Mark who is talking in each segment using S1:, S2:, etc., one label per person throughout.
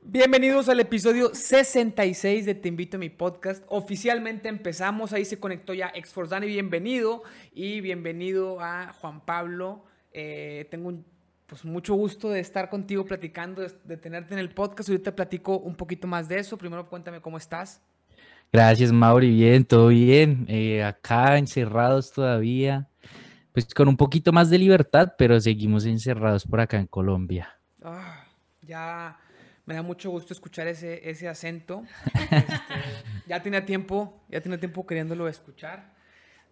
S1: Bienvenidos al episodio 66 de Te Invito a mi podcast. Oficialmente empezamos, ahí se conectó ya Exforzani, bienvenido. Y bienvenido a Juan Pablo. Eh, tengo un- pues, mucho gusto de estar contigo platicando, de, de tenerte en el podcast. Ahorita platico un poquito más de eso. Primero cuéntame cómo estás.
S2: Gracias, Mauri. Bien, todo bien. Eh, acá encerrados todavía, pues con un poquito más de libertad, pero seguimos encerrados por acá en Colombia.
S1: Ah, ya me da mucho gusto escuchar ese, ese acento. Este, ya tenía tiempo, ya tenía tiempo queriéndolo escuchar.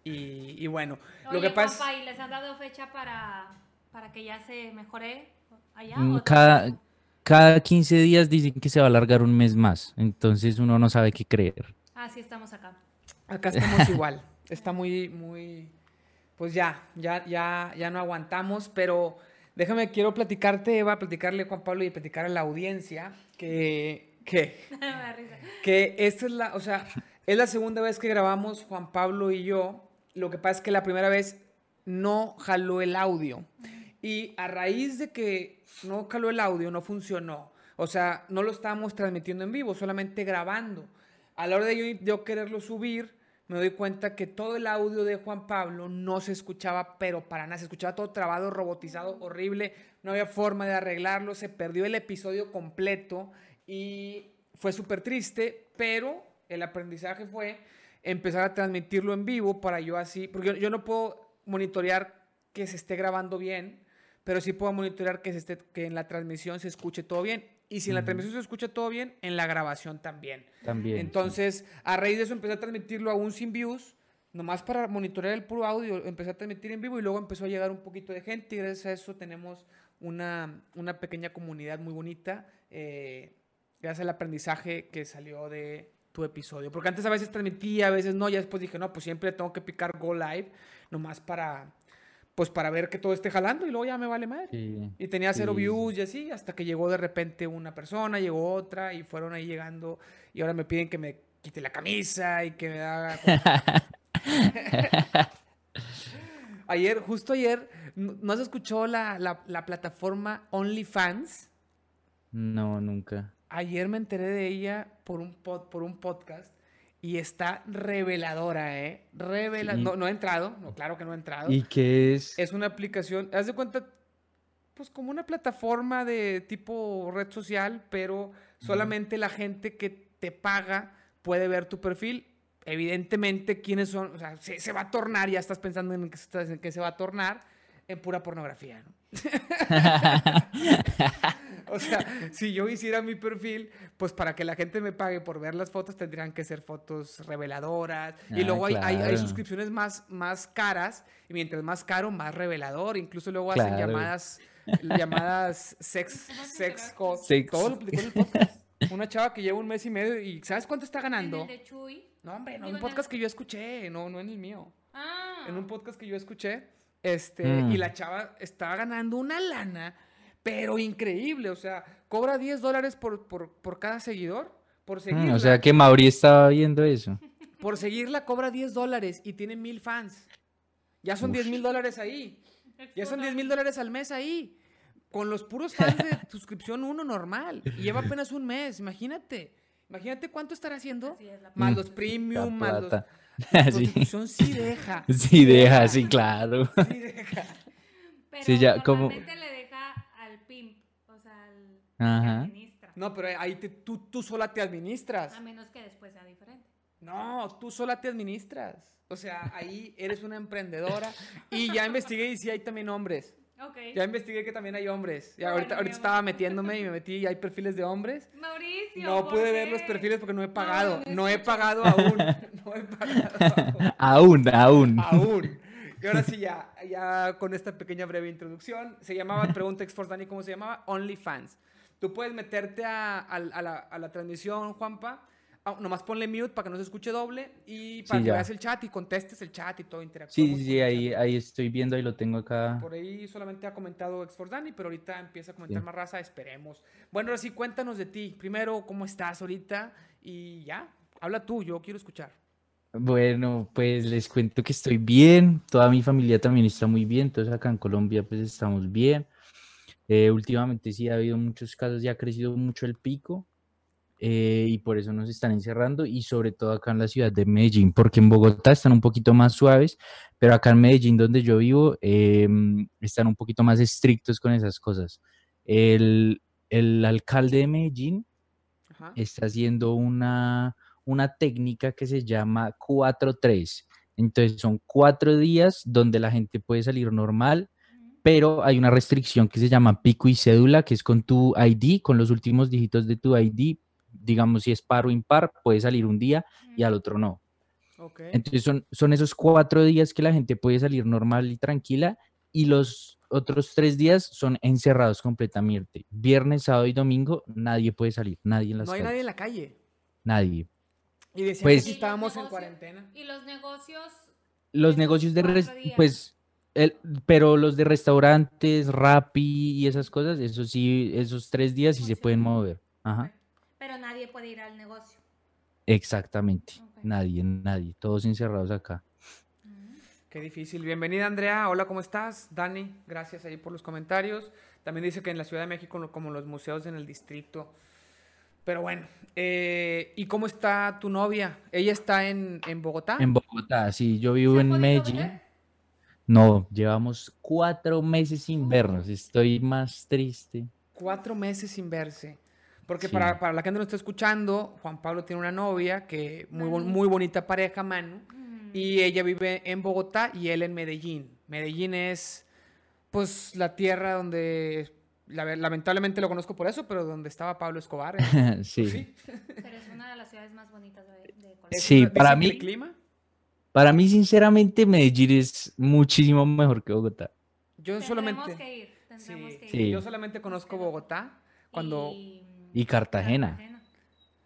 S1: Y, y bueno, lo
S3: Oye,
S1: que pasa...
S3: Juanpa, ¿y les han dado fecha para, para que ya se mejore allá?
S2: Mm,
S3: o
S2: Cada, cada 15 días dicen que se va a alargar un mes más, entonces uno no sabe qué creer.
S3: Ah, sí, estamos acá.
S1: Acá estamos igual. Está muy, muy. Pues ya, ya, ya, ya no aguantamos, pero déjame, quiero platicarte, Eva, platicarle a Juan Pablo y platicar a la audiencia que, que,
S3: Me da risa.
S1: que esta es la, o sea, es la segunda vez que grabamos Juan Pablo y yo. Lo que pasa es que la primera vez no jaló el audio. Y a raíz de que no jaló el audio, no funcionó. O sea, no lo estábamos transmitiendo en vivo, solamente grabando. A la hora de yo, yo quererlo subir, me doy cuenta que todo el audio de Juan Pablo no se escuchaba, pero para nada. Se escuchaba todo trabado, robotizado, horrible. No había forma de arreglarlo. Se perdió el episodio completo y fue súper triste, pero el aprendizaje fue empezar a transmitirlo en vivo para yo así, porque yo, yo no puedo monitorear que se esté grabando bien, pero sí puedo monitorear que, se esté, que en la transmisión se escuche todo bien. Y si en la
S2: Ujú.
S1: transmisión se escucha todo bien, en la grabación también.
S2: También. sí.
S1: Entonces, a raíz de eso empecé a transmitirlo aún sin views, nomás para monitorear el puro audio, empecé a transmitir en vivo y luego empezó a llegar un poquito de gente y gracias a eso tenemos una, una pequeña comunidad muy bonita, eh, gracias al aprendizaje que salió de tu episodio. Porque antes a veces transmitía, a veces no, ya después dije, no, pues siempre tengo que picar Go Live, nomás para, pues para ver que todo esté jalando y luego ya me vale madre.
S2: Sí.
S1: Y tenía cero
S2: Sí, sí.
S1: views y así, hasta que llegó de repente una persona, llegó otra y fueron ahí llegando. Y ahora me piden que me quite la camisa y que me haga. ayer, justo ayer, ¿no no has escuchado la, la- la plataforma OnlyFans?
S2: No, nunca.
S1: Ayer me enteré de ella por un, pod- por un podcast y está reveladora, ¿eh? Revela
S2: Sí.
S1: no, no he entrado, no, claro que no he entrado.
S2: ¿Y qué es?
S1: Es una aplicación, haz de cuenta, pues como una plataforma de tipo red social, pero solamente la gente que te paga puede ver tu perfil. Evidentemente, quiénes son, o sea, se, se va a tornar, ya estás pensando en que, se- en que se va a tornar en pura pornografía, ¿no? O sea, si yo hiciera mi perfil, pues para que la gente me pague por ver las fotos tendrían que ser fotos reveladoras. y
S2: Ah,
S1: luego hay, hay- hay
S2: claro.
S1: suscripciones más, más caras. Y mientras más caro, más revelador. Incluso luego hacen
S2: Claro.
S1: llamadas, llamadas sex,
S3: ¿Cómo te
S1: sex
S3: enteraste?
S1: co-
S2: Sex.
S1: Todo lo platicó en el podcast. Una chava que lleva un mes y medio y ¿sabes cuánto está
S3: En
S1: ganando?
S3: el de Chuy.
S1: No, hombre, no,
S3: Digo,
S1: un
S3: en
S1: podcast
S3: el-
S1: que yo escuché, no, no en el mío
S3: Ah.
S1: en un podcast que yo escuché, este,
S2: Mm.
S1: y la chava estaba ganando una lana, pero increíble, o sea, cobra 10 dólares por, por, por cada seguidor, por
S2: Mm,
S1: seguirla,
S2: O sea que Mauri estaba viendo eso.
S1: por seguirla cobra 10 dólares y tiene mil fans. Ya son
S2: Uf.
S1: 10 mil dólares ahí, ya son
S3: Explotó.
S1: 10 mil dólares al mes ahí, con los puros fans de suscripción uno normal, y lleva apenas un mes, imagínate, imagínate cuánto estará haciendo,
S3: Así es la
S1: más
S2: Mm.
S1: los
S2: La
S1: premium, más los...
S2: plata.
S1: La
S2: Sí.
S1: prostitución sí deja.
S2: Sí, deja, sí, claro.
S1: Sí deja.
S3: Pero
S2: Sí, ya, como-
S3: normalmente le deja al pimp, o sea, al
S2: Ajá.
S3: que administra.
S1: No, pero ahí te- tú, tú sola te administras.
S3: A menos que después sea diferente.
S1: No, tú sola te administras. O sea, ahí eres una emprendedora. Y ya investigué y sí hay también hombres.
S3: Ok.
S1: Ya investigué que también hay hombres. Y
S3: Ay,
S1: ahorita, ahorita
S3: mi
S1: estaba
S3: amor.
S1: metiéndome y me metí y hay perfiles de hombres.
S3: Mauricio.
S1: No
S3: ¿por
S1: pude ver
S3: qué?
S1: los perfiles porque no he
S3: no
S1: pagado.
S3: escuché.
S1: No he pagado aún. No he pagado
S2: Aún, aún.
S1: aún. Aún. Y ahora sí, ya, ya con esta pequeña breve introducción, se llamaba, pregunta Export Dani, ¿cómo se llamaba? OnlyFans. Tú puedes meterte a, a- a la, a la transmisión, Juanpa, ah, nomás ponle mute para que no se escuche doble y para
S2: Sí,
S1: que
S2: ya.
S1: veas el chat y contestes el chat y todo, interactuamos.
S2: Sí, sí,
S1: con
S2: sí,
S1: el
S2: ahí,
S1: chat.
S2: ahí estoy viendo, ahí lo tengo acá.
S1: Por ahí solamente ha comentado Export Dani, pero ahorita empieza a comentar
S2: Sí.
S1: más raza, esperemos. Bueno, ahora sí, cuéntanos de ti. Primero, ¿cómo estás ahorita? Y ya, habla tú, yo quiero escuchar.
S2: Bueno, pues les cuento que estoy bien, toda mi familia también está muy bien, todos acá en Colombia pues estamos bien. Eh, últimamente sí ha habido muchos casos, ya ha crecido mucho el pico, eh, y por eso nos están encerrando y sobre todo acá en la ciudad de Medellín, porque en Bogotá están un poquito más suaves, pero acá en Medellín, donde yo vivo, eh, están un poquito más estrictos con esas cosas. El, el alcalde de Medellín
S1: Ajá.
S2: está haciendo una, una técnica que se llama 4-3. Entonces son cuatro días donde la gente puede salir normal, pero hay una restricción que se llama pico y cédula, que es con tu ID, con los últimos dígitos de tu ID. Digamos, si es par o impar, puede salir un día y al otro no.
S1: Ok.
S2: Entonces son, son esos cuatro días que la gente puede salir normal y tranquila y los otros tres días son encerrados completamente. Viernes, sábado y domingo nadie puede salir, nadie en las
S1: No hay
S2: calles,
S1: nadie en la calle.
S2: nadie.
S1: Y decían
S2: Pues-
S1: que aquí estábamos en
S3: Negocio.
S1: cuarentena.
S3: Y los negocios,
S2: Los
S3: Esos
S2: negocios de, res-
S3: cuatro días.
S2: pues, el- pero los de restaurantes, Rappi y esas cosas, eso sí, esos tres días sí se pueden
S3: Funcionan.
S2: mover. Ajá,
S3: pero nadie puede ir al negocio.
S2: exactamente.
S3: Ok.
S2: Nadie, nadie, todos encerrados acá.
S1: Qué difícil. Bienvenida, Andrea. Hola, ¿cómo estás? Dani, gracias ahí por los comentarios. También dice que en la Ciudad de México, lo- como los museos en el distrito. Pero bueno, eh, ¿y cómo está tu novia? ¿Ella está en, en Bogotá?
S2: En Bogotá, sí, yo
S3: Ah. ¿Se
S2: vivo
S3: han
S2: en
S3: podido
S2: Medellín.
S3: ver?
S2: No, llevamos cuatro meses sin
S3: Uh.
S2: vernos. Estoy más triste.
S1: Cuatro meses sin verse. Porque
S2: Sí.
S1: para, para la gente que nos está escuchando, Juan Pablo tiene una novia que muy, bon-
S3: Manu.
S1: muy bonita pareja, Manu.
S3: Mm.
S1: Y ella vive en Bogotá y él en Medellín. Medellín es, pues, la tierra donde, la- lamentablemente lo conozco por eso, pero donde estaba Pablo Escobar. ¿eh?
S2: Sí.
S3: Pero es una de las ciudades más bonitas de, de Colombia.
S1: Es
S2: Sí,
S1: una-
S2: para
S1: dicen que el
S2: mí-
S1: clima?
S2: Para mí, sinceramente, Medellín es muchísimo mejor que Bogotá.
S1: Yo
S3: Tendremos
S1: solamente,
S3: que ir, tendremos
S1: sí,
S3: que ir.
S2: Sí.
S1: yo solamente conozco Bogotá cuando...
S2: Y Cartagena.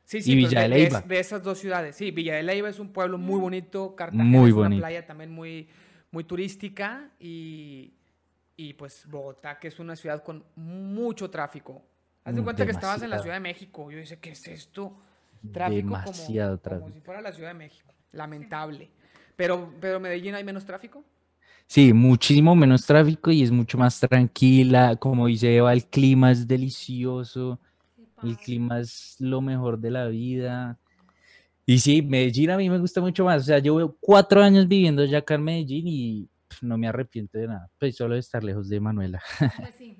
S1: Sí,
S2: y
S1: pero
S2: Villa
S1: de-
S2: de
S1: de,
S2: Leyva.
S1: es- de esas dos ciudades. Sí, Villa de Leyva es un pueblo muy
S3: Mm.
S1: bonito, Cartagena
S2: Muy
S1: es una
S2: bonito.
S1: playa también muy, muy turística y, y, pues Bogotá, que es una ciudad con mucho tráfico. Haz de
S2: Mm,
S1: cuenta que estabas en la
S2: demasiado.
S1: Ciudad de México. Yo dije, ¿qué es esto? Tráfico como-
S2: Demasiado
S1: como,
S2: tráfico.
S1: si fuera la Ciudad de México. Lamentable. Pero, pero Medellín hay menos tráfico.
S2: Sí, muchísimo menos tráfico y es mucho más tranquila. Como dice Eva, el clima es delicioso. El clima es lo mejor de la vida. Y sí, Medellín a mí me gusta mucho más. O sea, yo veo cuatro años viviendo ya acá en Medellín y pf, no me arrepiento de nada. Pues solo de estar lejos de Manuela.
S3: Pues sí.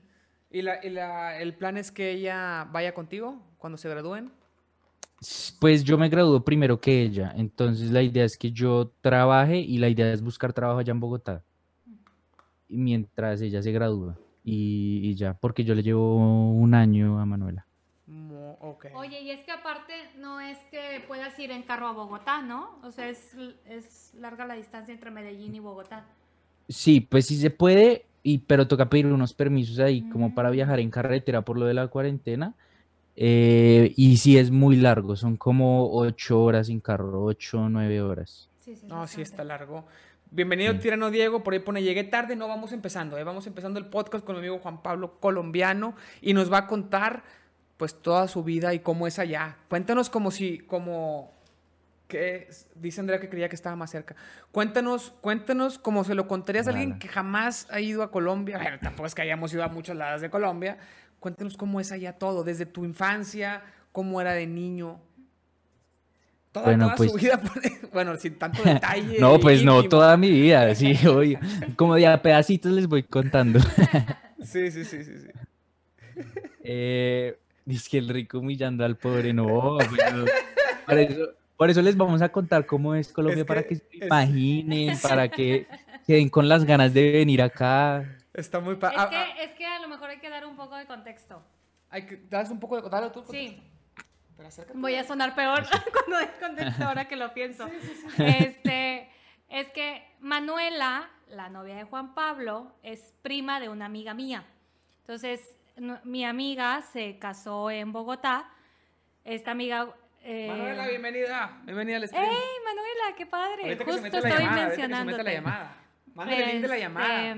S1: ¿Y, la- y la- el plan es que ella vaya contigo cuando se gradúen?
S2: S- Pues yo me graduó primero que ella. Entonces la idea es que yo trabaje y la idea es buscar trabajo allá en Bogotá. Y mientras ella se gradúa. Y, y ya, porque yo le llevo un año a Manuela.
S1: Mo- ok.
S3: Oye, y es que aparte no es que puedas ir en carro a Bogotá, ¿no? O sea, es, es larga la distancia entre Medellín y Bogotá.
S2: Sí, pues sí se puede, y, pero toca pedir unos permisos ahí como para
S3: Mm.
S2: viajar en carretera por lo de la cuarentena. eh, y sí es muy largo, son como ocho horas en carro, ocho, nueve horas.
S3: Sí, sí. es
S1: No, sí
S3: bastante.
S1: está largo. Bienvenido,
S2: Sí.
S1: Tirano Diego. Por ahí pone, llegué tarde, no vamos empezando. ¿eh? Vamos empezando el podcast con mi amigo Juan Pablo Colombiano y nos va a contar pues toda su vida y cómo es allá. Cuéntanos como si, como, que es- dice Andrea que creía que estaba más cerca. Cuéntanos, cuéntanos como se lo contarías a alguien
S2: Nada.
S1: que jamás ha ido a Colombia. Bueno, tampoco es que hayamos ido a muchos lados de Colombia. Cuéntanos cómo es allá todo, desde tu infancia, cómo era de niño. Toda,
S2: Bueno,
S1: toda su
S2: pues-
S1: vida, por- bueno, sin tanto detalle.
S2: No, pues no,
S1: íntimo.
S2: toda mi vida, sí, obvio. Como de a pedacitos les voy contando.
S1: Sí, sí, sí, sí, sí.
S2: Eh, es que el rico humillando al pobre, no. pero por, eso, por eso les vamos a contar cómo es Colombia para
S1: que-
S2: que se
S1: es-
S2: imaginen, para que queden con las ganas de venir acá.
S1: Está muy pa-
S3: Es
S1: ah, ah,
S3: que, es que a lo mejor hay que dar un poco de contexto.
S1: hay que das un poco de dale tú.
S3: Sí,
S1: pero acércate.
S3: voy a sonar peor cuando dé contexto ahora que lo pienso. Este, es que Manuela, la novia de Juan Pablo, es prima de una amiga mía. Entonces, no- mi amiga se casó en Bogotá. Esta amiga... eh,
S1: Manuela, bienvenida. Bienvenida al
S3: ¡Ey,
S1: stream.
S3: Manuela! ¡Qué padre!
S1: Ahorita que se
S3: Eh, Justo
S1: mete la
S3: estoy
S1: llamada, ahorita que se
S3: mencionándote.
S1: mete la llamada. Mándale el link de la
S3: Este,
S1: llamada.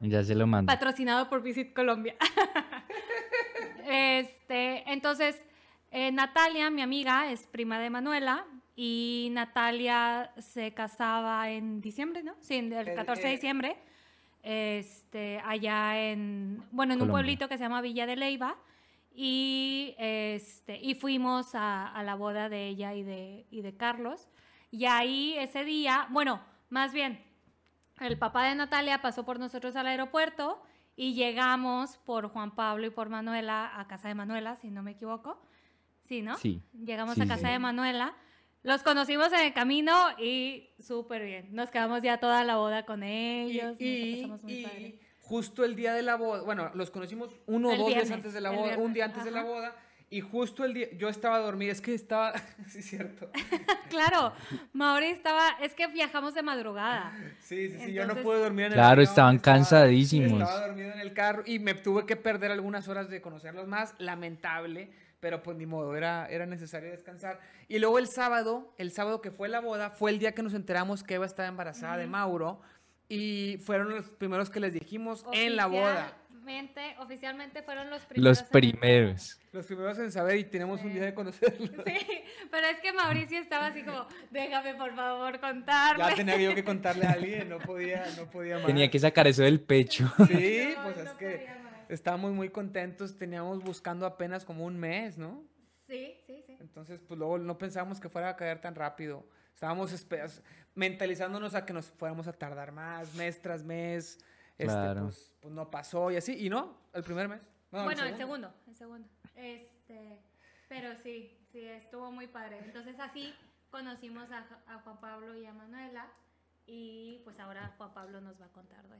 S2: Ya se lo mando.
S3: Patrocinado por Visit Colombia. este, entonces, eh, Natalia, mi amiga, es prima de Manuela y Natalia se casaba en diciembre, ¿no? Sí, en el
S1: El-
S3: 14 de
S1: eh,
S3: diciembre. Este, allá en, bueno, en un
S2: Colombia.
S3: pueblito que se llama Villa de Leiva y, este, y fuimos a, a la boda de ella y de, y de Carlos. Y ahí ese día, bueno, más bien, el papá de Natalia pasó por nosotros al aeropuerto y llegamos por Juan Pablo y por Manuela a casa de Manuela, si no me equivoco. Sí, ¿no?
S2: Sí.
S3: Llegamos
S2: Sí,
S3: a casa
S2: sí.
S3: de Manuela. Los conocimos en el camino y súper bien. Nos quedamos ya toda la boda con
S1: Y,
S3: ellos.
S1: y-
S3: nos pasamos muy
S1: y
S3: padre.
S1: justo el día de la boda, bueno, los conocimos uno o
S3: El
S1: dos días
S3: viernes,
S1: antes de la
S3: el
S1: boda, un
S3: viernes,
S1: día antes de la
S3: ajá.
S1: boda, y justo el día, yo estaba dormida, es que estaba, sí, cierto.
S3: Claro, Mauri estaba, es que viajamos de madrugada.
S1: Sí, sí, sí, yo no
S3: Entonces-
S1: pude dormir en el
S2: Claro,
S1: avión,
S2: estaban
S1: estaba-
S2: cansadísimos.
S1: Estaba dormido en el carro y me tuve que perder algunas horas de conocerlos más, lamentable, pero pues ni modo, era, era necesario descansar. Y luego el sábado, el sábado que fue la boda, fue el día que nos enteramos que Eva estaba embarazada de Mauro y fueron los primeros que les dijimos en la boda.
S3: Oficialmente, oficialmente fueron los primeros.
S2: Los
S3: en entrar.
S2: primeros.
S1: Los primeros en saber y tenemos un
S3: Sí.
S1: día de conocerlos.
S3: Sí, pero es que Mauricio estaba así como, déjame por favor contarle.
S1: Ya tenía yo que contarle a alguien, no podía, no podía más.
S2: Tenía que sacar eso del pecho.
S1: Sí,
S3: No,
S1: pues
S3: no
S1: es que
S3: podía más.
S1: estábamos muy contentos, teníamos buscando apenas como un mes, ¿no?
S3: Sí, sí, sí.
S1: Entonces, pues luego no pensábamos que fuera a caer tan rápido. Estábamos espe- mentalizándonos a que nos fuéramos a tardar más, mes tras mes. Este,
S2: Claro.
S1: pues, pues, no pasó y así. Y no, el primer mes. No,
S3: bueno, el segundo, el segundo. Este, pero sí, sí, estuvo muy padre. Entonces así conocimos a, Ja- a Juan Pablo y a Manuela y pues ahora Juan Pablo nos va a contar de,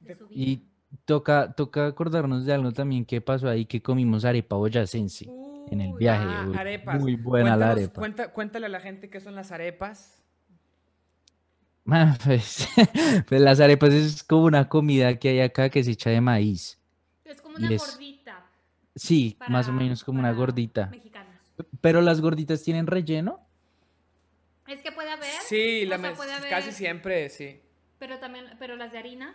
S3: de
S1: De-
S3: su vida.
S2: Y toca, toca acordarnos de algo también que pasó ahí, que comimos arepa boyacense en el
S1: Uy,
S2: viaje.
S1: ah,
S2: uy,
S1: arepas.
S2: Muy buena la
S1: Cuéntanos-
S2: arepa.
S1: cuenta- cuéntale a la gente qué son las arepas.
S2: Ah, pues, pues las arepas es como una comida que hay acá que se echa de maíz.
S3: Es como una
S2: y es
S3: gordita.
S2: Sí, más o
S3: para-
S2: menos como una
S3: para
S2: gordita.
S3: Mexicanos.
S2: Pero las gorditas tienen relleno.
S3: Es que puede haber.
S1: Sí,
S3: o
S1: la
S3: sea,
S1: mes-
S3: puede haber,
S1: casi siempre, sí.
S3: Pero también, pero las de harina.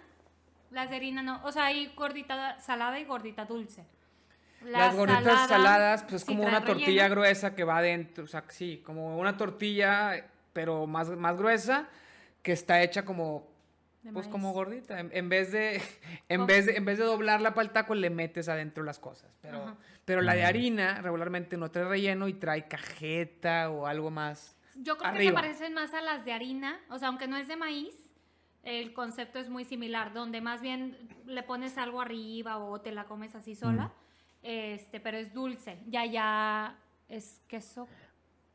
S3: Las de harina no. O sea, hay gordita salada y gordita dulce.
S1: Las, gorditas
S3: salada,
S1: saladas, pues es
S3: sí
S1: como
S3: trae
S1: una tortilla
S3: relleno.
S1: gruesa que va adentro, o sea, sí, como una tortilla, eh, pero más, más gruesa, que está hecha como,
S3: De
S1: pues
S3: maíz.
S1: como gordita. En, en vez de, en
S3: Como-
S1: vez de, en vez de doblarla para el taco, le metes adentro las cosas. Pero,
S3: Ajá.
S1: pero la de
S2: Mm.
S1: harina regularmente no trae relleno y trae cajeta o algo más.
S3: Yo creo
S1: Arriba.
S3: que se parecen más a las de harina, o sea, aunque no es de maíz, el concepto es muy similar, donde más bien le pones algo arriba o te la comes así sola, este, pero es dulce. Ya, ya es queso.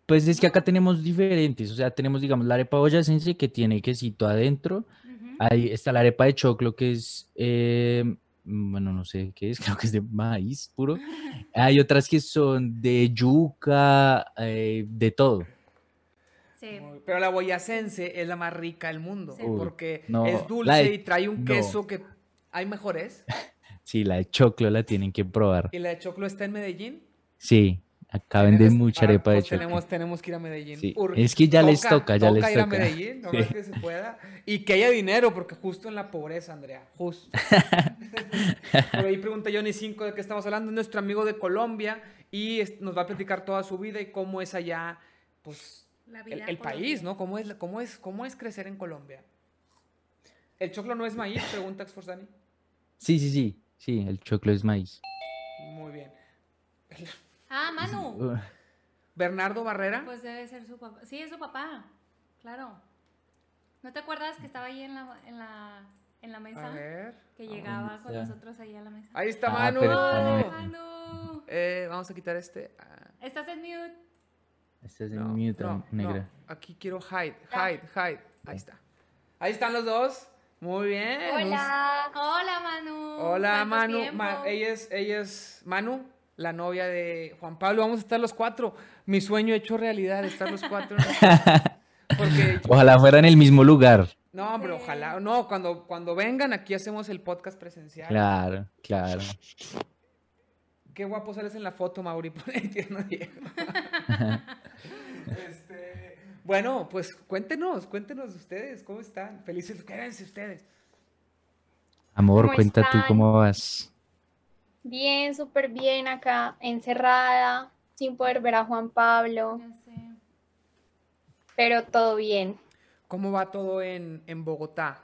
S2: Pues es que acá tenemos diferentes. O sea, tenemos, digamos, la arepa boyacense que tiene quesito adentro.
S3: Ujú.
S1: Ah.
S2: Ahí está la arepa de choclo que es, eh, mm, bueno, no sé qué es, creo que es de maíz puro. Hay otras que son de yuca, eh, de todo.
S3: Sí.
S1: Muy- Pero la boyacense es la más rica del mundo,
S3: Sí.
S2: Uy,
S1: porque
S2: no,
S1: es
S2: la
S1: dulce
S2: de-
S1: y trae un
S2: no.
S1: queso que hay mejores.
S2: Sí, la de choclo la tienen que probar.
S1: Y la de choclo está en Medellín.
S2: Sí, acá venden
S1: Tenemos-
S2: mucha
S1: ah,
S2: arepa de
S1: pues
S2: choclo.
S1: Tenemos, tenemos que ir a Medellín.
S2: Sí,
S1: Urge.
S2: es que ya les toca, ya les
S1: ir a
S2: toca.
S1: Medellín, no
S2: Sí.
S1: más que se pueda. Y que haya dinero, porque justo en la pobreza, Andrea, justo. Por ahí pregunta Johnny 5 de qué estamos hablando. Es nuestro amigo de Colombia y es- nos va a platicar toda su vida y cómo es allá, pues,
S3: La
S1: el,
S3: vida
S1: el
S3: colombiana.
S1: país, ¿no? ¿Cómo es, la- cómo, es, ¿Cómo es crecer en Colombia? ¿El choclo no es maíz? Pregunta Exforzani.
S2: Sí, sí, sí, sí, el choclo es maíz.
S1: Muy bien.
S3: Ah, Manu.
S2: Uh,
S1: Bernardo Barrera.
S3: Pues debe ser su papá. Sí, es su papá. Claro. ¿No te acuerdas que estaba ahí en la, en la, en la
S1: a
S3: mesa?
S1: ver.
S3: Que llegaba
S1: Ah,
S3: con
S2: está.
S3: nosotros ahí a la mesa.
S1: Ahí está
S2: Ah,
S1: Manu.
S2: pero está
S3: Hola,
S2: Manu.
S3: Manu.
S1: Eh, vamos a quitar este. Ah,
S3: Estás en mute.
S2: Esta es
S1: no,
S2: en mute,
S1: no,
S2: negra.
S1: no. Aquí quiero hide, hide, hide. Ahí está. Ahí están los dos. Muy bien.
S4: Hola.
S3: Hola, Manu.
S1: Un- Hola,
S3: ¿Cuánto
S1: Manu.
S3: tiempo?
S1: Ma- ella, es, ella es Manu, la novia de Juan Pablo. Vamos a estar los cuatro. Mi sueño hecho realidad, estar los cuatro. en una casa. Porque,
S2: Ojalá fuera en el mismo lugar.
S1: no, hombre,
S3: Sí.
S1: ojalá. No, cuando, cuando vengan aquí hacemos el podcast presencial.
S2: Claro, claro.
S1: Qué guapo sales en la foto, Mauri, por ahí, tierno Diego. Este, bueno, pues cuéntenos, cuéntenos ustedes, ¿cómo están? Felices, quédense ustedes.
S2: Amor,
S4: ¿Cómo
S2: cuenta tú
S4: están?
S2: cómo vas.
S4: Bien, súper bien acá, encerrada, sin poder ver a Juan Pablo,
S3: Ya sé.
S4: pero todo bien.
S1: ¿Cómo va todo en, en Bogotá?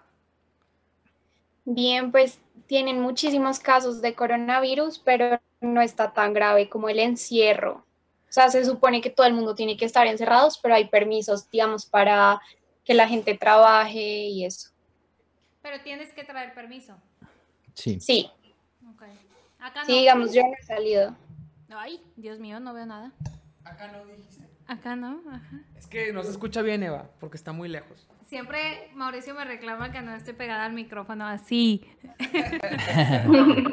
S4: Bien, pues tienen muchísimos casos de coronavirus, pero no está tan grave como el encierro. O sea, se supone que todo el mundo tiene que estar encerrados, pero hay permisos, digamos, para que la gente trabaje y eso.
S3: Pero tienes que traer permiso.
S2: Sí.
S4: Sí,
S3: Ok. Acá no.
S4: sí, digamos, yo no he salido.
S3: Ay, Dios mío, no veo nada.
S1: Acá no dijiste.
S3: Acá no. Ajá.
S1: Es que no se escucha bien, Eva, porque está muy lejos.
S3: Siempre Mauricio me reclama que no estoy pegada al micrófono así.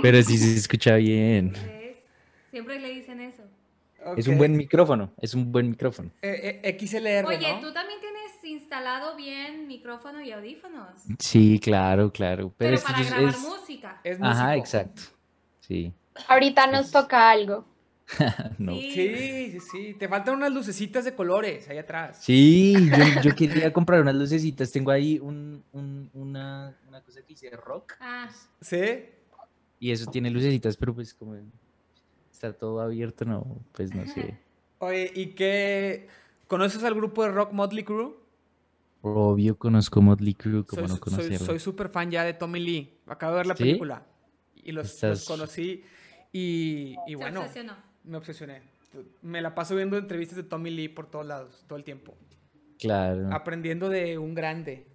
S2: Pero sí se escucha bien.
S3: ¿Ves? Siempre le dicen eso.
S2: Es un buen micrófono, es un buen micrófono.
S1: Eh, eh, XLR,
S3: Oye,
S1: ¿no?
S3: tú también tienes instalado bien micrófono y audífonos.
S1: Mm,
S2: Sí, claro, claro. Pero,
S3: Pero
S2: esto
S3: para
S2: es-
S3: grabar
S2: es-
S3: música.
S1: Es
S2: Ajá,
S1: músico.
S2: exacto. Sí.
S4: Ahorita nos toca algo.
S2: No.
S3: Sí.
S1: Sí, sí, sí. Te faltan unas lucecitas de colores ahí atrás.
S2: Sí, yo, yo quería comprar unas lucecitas. Tengo ahí un- un- una, una cosa que dice rock
S3: Ah,
S1: ¿Sí?
S2: y eso tiene lucecitas, pero pues como está todo abierto, no, pues no sé.
S1: Oye, ¿y qué? ¿Conoces al grupo de rock Motley Crue?
S2: Obvio conozco Motley Crue,
S1: soy,
S2: como no
S1: su- soy-
S2: conocerlo.
S1: soy súper fan ya de Tommy Lee. Acabo de ver la
S2: ¿Sí?
S1: película. Y los, los
S2: Estás-
S1: conocí y, y
S3: se
S1: bueno,
S3: obsesionó.
S1: me obsesioné. Me la paso viendo entrevistas de Tommy Lee por todos lados, todo el tiempo.
S2: Claro,
S1: Aprendiendo de un grande.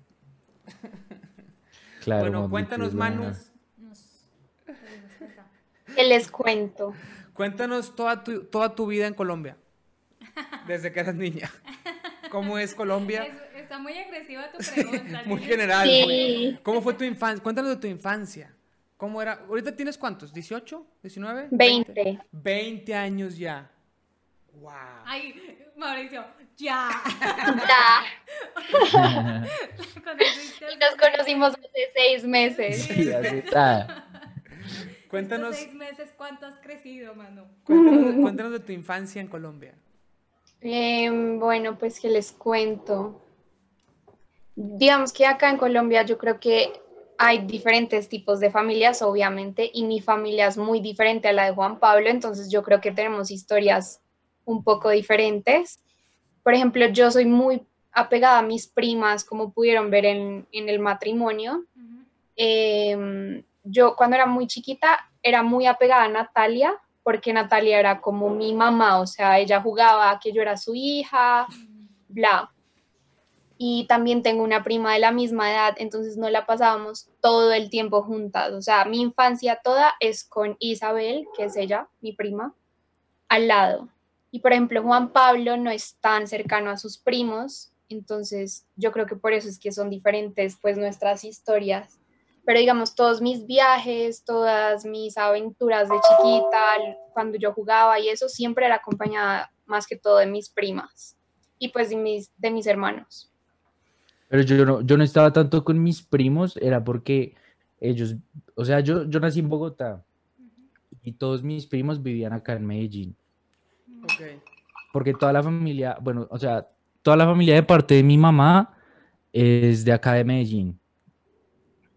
S2: claro.
S1: bueno,
S2: Motley
S1: cuéntanos,
S2: Crue, bueno.
S1: Manu.
S3: Nos- nos cuenta.
S4: Que les cuento.
S1: Cuéntanos toda tu, toda tu vida en Colombia. Desde que eras niña. ¿Cómo es Colombia?
S3: Es- está muy agresiva tu pregunta.
S1: Muy
S3: ¿sí?
S1: general.
S4: Sí.
S1: güey. ¿Cómo fue tu infancia? Cuéntanos de tu infancia. ¿Cómo era? ¿Ahorita tienes cuántos? ¿18? ¿19?
S4: 20.
S1: 20 años ya. ¡Wow!
S3: Ah, Ay, Mauricio, ya.
S4: Ya.
S3: Conociste
S4: Y
S3: hace
S4: nos conocimos hace seis meses.
S2: Sí, ah, así está.
S1: Cuéntanos,
S3: seis meses cuánto has crecido, mano.
S1: cuéntanos, cuéntanos de tu infancia en Colombia.
S4: Em, bueno, pues que les cuento. Digamos que acá en Colombia yo creo que hay diferentes tipos de familias, obviamente, y mi familia es muy diferente a la de Juan Pablo, entonces yo creo que tenemos historias un poco diferentes. Por ejemplo, yo soy muy apegada a mis primas, como pudieron ver en, en el matrimonio.
S3: Ujú.
S4: Em, yo cuando era muy chiquita era muy apegada a Natalia, porque Natalia era como mi mamá, o sea, ella jugaba a que yo era su hija, bla. Y también tengo una prima de la misma edad, entonces no la pasábamos todo el tiempo juntas. O sea, mi infancia toda es con Isabel, que es ella, mi prima, al lado. Y por ejemplo, Juan Pablo no es tan cercano a sus primos, entonces yo creo que por eso es que son diferentes pues nuestras historias. Pero digamos, todos mis viajes, todas mis aventuras de chiquita, cuando yo jugaba y eso, siempre era acompañada más que todo de mis primas y pues de mis, de mis hermanos.
S2: Pero yo no, yo no estaba tanto con mis primos, era porque ellos, o sea, yo, yo nací en Bogotá y todos mis primos vivían acá en Medellín.
S1: Ok.
S2: porque toda la familia, bueno, o sea, toda la familia de parte de mi mamá es de acá de Medellín.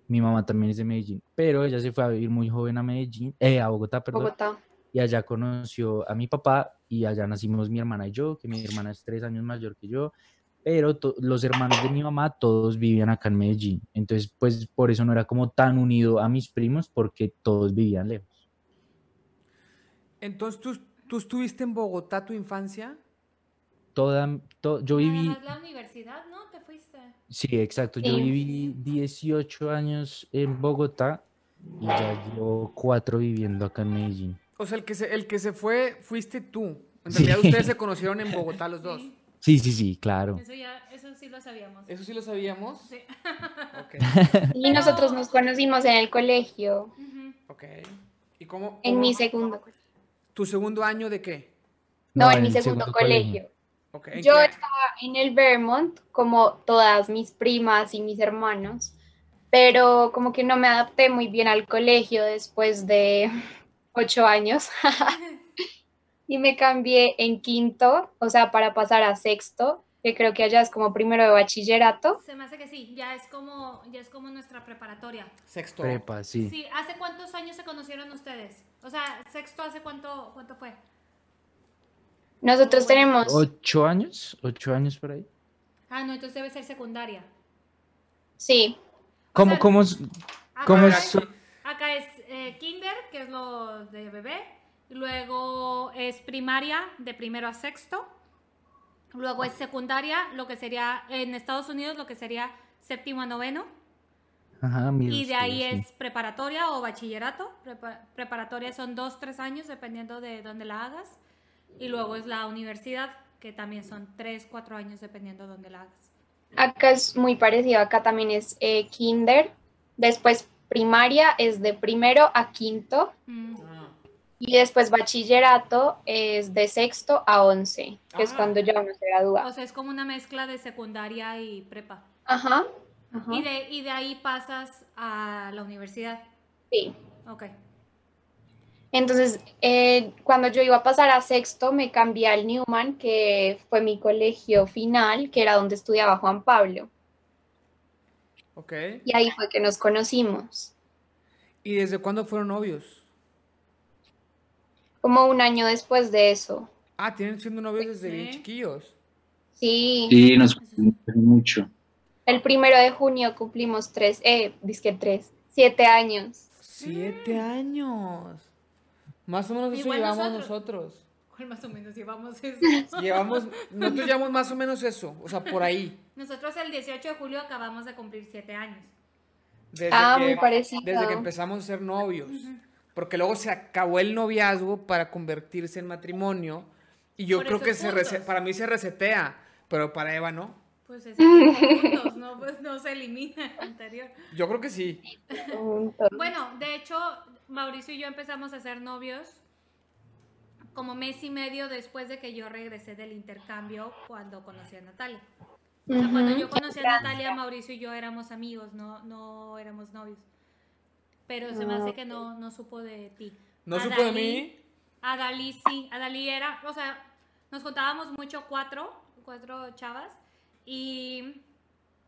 S2: Mi mamá también es de Medellín, pero ella se fue a vivir muy joven a Medellín, eh, a Bogotá, perdón,
S4: Bogotá.
S2: y allá conoció a mi papá y allá nacimos mi hermana y yo, que mi hermana es tres años mayor que yo, pero to- los hermanos de mi mamá todos vivían acá en Medellín, entonces pues por eso no era como tan unido a mis primos porque todos vivían lejos.
S1: Entonces, ¿tú, tú estuviste en Bogotá tu infancia?
S2: Toda, to-
S4: Ah.
S2: yo viví
S3: Además, la universidad, ¿no? Te fuiste.
S2: Sí, exacto. Yo
S4: Sí.
S2: viví 18 años en Bogotá y ya llevo 4 viviendo acá en Medellín.
S1: O sea, el que se, el que se fue fuiste tú. En
S2: Sí.
S1: realidad ustedes se conocieron en Bogotá los dos.
S3: Sí,
S2: Sí, sí, sí, claro.
S3: eso ya, eso sí lo sabíamos.
S1: ¿Eso sí lo sabíamos?
S3: Sí.
S1: Ok,
S4: Y nosotros nos conocimos en el colegio,
S3: Ujú.
S1: ok. ¿Y cómo?
S4: en
S1: cómo-
S4: mi segundo.
S1: ¿Tu segundo año de qué?
S4: No, en mi
S2: el
S4: segundo, colegio.
S1: Ok, ¿en
S4: Yo
S1: qué-
S4: estaba en el Vermont, como todas mis primas y mis hermanos, pero como que no me adapté muy bien al colegio después de ocho años. y me cambié en quinto, o sea, para pasar a sexto, que creo que allá es como primero de bachillerato.
S3: Se me hace que sí, ya es como, ya es como nuestra preparatoria.
S1: Sexto.
S2: Prepa, sí.
S3: Sí, ¿hace cuántos años se conocieron ustedes? O sea, sexto, ¿hace cuánto, cuánto fue?
S4: Nosotros tenemos...
S2: ¿Ocho años? ¿Ocho años por ahí?
S3: Ah, no, entonces debe ser secundaria.
S4: Sí,
S2: ¿Cómo,
S3: sea,
S2: cómo? s-
S3: Acá
S2: ¿Cómo
S3: Ah, es,
S2: son?
S3: acá es eh, kinder, que es lo de bebé. luego es primaria de primero a sexto, luego es secundaria, lo que sería en Estados Unidos lo que sería séptimo a noveno,
S2: Ajá, mira
S3: y de ahí
S2: ustedes, sí.
S3: es preparatoria o bachillerato. Prepa- preparatoria son dos, tres años, dependiendo de dónde la hagas. Y luego es la universidad, que también son tres, cuatro años, dependiendo de dónde la hagas.
S4: Acá es muy parecido, acá también es eh, kinder, después primaria es de primero a quinto
S3: Mm.
S1: Ah,
S4: y después bachillerato es de sexto a once, que es
S1: Ah.
S4: cuando ya uno se gradúa.
S3: O sea, es como una mezcla de secundaria y prepa.
S4: Ajá. ajá.
S3: Y, de, y de ahí pasas a la universidad.
S4: Sí.
S3: Ok.
S4: Entonces, eh, cuando yo iba a pasar a sexto, me cambié al Newman, que fue mi colegio final, que era donde estudiaba Juan Pablo.
S1: Ok.
S4: Y ahí fue que nos conocimos,
S1: ¿Y desde cuándo fueron novios?
S4: como un año después de eso.
S1: Ah, tienen siendo novios desde bien
S3: Ok.
S1: chiquillos.
S4: Sí,
S5: Sí, nos conocemos mucho.
S4: el primero de junio cumplimos tres, eh, disque tres, siete años.
S1: Siete años. Más o menos eso
S3: Mm. Igual
S1: llevamos nosotros.
S3: nosotros. ¿Cuál más o menos llevamos eso?
S1: Llevamos, nosotros llevamos más o menos eso, o sea, por ahí.
S3: Nosotros el 18 de julio acabamos de cumplir siete años.
S1: Desde
S4: Ah,
S1: que,
S4: muy parecido.
S1: Desde que empezamos a ser novios. Porque luego se acabó el noviazgo para convertirse en matrimonio. Y yo
S3: Por
S1: creo
S3: eso
S1: que se rese-
S3: juntos.
S1: para mí se resetea, pero para Eva no.
S3: Pues es que juntos, ¿no? Pues no se elimina el anterior.
S1: Yo creo que sí.
S4: Juntos.
S3: Bueno, de hecho, Mauricio y yo empezamos a ser novios como mes y medio después de que yo regresé del intercambio cuando conocí a Natalia. O sea, cuando yo
S4: Ujú.
S3: conocí a Natalia, Mauricio y yo éramos amigos, no, no éramos novios. Pero se me hace que no, no supo de ti.
S1: No
S3: A
S1: supo de
S3: Dalí-
S1: mí.
S3: A Dalí sí, a Dalí era, o sea, nos contábamos mucho cuatro, cuatro chavas, y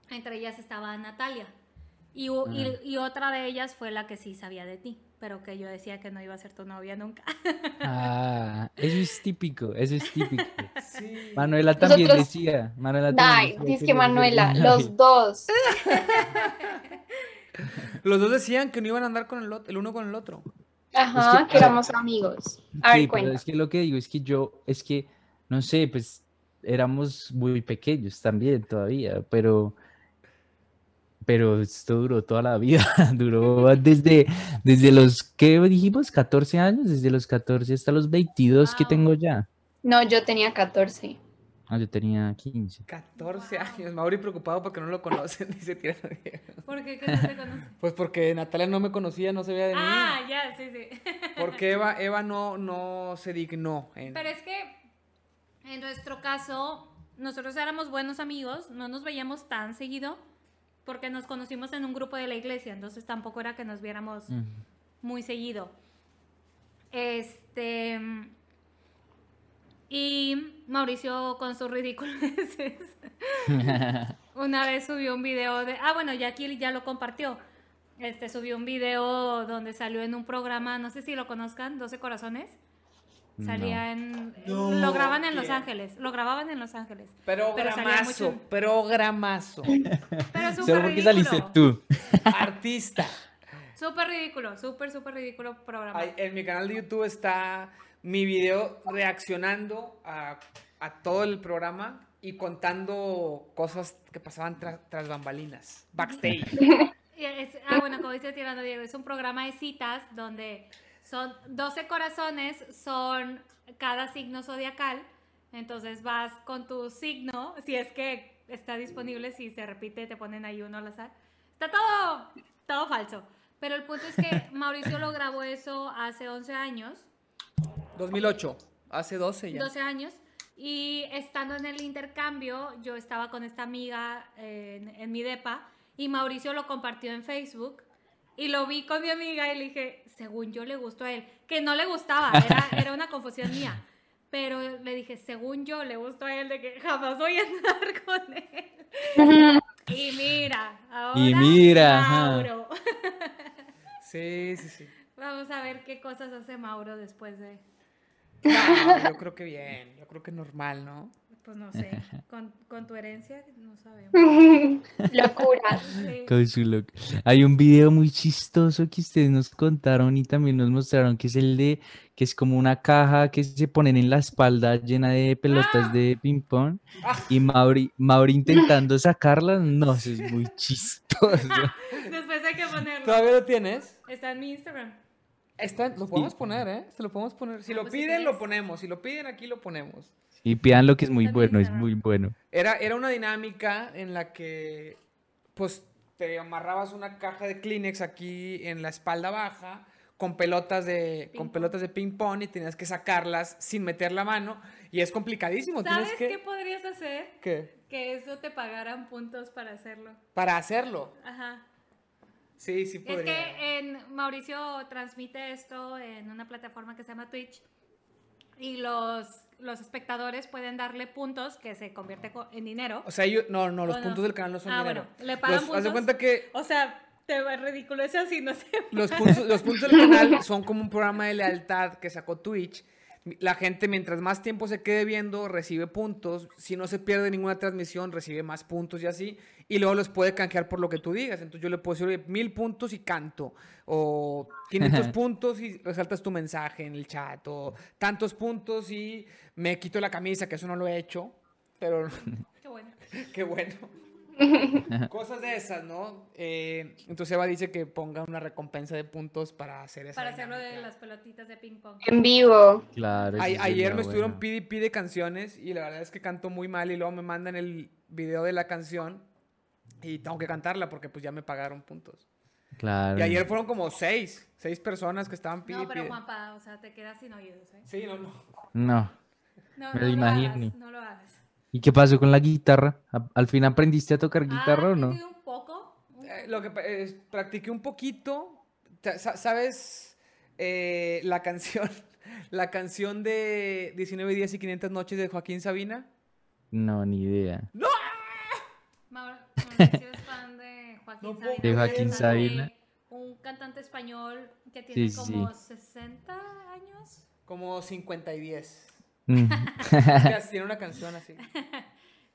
S3: entre ellas estaba Natalia. Y, u- y- y otra de ellas fue la que sí sabía de ti, pero que yo decía que no iba a ser tu novia nunca.
S2: Ah, eso es típico, eso es típico.
S1: Sí.
S2: Manuela también
S4: Nosotros-
S2: decía. Manuela
S4: Ay,
S2: también decía yo
S4: dice que
S2: era
S4: Manuela,
S2: novia.
S4: los dos.
S1: Los dos decían que no iban a andar con el, ot- el uno con el otro.
S4: Ajá,
S2: Es que-
S4: que éramos amigos. A
S2: Sí, pero
S4: ver, cuenta.
S2: es que lo que digo es que yo, es que, no sé, pues éramos muy pequeños también todavía, pero, pero esto duró toda la vida, duró desde, desde los, ¿qué dijimos? 14 años, desde los 14 hasta los 22 que
S3: Wao.
S2: tengo ya.
S4: No, yo tenía 14.
S2: Ah, yo tenía 15.
S1: 14
S3: Wow.
S1: años. Mauri preocupado porque no lo conocen. Dice, tira la vieja.
S3: ¿Por qué? ¿Qué no te conoces?
S1: Pues porque Natalia no me conocía, no sabía de mí.
S3: ah, ya, sí, sí.
S1: Porque Eva, Eva no, no se dignó. en-
S3: Pero es que en nuestro caso, nosotros éramos buenos amigos, no nos veíamos tan seguido porque nos conocimos en un grupo de la iglesia, entonces tampoco era que nos viéramos
S2: Ujú.
S3: muy seguido. Este. Y Mauricio con sus ridiculeces. Una vez subió un video de. Ah, bueno, ya aquí ya lo compartió. Este subió un video donde salió en un programa, no sé si lo conozcan, 12 Corazones.
S2: No.
S3: Salía en.
S1: No,
S3: lo graban en Los
S1: ¿quién?
S3: Ángeles. Lo grababan en Los Ángeles.
S1: Programazo,
S3: Pero salía mucho-
S1: programazo.
S3: Pero súper
S2: Solo porque saliste
S3: ridículo.
S2: tú.
S1: Artista.
S3: Súper ridículo, súper, súper ridículo programa.
S1: Ay, en mi canal de YouTube está mi video reaccionando a, a todo el programa y contando cosas que pasaban tra- tras bambalinas, backstage.
S3: Y es- ah, bueno, como dice Tirando Diego, es un programa de citas donde son 12 corazones, son cada signo zodiacal. Entonces vas con tu signo, si es que está disponible, si se repite, te ponen ahí uno al azar. Está todo, todo falso. Pero el punto es que Mauricio lo grabó eso hace 11 años.
S1: 2008, hace 12 ya.
S3: 12 años. Y estando en el intercambio, yo estaba con esta amiga eh, en, en mi depa y Mauricio lo compartió en Facebook y lo vi con mi amiga y le dije, según yo le gustó a él, que no le gustaba, era, era una confusión mía. Pero le dije, según yo le gustó a él, de que jamás voy a andar con él. Y mira, ahora
S2: Y mira, ajá.
S3: Mauro.
S1: Sí, sí, sí.
S3: Vamos a ver qué cosas hace Mauro después de...
S1: No, yo creo que bien, yo creo que normal, ¿no?
S3: Pues no sé, con, con tu herencia, no sabemos.
S4: Locura.
S3: Sí.
S2: Con su look. Hay un video muy chistoso que ustedes nos contaron y también nos mostraron que es el de que es como una caja que se ponen en la espalda llena de pelotas de ping pong y Mauri, Mauri intentando sacarlas. No, eso es muy chistoso.
S3: Después hay que ponerlo.
S1: ¿Todavía lo tienes?
S3: Está en mi Instagram.
S1: Está, lo podemos poner, ¿eh? Se lo podemos poner. Si
S3: Ah,
S1: lo
S3: pues, si
S1: piden, lo
S3: quieres.
S1: ponemos. Si lo piden, aquí lo ponemos.
S2: Y pidan lo que es muy
S3: También
S2: bueno, es
S3: será.
S2: muy bueno.
S1: Era, era una dinámica en la que, pues, te amarrabas una caja de Kleenex aquí en la espalda baja con pelotas de
S3: Ping
S1: con
S3: pong.
S1: pelotas de ping pong y tenías que sacarlas sin meter la mano y es complicadísimo.
S3: ¿Sabes
S1: Tienes
S3: qué?
S1: que,
S3: podrías hacer?
S1: ¿Qué?
S3: Que eso te pagaran puntos para hacerlo.
S1: Para hacerlo.
S3: Ajá.
S1: Sí, sí
S3: Es
S1: podría.
S3: que eh, en Mauricio transmite esto en una plataforma que se llama Twitch y los, los espectadores pueden darle puntos que se convierte co- en dinero.
S1: O sea, yo, no, no, los
S3: ¿O no?
S1: puntos del canal no son
S3: Ah,
S1: dinero.
S3: bueno, le pagan
S1: Los- Haz de
S3: puntos.
S1: cuenta que
S3: O sea, te va ridículo eso así, no sé.
S1: Los puntos, los puntos del canal son como un programa de lealtad que sacó Twitch. La gente, mientras más tiempo se quede viendo, recibe puntos. Si no se pierde ninguna transmisión, recibe más puntos y así. Y luego los puede canjear por lo que tú digas. Entonces yo le puedo decir "Oye, mil puntos y canto. O 500 puntos y resaltas tu mensaje en el chat. O tantos puntos y me quito la camisa, que eso no lo he hecho. Pero
S3: Qué bueno.
S1: Qué bueno. Cosas de esas, ¿no? Eh, entonces Eva dice que ponga una recompensa de puntos para hacer esa
S3: Para hacerlo de
S1: dinámica.
S3: las pelotitas de ping pong.
S4: En vivo.
S2: Claro. eso
S1: Ay- ayer
S2: sería
S1: me estuvieron
S2: bueno.
S1: pide y pide canciones y la verdad es que canto muy mal y luego me mandan el video de la canción y tengo que cantarla porque pues ya me pagaron puntos.
S2: Claro.
S1: Y ayer fueron como seis, seis personas que estaban pide y
S3: No, pero
S1: pide.
S3: Juanpa, o sea, te quedas sin oídos, ¿eh?
S1: Sí, no, no.
S2: No. Me
S3: No, no
S2: lo
S3: lo
S2: imagino.
S3: hagas, no lo hagas.
S2: ¿Y qué pasó con la guitarra? ¿A- ¿Al fin aprendiste a tocar guitarra
S3: Ah,
S2: o no?
S3: ¿tiene un poco? Un-
S1: Eh, lo que pa- es, practiqué un poquito. Ta- sa- ¿Sabes eh, la canción? La canción de 19 días y 500 noches de Joaquín Sabina.
S2: No, ni idea.
S3: Maur- Mauricio es fan de Joaquín
S1: No puedo
S3: Sabina.
S2: De Joaquín
S3: es
S2: Sabina.
S3: Un cantante español que
S2: Sí,
S3: tiene
S2: sí,
S3: como 60 años.
S1: Como 50 y 10.
S2: Mm.
S1: Es que así tiene una canción así.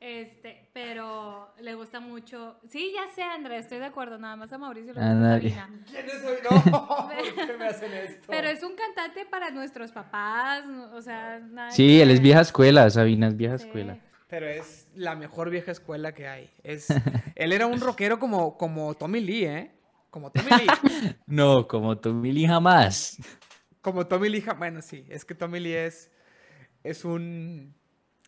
S3: Este, pero le gusta mucho. Sí, ya sé, Andrés, estoy de acuerdo. Nada más a Mauricio le
S2: A
S3: gusta
S2: nadie.
S3: Sabina.
S1: ¿Quién es hoy? No, ¿por qué me hacen esto?
S3: Pero es un cantante para nuestros papás. no- O sea, nada
S2: Sí,
S3: que-
S2: él es vieja escuela, Sabina es vieja
S3: Sí.
S2: escuela.
S1: Pero es la mejor vieja escuela que hay. Es, él era un rockero como, como Tommy Lee, ¿eh? Como Tommy Lee.
S2: No, como tú, Mili, jamás.
S1: Como Tommy Lee. ja- Bueno, sí, es que Tommy Lee es, es un.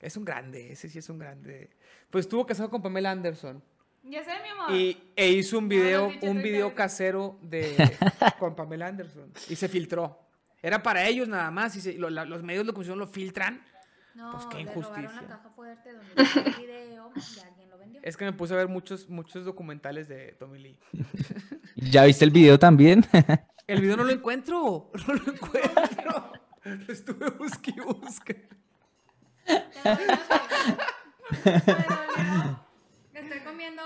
S1: Es un grande, ese sí es un grande. Pues estuvo casado con Pamela Anderson.
S3: Ya sé, mi amor.
S1: Y, e hizo un
S3: No, no,
S1: video,
S3: sí, yo
S1: un
S3: estoy
S1: video
S3: tarde.
S1: casero de con Pamela Anderson. Y se filtró. Era para ellos nada más. Y se- lo- la- los medios de comunicación lo filtran.
S3: No,
S1: pues qué
S3: le robaron
S1: injusticia.
S3: la caja fuerte donde estaba el video y alguien lo vendió.
S1: Es que me puse a ver muchos, muchos documentales de Tommy Lee.
S2: ¿Ya viste el video también?
S1: El video no lo encuentro. No lo encuentro. Lo estuve busque y busque.
S3: Ya no vimos el video. Pero yo Estoy comiendo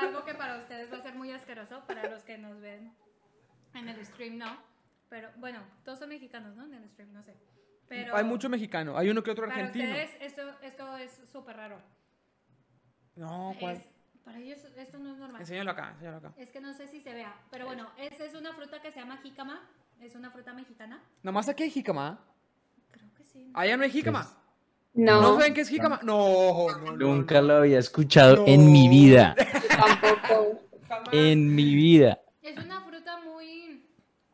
S3: algo que para ustedes va a ser muy asqueroso, para los que nos ven en el stream no. Pero bueno, todos son mexicanos, ¿no? En el stream, no sé. Pero
S1: Hay mucho mexicano. Hay uno que otro
S3: para
S1: argentino.
S3: ustedes esto, esto es súper raro.
S1: No, ¿cuál?
S3: Es- para ellos esto no es normal.
S1: Enséñalo acá, enséñalo acá.
S3: Es que no sé si se vea, pero bueno, esta es una fruta que se llama jícama. Es una fruta mexicana.
S1: Nomás aquí hay jícama. ¿ah?
S3: Creo que sí. ¿no?
S1: Allá no hay jícama.
S4: No,
S1: ¿No saben qué es jícama? No, no, no,
S2: Ah. Nunca
S1: no.
S2: lo había escuchado en mi
S1: No.
S2: vida.
S4: tampoco.
S1: Jamás.
S2: En mi vida.
S3: Es una fruta muy,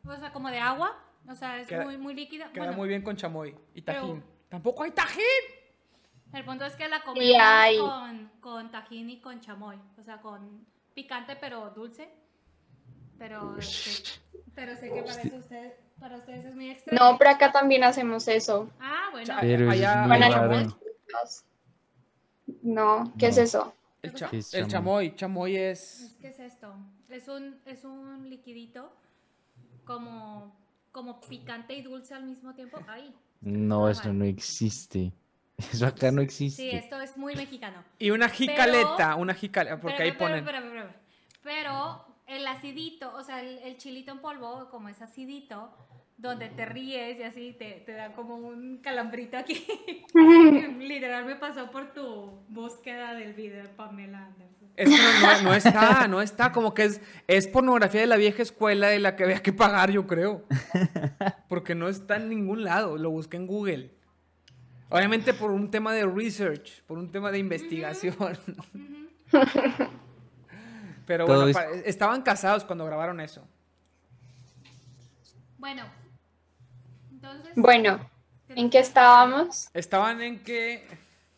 S3: o sea, como de agua. O sea, es
S1: Queda-
S3: muy, muy líquida.
S1: Queda
S3: Bueno,
S1: muy bien con chamoy y
S3: Pero-
S1: tajín. Tampoco hay tajín.
S3: El punto es que la
S4: Sí
S3: comida
S4: hay.
S3: con, con tajín y con chamoy. O sea, con picante pero dulce. Pero, este, pero sé que para, eso ustedes, para ustedes es muy extraño.
S4: No, pero acá también hacemos eso.
S3: Ah, bueno.
S1: Cha-
S2: Pero eso es
S1: Allá-
S2: muy
S4: Con
S1: Banana
S2: raro.
S4: algunas frutas. No, ¿qué es
S2: No.
S4: eso?
S1: El,
S3: ¿Qué
S1: cha-
S2: ¿Qué es
S1: el chamoy. Chamoy es.
S3: Es- ¿Qué es esto? Es un, es un liquidito como, como picante y dulce al mismo tiempo. Ay, estoy
S2: No,
S3: toda
S2: eso
S3: mal.
S2: no existe. Eso acá no
S3: Sí,
S2: existe.
S3: esto es muy mexicano.
S1: Y una jicaleta. Una jicaleta. Porque ahí
S3: Espérame,
S1: ponen.
S3: espérame, espérame, espérame. Pero el acidito, o sea, el, el chilito en polvo, como es acidito, donde te ríes y así te, te da como un calambrito aquí. Literal me pasó por tu búsqueda del video de Pamela Anderson.
S1: Es que no, no- no está, no está, como que es, es pornografía de la vieja escuela de la que había que pagar, yo creo. Porque no está en ningún lado, lo busqué en Google. Obviamente por un tema de research, por un tema de investigación. Pero
S2: Todo
S1: bueno,
S2: es-
S1: pa- estaban casados cuando grabaron eso.
S3: Bueno, entonces
S4: Bueno, ¿en qué estábamos?
S1: Estaban en que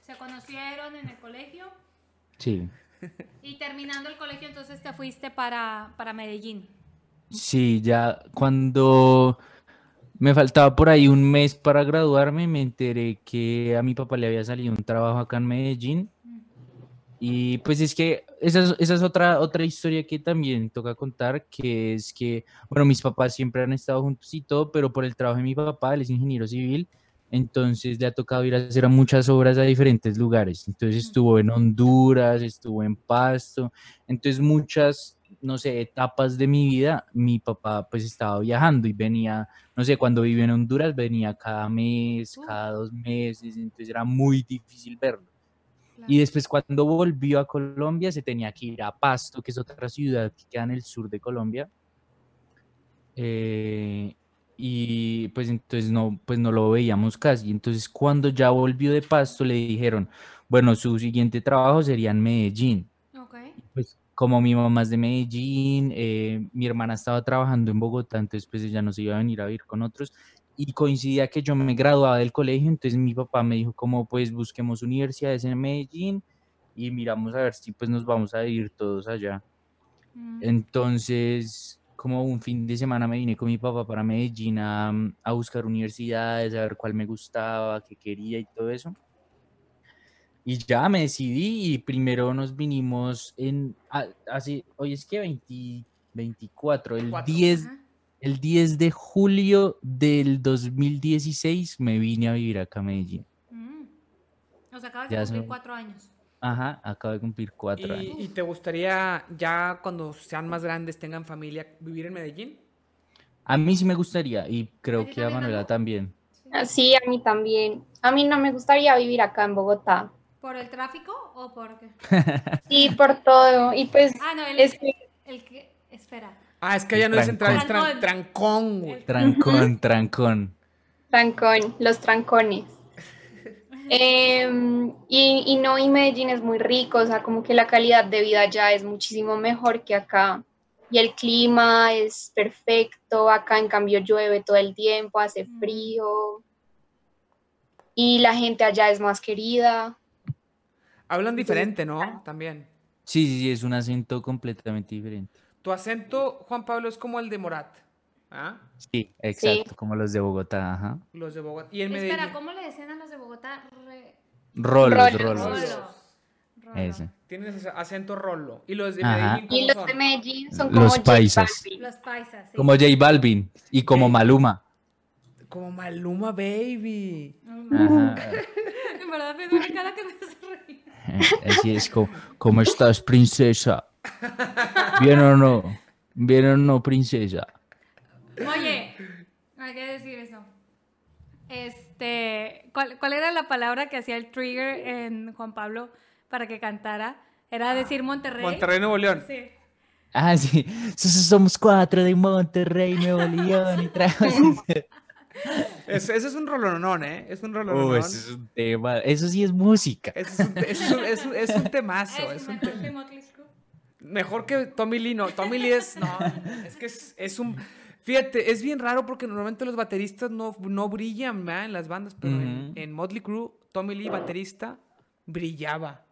S3: se conocieron en el colegio
S2: Sí.
S3: y terminando el colegio entonces te fuiste para, para Medellín.
S2: Sí, ya cuando me faltaba por ahí un mes para graduarme, me enteré que a mi papá le había salido un trabajo acá en Medellín. Y pues es que esa es, esa es otra, otra historia que también toca contar, que es que, bueno, mis papás siempre han estado juntos y todo, pero por el trabajo de mi papá, él es ingeniero civil, entonces le ha tocado ir a hacer muchas obras a diferentes lugares. Entonces estuvo en Honduras, estuvo en Pasto, entonces muchas, no sé, etapas de mi vida, mi papá pues estaba viajando y venía, no sé, cuando vivía en Honduras venía cada mes,
S3: Uf.
S2: cada dos meses, entonces era muy difícil verlo.
S3: Claro.
S2: Y después cuando volvió a Colombia se tenía que ir a Pasto, que es otra ciudad que queda en el sur de Colombia. Eh, y pues entonces no, pues no lo veíamos casi. Entonces cuando ya volvió de Pasto le dijeron, bueno, su siguiente trabajo sería en Medellín.
S3: Ok.
S2: Pues como mi mamá es de Medellín, eh, mi hermana estaba trabajando en Bogotá, entonces pues ella no se iba a venir a vivir con otros. Y coincidía que yo me graduaba del colegio, entonces mi papá me dijo como pues busquemos universidades en Medellín y miramos a ver si pues nos vamos a vivir todos allá.
S3: Mm.
S2: Entonces, como un fin de semana me vine con mi papá para Medellín a, mm, a buscar universidades, a ver cuál me gustaba, qué quería y todo eso. Y ya me decidí y primero nos vinimos en, a- así, hoy es que 20 24, el
S1: Cuatro.
S2: 10,
S3: Ajá.
S2: el 10 de julio del 2016 me vine a vivir acá a Medellín.
S3: Mm. O sea, acabas
S2: Ya
S3: de cumplir
S2: son-
S3: cuatro años.
S2: Ajá, acabo de cumplir cuatro años.
S1: y, y te gustaría ya cuando sean más grandes, tengan familia, vivir en Medellín.
S2: A mí sí me gustaría y creo
S3: ti
S2: que a
S3: también,
S2: Manuela
S3: Manu?
S2: también.
S4: Ah, Sí, a mí también. A mí no me gustaría vivir acá en Bogotá.
S3: ¿Por el tráfico o por qué?
S4: Sí, por todo. Y pues,
S3: Ah, no, el,
S4: es que
S3: el que... Espera.
S1: Ah, es que allá no dicen
S2: Trancón.
S1: trans- tran- trancón, güey.
S3: El-
S2: Trancón, trancón.
S4: trancón, los trancones. Em, y, y no, y Medellín es muy rico, o sea, como que la calidad de vida ya es muchísimo mejor que acá. Y el clima es perfecto, acá en cambio llueve todo el tiempo, hace
S3: Mm.
S4: frío. Y la gente allá es más querida.
S1: Hablan diferente, ¿no? También.
S2: Sí, sí, sí, es un acento completamente diferente.
S1: Tu acento, Juan Pablo, es como el de Morat. ¿Ah?
S2: Sí, exacto, como los de Bogotá, ajá.
S1: Los de Bogotá. Y en Medellín.
S3: Espera, ¿cómo le decían a los de Bogotá? Re-
S2: Rolos,
S4: Rolos.
S2: rolos.
S3: Rolo. Rolo.
S2: Ese.
S1: Tienen ese acento rolo. Y los de
S2: Ajá.
S1: Medellín, ¿cómo
S4: Y los
S1: son?
S4: de Medellín son como
S2: Los
S4: J
S2: paisas.
S4: Balvin.
S3: Los paisas, sí.
S2: Como J Balvin y como
S1: Sí.
S2: Maluma.
S1: Como Maluma Baby.
S3: Ay, no.
S2: Ajá.
S3: En verdad me duele cada que me hace reír.
S2: eh, Así es, como, ¿cómo estás, princesa? ¿Bien o no? ¿Bien o no, princesa?
S3: Oye, hay que decir eso. Este, ¿cuál, cuál era la palabra que hacía el trigger en Juan Pablo para que cantara? ¿Era decir Monterrey?
S1: Monterrey, Nuevo León.
S3: Sí.
S2: Ah, sí. so- so- Somos cuatro de Monterrey, Nuevo León y traemos.
S1: Es- ese es un rolonón, ¿eh? Es un rolonón.
S2: Uh, eso es un tema. Eso sí es música.
S1: Ese es un, ese es un- es un- es un temazo.
S3: Ah, Es
S1: Es un
S3: una
S1: te-
S3: Timotley Cruz.
S1: Mejor que Tommy Lee, no. Tommy Lee es. No, es que es, es un. Fíjate, es bien raro porque normalmente los bateristas no, no brillan ¿verdad? en las bandas, pero en,
S2: Ujú.
S1: en Motley Crue, Tommy Lee, baterista, brillaba.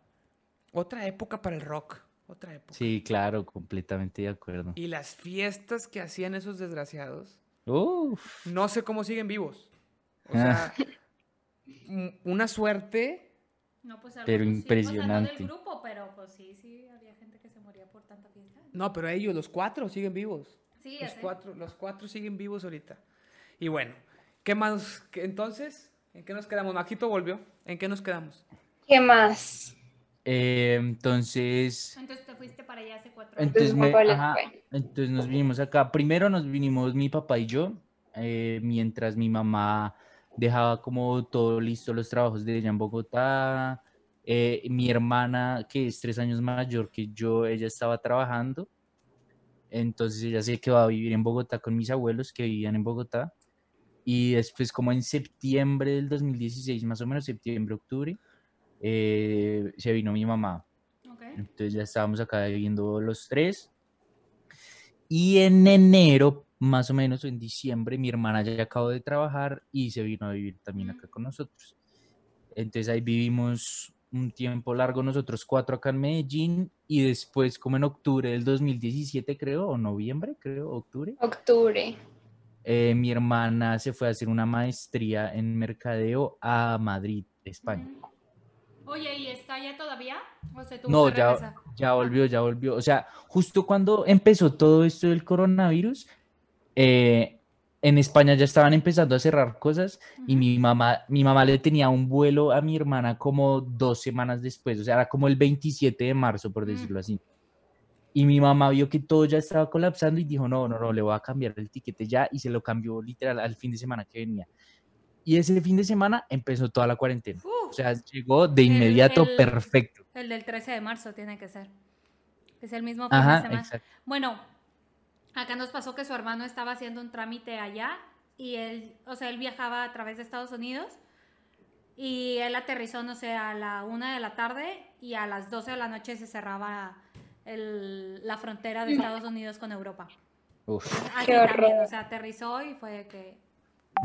S1: Otra época para el rock. Otra época.
S2: Sí, claro, completamente de acuerdo.
S1: Y las fiestas que hacían esos desgraciados,
S2: Uf.
S1: no sé cómo siguen vivos. O sea, un- una suerte.
S3: No, pues
S2: Pero
S3: algunos
S2: impresionante.
S3: Sí. O sea, no del grupo, pero pues sí, sí, había gente que se moría por tanta fiesta.
S1: No, pero ellos, los cuatro, siguen vivos.
S3: Sí, ya
S1: Los
S3: sé.
S1: cuatro, los cuatro siguen vivos ahorita. Y bueno, ¿qué más? ¿Qué- Entonces, ¿en qué nos quedamos? Maquito volvió. ¿En qué nos quedamos?
S4: ¿Qué más?
S2: Eh, entonces,
S3: Entonces te fuiste para allá hace cuatro años.
S2: entonces,
S4: Juan
S2: me-
S4: Pablo,
S2: ajá,
S4: bueno.
S2: entonces nos vinimos acá. Primero nos vinimos mi papá y yo. eh, mientras mi mamá dejaba como todo listo los trabajos de ella en Bogotá. Eh, mi hermana, que es tres años mayor que yo, ella estaba trabajando. Entonces ella se quedó a vivir en Bogotá con mis abuelos que vivían en Bogotá. Y después, como en septiembre del 2016, más o menos septiembre, octubre, eh, se vino mi mamá.
S3: Ok.
S2: Entonces ya estábamos acá viviendo los tres. Y en enero, más o menos en diciembre, mi hermana ya acabó de trabajar y se vino a vivir también acá con nosotros. Entonces ahí vivimos un tiempo largo nosotros cuatro acá en Medellín y después como en octubre del 2017 creo, o noviembre creo, octubre,
S4: Octubre.
S2: eh, mi hermana se fue a hacer una maestría en mercadeo a Madrid, España.
S3: Ujú. Mm. Oye, ¿y está allá todavía? ¿O se tuvo
S2: No,
S3: que
S2: ya,
S3: regresar?
S2: ya volvió, ya volvió. O sea, justo cuando empezó todo esto del coronavirus, eh, en España ya estaban empezando a cerrar cosas y
S3: Ujú.
S2: mi mamá, mi mamá le tenía un vuelo a mi hermana como dos semanas después, o sea, era como el 27 de marzo, por
S3: Mm.
S2: decirlo así. Y mi mamá vio que todo ya estaba colapsando y dijo, no, no, no, le voy a cambiar el tiquete ya y se lo cambió literal al fin de semana que venía. Y ese fin de semana empezó toda la cuarentena.
S3: Uf,
S2: O sea, llegó de
S3: El-
S2: inmediato
S3: el-
S2: perfecto.
S3: el del 13 de marzo tiene que ser. Es el mismo fin de
S2: Ajá,
S3: semana.
S2: exacto.
S3: Bueno, acá nos pasó que su hermano estaba haciendo un trámite allá y él, o sea, él viajaba a través de Estados Unidos y él aterrizó, no sé, a la una de la tarde y a las 12 de la noche se cerraba el- la frontera de Estados Unidos con Europa.
S2: Uf.
S3: Así
S4: Qué horror.
S3: Ah, también, o sea, aterrizó y fue que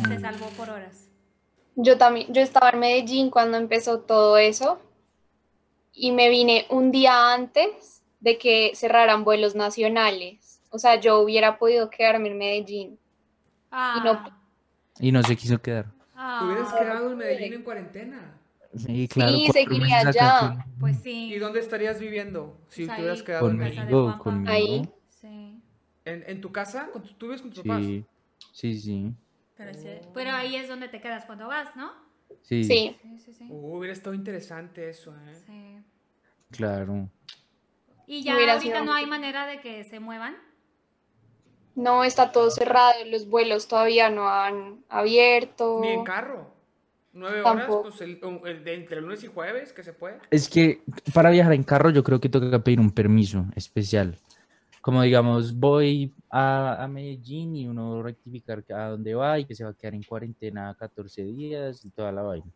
S3: se salvó por horas.
S4: Yo también, yo estaba en Medellín cuando empezó todo eso y me vine un día antes de que cerraran vuelos nacionales. O sea, yo hubiera podido quedarme en Medellín.
S3: Ah,
S4: no-
S2: Y no se quiso quedar.
S3: ah,
S1: Te hubieras quedado en Medellín en cuarentena.
S2: Sí, claro.
S4: Sí,
S2: cuatro
S4: seguiría
S2: meses
S4: allá.
S2: acá con-
S3: pues sí.
S1: ¿Y dónde estarías viviendo si
S3: Pues
S1: te hubieras
S3: ahí,
S1: quedado en
S3: casa
S1: Medellín?
S3: de
S2: Conmigo,
S3: Juanpa.
S2: conmigo.
S4: Ahí.
S3: Sí.
S1: ¿En, en tu casa? ¿Con tu- ¿Tú vives con tus papás?
S2: Sí, sí, sí.
S3: Pero, sí- pero ahí es donde te quedas cuando vas, ¿no?
S2: Sí,
S4: Sí,
S3: Sí, sí, sí.
S1: Uh, hubiera estado interesante eso, ¿eh?
S3: Sí.
S2: claro.
S3: Y ya
S4: Hubiera
S3: ahorita
S4: sido-
S3: no hay manera de que se muevan.
S4: no está todo cerrado, los vuelos todavía no han abierto.
S3: Oh.
S1: Ni en carro. Nueve
S4: Tampoco.
S1: horas, pues el, el de entre lunes y jueves, que se puede.
S2: Es que para viajar en carro yo creo que toca pedir un permiso especial. Como digamos, voy a, a Medellín y uno rectificar a dónde va y que se va a quedar en cuarentena 14 días y toda la vaina.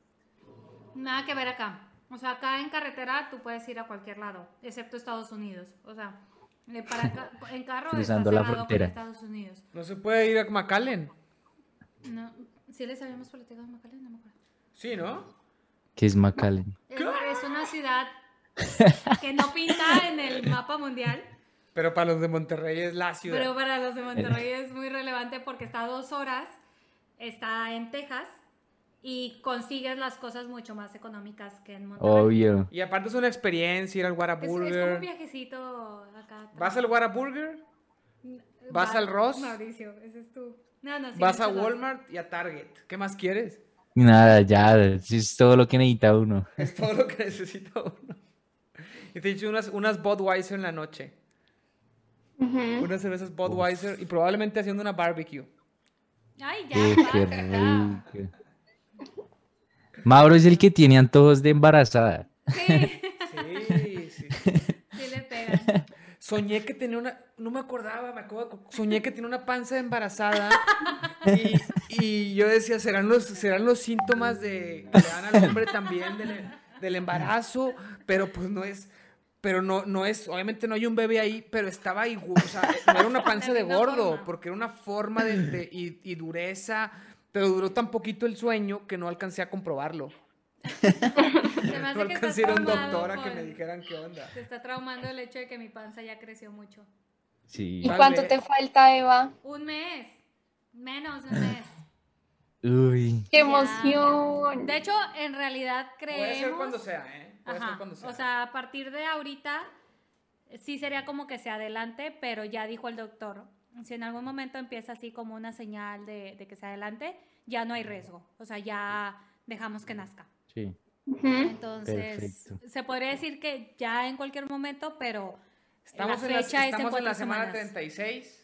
S3: Nada que ver acá. O sea, acá en carretera tú puedes ir a cualquier lado, excepto Estados Unidos. O sea, de para acá- en carro está
S2: Cruzando la
S3: cerrado con
S2: frontera.
S3: Estados Unidos.
S1: No se puede ir a McAllen.
S3: No, ¿Sí les habíamos platicado de Macalén? No me acuerdo.
S1: Sí, ¿no?
S2: Que es McAllen.
S3: Eh, Es, es una ciudad que no pinta en el mapa mundial,
S1: Pero para los de Monterrey es la ciudad.
S3: pero para los de Monterrey es muy relevante porque está a dos horas, está en Texas y consigues las cosas mucho más económicas que en Monterrey.
S2: Obvio.
S1: Y aparte es una experiencia ir al
S3: Es, es como un
S1: Whataburger.
S3: viajecito acá.
S1: ¿Vas al Whataburger? vas al Ross?
S3: Mauricio, ese es tú. No, no, sí,
S1: Vas a
S3: muchos Ross.
S1: Walmart y a Target. ¿Qué más quieres?
S2: Nada, ya, eso es todo lo que necesita uno.
S1: Es todo lo que necesita uno. Y te echo unas, unas Budweiser en la noche.
S4: Ujú.
S1: Unas cervezas Budweiser y probablemente haciendo una barbecue.
S3: Ay, ya.
S2: Uf, qué
S3: basta, ya.
S2: rico. Mauro es el que tiene antojos de embarazada.
S3: Sí,
S1: Sí, sí.
S3: sí le pegan.
S1: Soñé que tenía una. No me acordaba, me acuerdo. Soñé que tenía una panza de embarazada. Y, y yo decía, ¿serán los, serán los síntomas de, que le dan al hombre también del, del embarazo? Pero pues no es. Pero no, no es. Obviamente no hay un bebé ahí, pero estaba igual. O sea, no era una panza de
S3: misma
S1: gordo,
S3: forma.
S1: porque era una forma de, de- y, y dureza. Pero duró tan poquito el sueño que no alcancé a comprobarlo.
S3: Se me
S1: No
S3: hace que estás
S1: alcancé a ir a un
S3: traumado
S1: doctor a que
S3: con-
S1: me dijeran qué onda.
S3: Te está traumando el hecho de que mi panza ya creció mucho.
S2: Sí.
S4: ¿Y
S1: Tal
S4: cuánto
S1: vez.
S4: te falta, Eva?
S3: Un mes. Menos de un mes.
S2: Uy.
S4: ¡Qué
S3: Ya.
S4: emoción!
S3: De hecho, en realidad creemos...
S1: Puede ser cuando sea, ¿eh? Puede ser
S3: Ajá,
S1: cuando sea.
S3: O sea, a partir de ahorita sí sería como que se adelante, pero ya dijo el doctor, si en algún momento empieza así como una señal de, de que se adelante, ya no hay riesgo. O sea, ya dejamos que nazca.
S2: Sí.
S4: Ujú.
S3: Entonces,
S2: Perfecto.
S3: se podría decir que ya en cualquier momento, pero
S1: Estamos,
S3: La
S1: en, la,
S3: fecha es en
S1: estamos en la
S3: cuatro
S1: semana
S3: semanas.
S1: 36.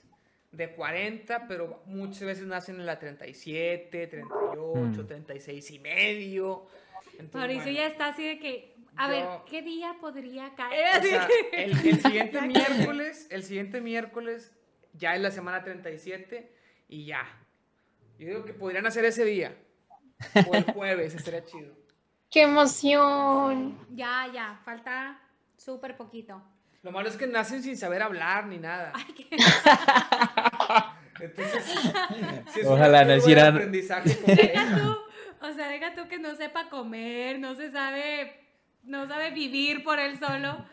S1: de 40, pero muchas veces nacen en la 37, 38,
S2: Mm.
S1: 36 y medio. Entonces,
S3: Mauricio
S1: bueno,
S3: ya está así de que, a
S1: yo- Eh,
S3: ver, ¿qué día podría caer?
S1: o
S3: Así
S1: sea,
S3: que-
S1: el, el siguiente miércoles, el siguiente miércoles ya es la semana 37 y ya. Yo digo que podrían hacer ese día. O el jueves, estaría chido.
S4: ¡Qué emoción!
S3: Ya, ya, falta súper poquito.
S1: Lo malo es que nacen sin saber hablar ni nada.
S3: Ay, qué-
S1: Entonces, sí es una
S2: Ojalá
S1: curva de
S2: nacieran-
S1: aprendizaje compleja.
S3: O sea, deja tú que no sepa comer, no se sabe, no sabe vivir por él solo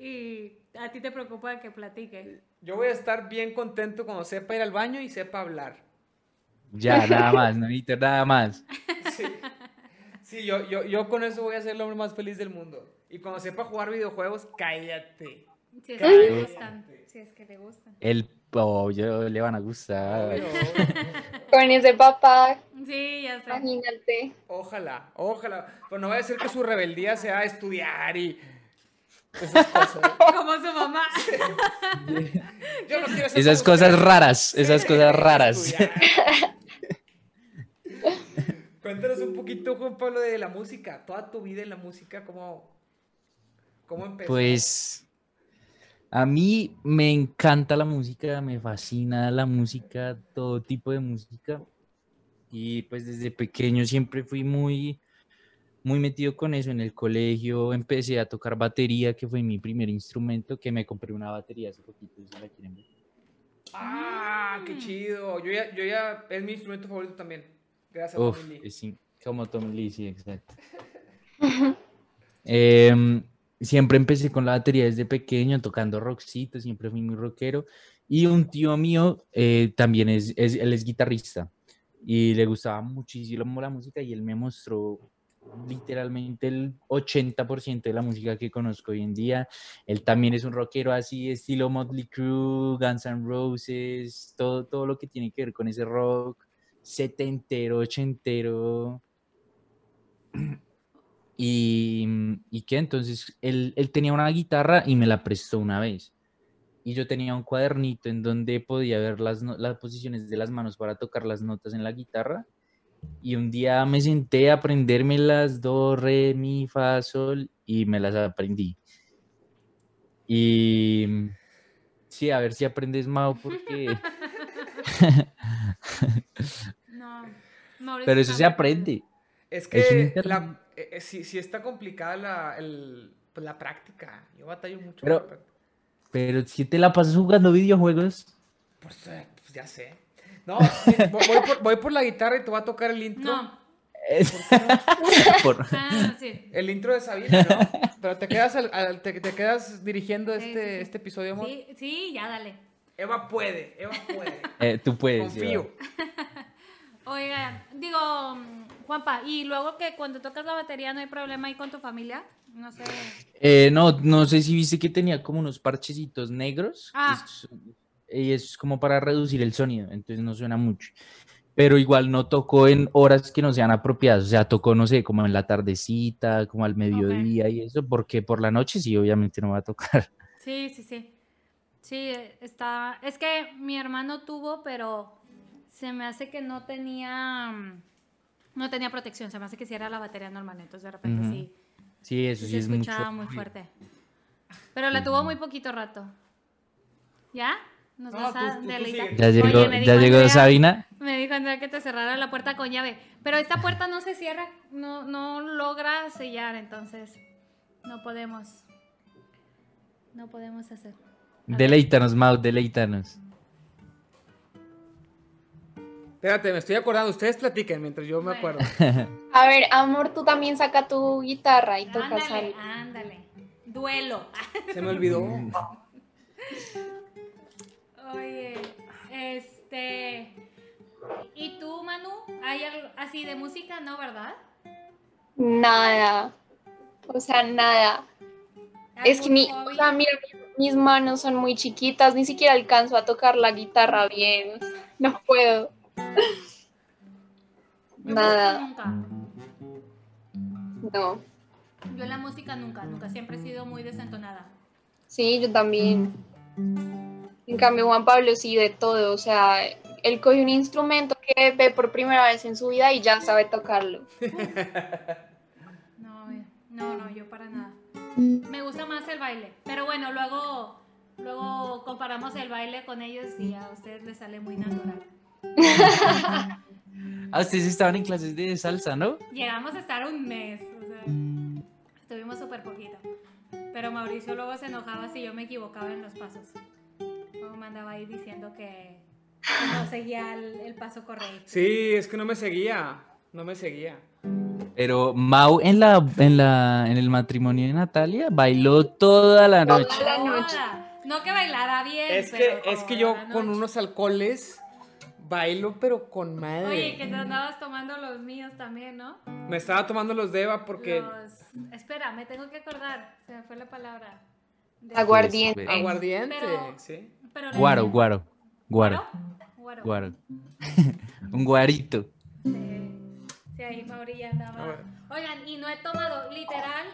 S3: y a ti te preocupa que platique.
S1: Yo voy a estar bien contento cuando sepa ir al baño y sepa hablar.
S2: Ya, nada más, no necesito nada más.
S1: Sí, Sí, yo, yo, yo con eso voy a ser el hombre más feliz del mundo. Y cuando sepa jugar videojuegos, cállate.
S3: Si es que le
S2: Ay.
S3: gustan, si es que le gustan.
S2: El pollo le van a gustar.
S1: Obvio, obvio.
S4: Con ese papá,
S3: Sí, ya sé.
S4: imagínate.
S1: Ojalá, ojalá. Pero no va a ser que su rebeldía sea estudiar y esas cosas.
S3: Como su mamá.
S1: Yo no quiero ser
S2: Esas
S1: como
S2: cosas
S1: ustedes.
S2: raras, esas
S1: Sí,
S2: cosas raras.
S1: estudiar. Cuéntanos un poquito, Juan Pablo, de la música. Toda tu vida en la música, ¿cómo, cómo empezó?
S2: Pues a mí me encanta la música, me fascina la música, todo tipo de música. Y pues desde pequeño siempre fui muy, muy metido con eso. En el colegio empecé a tocar batería, que fue mi primer instrumento, que me compré una batería hace poquito, si la quieren ver.
S1: Ah,
S3: Mm.
S1: qué chido. Yo ya, yo ya, es mi instrumento favorito también. Gracias,
S2: Uf,
S1: Tommy Lee.
S2: es in- como Tom Lee, sí, exacto. Em, siempre empecé con la batería desde pequeño, tocando rockcito, siempre fui muy rockero. Y un tío mío eh, también es, es- él es guitarrista y le gustaba muchísimo la música y él me mostró literalmente el 80% de la música que conozco hoy en día. Él también es un rockero así, estilo Motley Crue, Guns N' Roses, todo, todo lo que tiene que ver con ese rock setentero, ochentero. Y, mm, y que entonces él, él tenía una guitarra y me la prestó una vez. Y yo tenía un cuadernito en donde podía ver las, no- las posiciones de las manos para tocar las notas en la guitarra. Y un día me senté a aprenderme las do, re, mi, fa, sol y me las aprendí. Y mm, sí, a ver si aprendes, Mau, porque...
S3: No. Mauricio
S2: Pero eso
S3: está
S2: se
S3: muy-
S2: aprende.
S1: Es
S2: Es un
S1: que
S2: internet.
S1: la, eh, eh, sí, sí está complicada la, el- pues, la práctica. Yo batallo mucho. con
S2: Pero-
S1: la práctica.
S2: Pero si te la pasas jugando videojuegos,
S1: Pues, eh, pues, ya sé. No, eh, voy, voy por, voy por la guitarra y te voy a tocar el intro.
S3: No.
S2: es por-
S3: Ah, sí.
S1: El intro de Sabina, ¿no? Pero te quedas, al- al- te, te quedas dirigiendo
S3: Sí,
S1: este,
S3: sí, sí.
S1: este episodio, amor.
S3: Sí, sí, ya dale.
S1: Eva puede, Eva puede.
S2: eh, tú puedes.
S1: Confío.
S3: Oiga, digo, mm, Juanpa, y luego que cuando tocas la batería no hay problema ahí con tu familia, no sé.
S2: Eva. Eh, no, no sé si viste que tenía como unos parchecitos negros. que
S3: Ah.
S2: es- y es como para reducir el sonido, entonces no suena mucho. Pero igual no tocó en horas que no sean apropiadas, o sea, tocó, no sé, como en la tardecita, como al mediodía y eso, porque por la noche sí, obviamente no va a tocar.
S3: Sí, sí, sí. Sí, eh, está. Es que mi hermano tuvo, pero se me hace que no tenía. mm, No tenía protección, se me hace que si era la batería normal, entonces de repente
S2: Ujú.
S3: sí,
S2: Sí, eso
S3: sí
S2: sí,
S3: se
S2: es mucho.
S3: escuchaba muy fuerte. Pero la tuvo muy poquito rato. ¿Ya? Nos
S1: No,
S3: vas a
S1: tú- tú- tú
S3: deleitar.
S1: sigue.
S2: Ya
S3: Oye,
S2: llegó,
S3: me
S2: ya
S3: dijo
S2: llegó
S3: Andrea-
S2: Sabina.
S3: Me dijo Andrea que te cerrara la puerta con llave. Pero esta puerta no se cierra, no, no logra sellar, entonces no podemos. No podemos hacer. ver.
S2: Deleítanos, Mau, deleítanos.
S1: Espérate, me estoy acordando. Ustedes platiquen mientras yo me
S3: Bueno.
S1: acuerdo.
S4: A ver, amor, tú también saca tu guitarra y tocas
S3: Ándale,
S4: algo.
S3: ándale. Duelo.
S1: Se me olvidó.
S3: Oye, este. ¿Y tú, Manu? ¿Hay algo así de música, no, verdad?
S4: Nada. O sea, nada. Es que
S3: ¿Algún
S4: mi,
S3: hobby?
S4: o sea, mi- mis manos son muy chiquitas, ni siquiera alcanzo a tocar la guitarra bien. No puedo.
S3: Yo
S4: Nada,
S3: Nunca.
S4: no.
S3: Yo en la música nunca, nunca. Siempre he sido muy desentonada.
S4: Sí, yo también. En cambio, Juan Pablo sí de todo, o sea, él coge un instrumento que ve por primera vez en su vida y ya sabe tocarlo.
S3: No, eh, no, no, yo para nada. Me gusta más el baile, pero bueno, luego, luego comparamos el baile con ellos y a ustedes les sale muy natural.
S2: Ah, ustedes estaban en clases de salsa, ¿no?
S3: Llegamos a estar un mes, o sea, estuvimos súper poquito. Pero Mauricio luego se enojaba si yo me equivocaba en los pasos. Luego me andaba ahí diciendo que, que no seguía el, el paso correcto.
S1: Sí, es que no me seguía. No me seguía.
S2: Pero Mau en la, en la, en el matrimonio de Natalia bailó toda la
S4: Toda
S2: noche.
S4: la noche.
S3: Toda. No que bailara bien.
S1: Es que,
S3: pero
S1: es que
S3: toda
S1: yo
S3: la
S1: con
S3: noche.
S1: unos alcoholes bailo, pero con madre.
S3: Oye, que te andabas tomando los míos también, ¿no?
S1: Me estaba tomando los de Eva porque.
S3: Los... Espera, me tengo que acordar. Se me fue la palabra. De-
S4: Aguardiente.
S2: súper.
S1: Aguardiente,
S3: Pero-
S1: ¿sí?
S3: pero le
S2: Guaro,
S3: decía-
S2: guaro, guaro,
S3: Guaro. Guaro.
S2: guaro. Un guarito.
S3: Sí. Sí, ahí Mauri ya
S1: A
S3: andaba.
S1: ver.
S3: Oigan, y no he tomado, literal,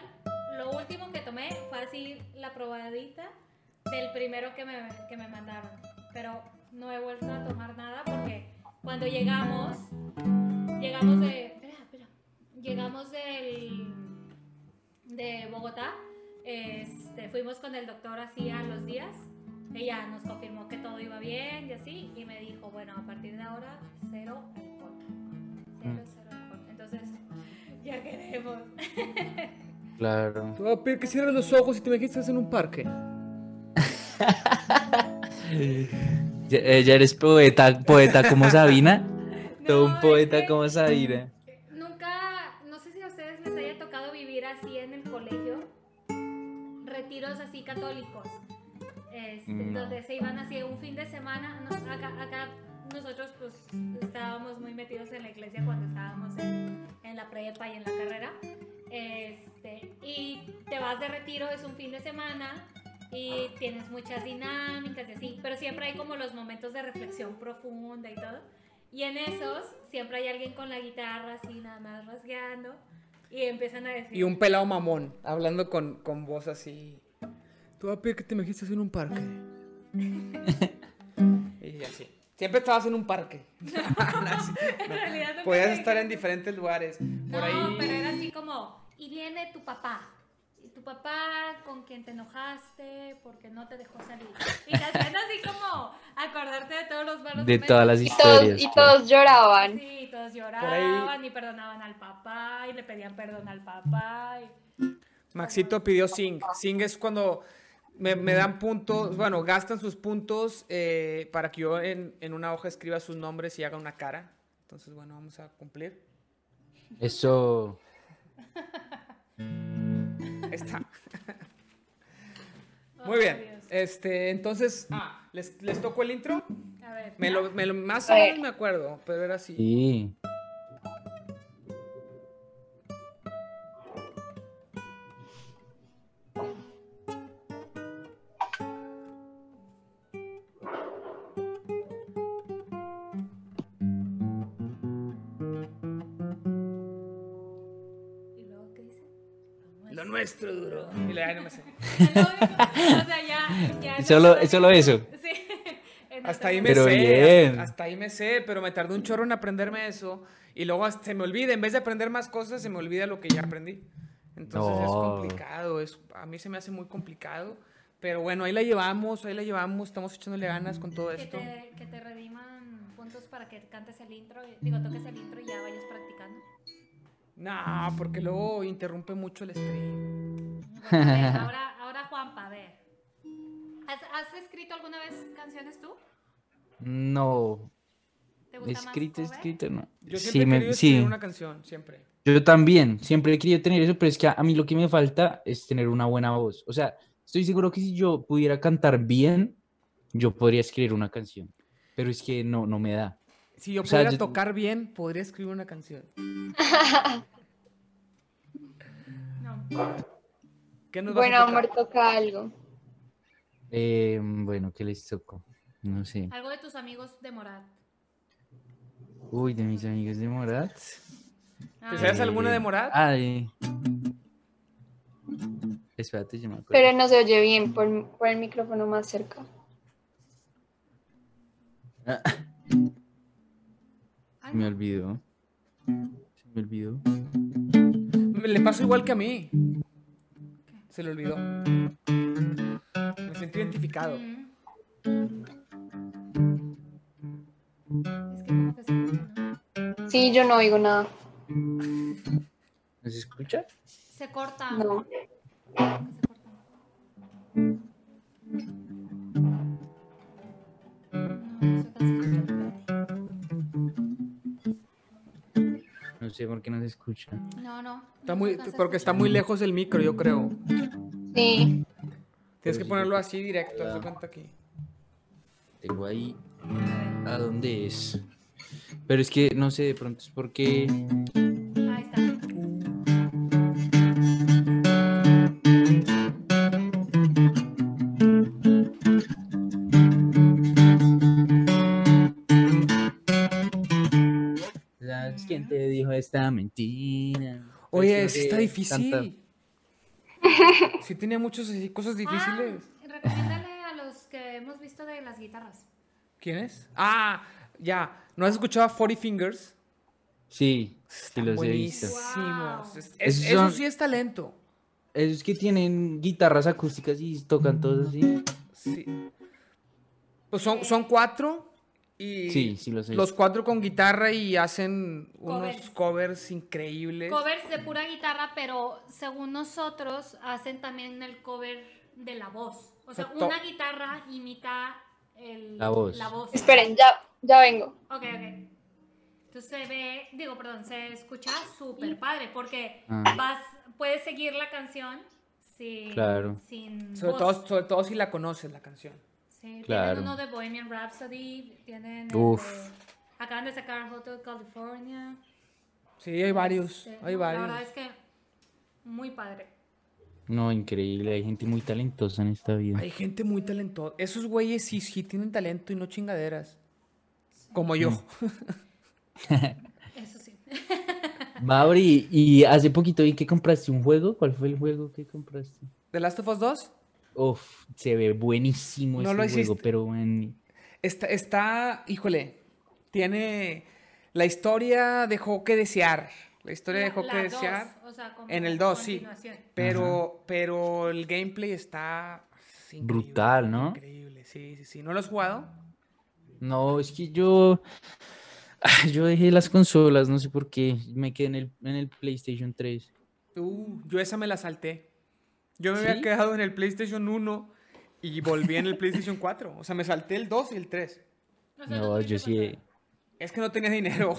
S3: lo último que tomé fue así la probadita del primero que me, que me mandaron. Pero no he vuelto a tomar nada porque cuando llegamos, llegamos de. Espera, espera. Llegamos del. de Bogotá. Este, fuimos con el doctor así a los días. Ella nos confirmó que todo iba bien y así. Y me dijo, bueno, a partir de ahora, cero alcohol. Cero, cero alcohol. Entonces, ya queremos.
S2: Claro.
S1: Te voy a pedir que cierres los ojos y te imagines que estás en un parque.
S2: Ya, eh, ya eres poeta, poeta como Sabina. Todo
S3: No,
S2: un
S3: es
S2: poeta
S3: que
S2: como Sabina.
S3: Nunca, no sé si a ustedes les haya tocado vivir así en el colegio, retiros así católicos, este,
S1: Mm,
S2: No.
S3: donde se iban así un fin de semana. Nos- acá, acá nosotros pues estábamos muy metidos en la iglesia cuando estábamos en, en la prepa y en la carrera. Este, y te vas de retiro, es un fin de semana y tienes muchas dinámicas y así, pero siempre hay como los momentos de reflexión profunda y todo. Y en esos siempre hay alguien con la guitarra así nada más rasgueando y empiezan a decir...
S1: Y un pelado mamón, hablando con, con voz así. Te voy a pedir que te imagines que estás en un parque. y así. Siempre estabas en un parque.
S3: en realidad nunca
S1: Podías
S3: me
S1: estar en
S3: dijeron-
S1: diferentes lugares. Por
S3: no,
S1: ahí.
S3: pero era así como, y viene tu papá. Y tu papá con quien te enojaste porque no te dejó salir. Y te hacían así como acordarte de todos los malos
S2: De
S3: momentos.
S2: todas las
S4: Y todos,
S2: Historias,
S4: y
S2: claro.
S4: todos lloraban.
S3: Sí, todos lloraban y perdonaban al papá y le pedían perdón al papá. y-
S1: Maxito pidió Sing. Sing es cuando me, me dan puntos, bueno, gastan sus puntos eh, para que yo en, en una hoja escriba sus nombres y haga una cara. Entonces, bueno, vamos a cumplir.
S2: Eso.
S1: Ahí Está.
S3: Oh,
S1: Muy bien.
S3: Dios.
S1: Este, entonces, ah, ¿les, les tocó el intro?
S3: A ver.
S1: Me lo, me lo- más o menos me acuerdo, pero era así.
S2: Sí.
S3: ¿Y luego qué dice? Pues, Lo
S1: Lo nuestro duro. Y le, ay, no me sé.
S3: Es lo único. O sea, ya- ya no-
S2: Solo, solo eso.
S3: Sí. En
S1: Hasta ahí me
S2: Pero
S1: sé.
S2: bien.
S1: Hasta, hasta ahí me sé, pero me tardé un chorro en aprenderme eso. Y luego hasta se me olvida, en vez de aprender más cosas, se me olvida lo que ya aprendí. Entonces es
S2: No.
S1: complicado, es, a mí se me hace muy complicado. Pero bueno, ahí la llevamos, ahí la llevamos, estamos echándole ganas con todo
S3: Que
S1: esto.
S3: te, que te rediman puntos para que cantes el intro, y- digo, toques el intro y ya vayas practicando.
S1: No, porque luego interrumpe mucho el stream.
S3: Bueno, a ver, ahora, ahora Juanpa, a ver. ¿Has, has escrito alguna vez canciones tú?
S2: No.
S3: ¿Te gusta más
S2: Escrito,
S3: cover?
S2: escrito, no.
S1: Yo siempre
S2: Sí,
S1: he
S2: me-
S1: querido
S2: sí.
S1: escribir una canción, siempre.
S2: Yo también, siempre he querido tener eso, pero es que a, a mí lo que me falta es tener una buena voz. O sea, estoy seguro que si yo pudiera cantar bien, yo podría escribir una canción. Pero es que no, no me da.
S1: Si yo
S2: O sea,
S1: pudiera
S2: yo-
S1: tocar bien, podría escribir una canción.
S3: No.
S1: ¿Qué nos vas a
S4: Bueno,
S1: tocar?
S4: amor, toca algo.
S2: Eh, bueno, ¿qué les tocó? No sé.
S3: Algo de tus amigos de Morat.
S2: Uy, de mis amigos de Morat.
S1: ¿Te
S3: Ay,
S1: sabes alguna de Morat?
S2: Ay. Espérate, yo me acuerdo. Pues,
S4: Pero no se oye bien por, por el micrófono más cerca.
S3: Ay,
S2: Me
S3: no.
S2: olvidó. Se me olvidó.
S1: Me- Le pasó igual que a mí. Se le olvidó. Me sentí identificado.
S3: Mm. Es que como que se corta, ¿no?
S2: Mm.
S4: Sí, yo no oigo nada.
S2: ¿Nos escucha?
S3: Se
S2: Ah.
S3: corta.
S4: No.
S3: como que se corta. No, nosotras escuchamos,
S2: No sé por qué no se escucha.
S3: Dani. No, no.
S1: Está
S3: no
S1: muy,
S3: se alcanza a
S1: porque está
S3: escuchar.
S1: muy lejos el micro, yo creo.
S4: Sí.
S1: Tienes que
S2: sí,
S1: ponerlo
S2: creo
S1: así directo, haz de cuenta aquí.
S2: Tengo ahí. ¿A dónde es? Pero es que no sé, de pronto es porque.
S3: Ahí está.
S2: ¿Sabes quién te dijo esta mentira?
S1: Oye,
S2: Pero
S1: sí
S2: es que
S1: está
S2: no sé,
S1: difícil.
S2: tanta-
S1: Sí tenía muchas así cosas difíciles.
S3: Ah, recomiéndale a los que hemos visto de las guitarras.
S1: ¿Quién es? Ah, ya. ¿No has escuchado a 40 Fingers?
S2: Sí, sí los he visto.
S1: Buenísimos. Es-
S3: Wow.
S1: es-
S2: Esos
S1: eso
S2: son-
S1: sí es talento.
S2: Es que tienen guitarras acústicas y tocan todos así.
S1: Sí. Pues son, son cuatro y
S2: Sí, sí los he
S1: los
S2: visto.
S1: cuatro con guitarra y hacen unos
S3: Covers.
S1: covers increíbles.
S3: Covers de pura guitarra, pero según nosotros hacen también el cover de la voz. O sea,
S1: To-
S3: una guitarra imita el-
S2: La voz.
S4: Esperen, ya, ya vengo.
S3: Ok, ok. Entonces se ve, digo, perdón, se escucha súper padre porque
S2: Ah.
S3: vas, puedes seguir la canción sin,
S2: Claro.
S3: sin
S1: Sobre
S3: voz.
S1: todo, sobre todo si la conoces la canción.
S3: Sí,
S2: Claro.
S3: Tienen uno de Bohemian Rhapsody, tienen el
S2: Uf.
S3: de- acaban de sacar Hotel California.
S1: Sí, hay varios.
S3: Este,
S1: Hay
S3: La verdad
S1: varios.
S3: es que muy padre.
S2: No, increíble. Hay gente muy talentosa en esta vida.
S1: Hay gente muy talentosa. Esos güeyes sí, sí tienen talento y no chingaderas. Como yo.
S3: Eso sí.
S2: Mauri, y hace poquito vi que compraste un juego. ¿Cuál fue el juego que compraste?
S1: ¿The Last of Us 2?
S2: Uf, se ve buenísimo
S1: No
S2: ese
S1: lo
S2: juego,
S1: hiciste.
S2: pero en...
S1: Está, está, híjole, tiene la historia dejó que desear. La historia dejó
S3: La
S1: que
S3: dos,
S1: desear.
S3: o sea, como
S1: En el 2, sí.
S3: continuación.
S1: Pero, pero el gameplay está increíble,
S2: Brutal, ¿no?
S1: Increíble, sí, sí, sí. ¿No lo has jugado?
S2: No, es que yo... Yo dejé las consolas, no sé por qué. Me quedé en el, en el PlayStation 3.
S1: Uh, yo esa me la salté. Yo me había
S2: ¿Sí?
S1: quedado en el PlayStation 1 y volví en el PlayStation 4. O sea, me salté el 2 y el 3.
S3: O sea,
S2: No,
S3: tuviste
S2: yo sí...
S3: control.
S2: eh,
S1: Es que no tenía dinero.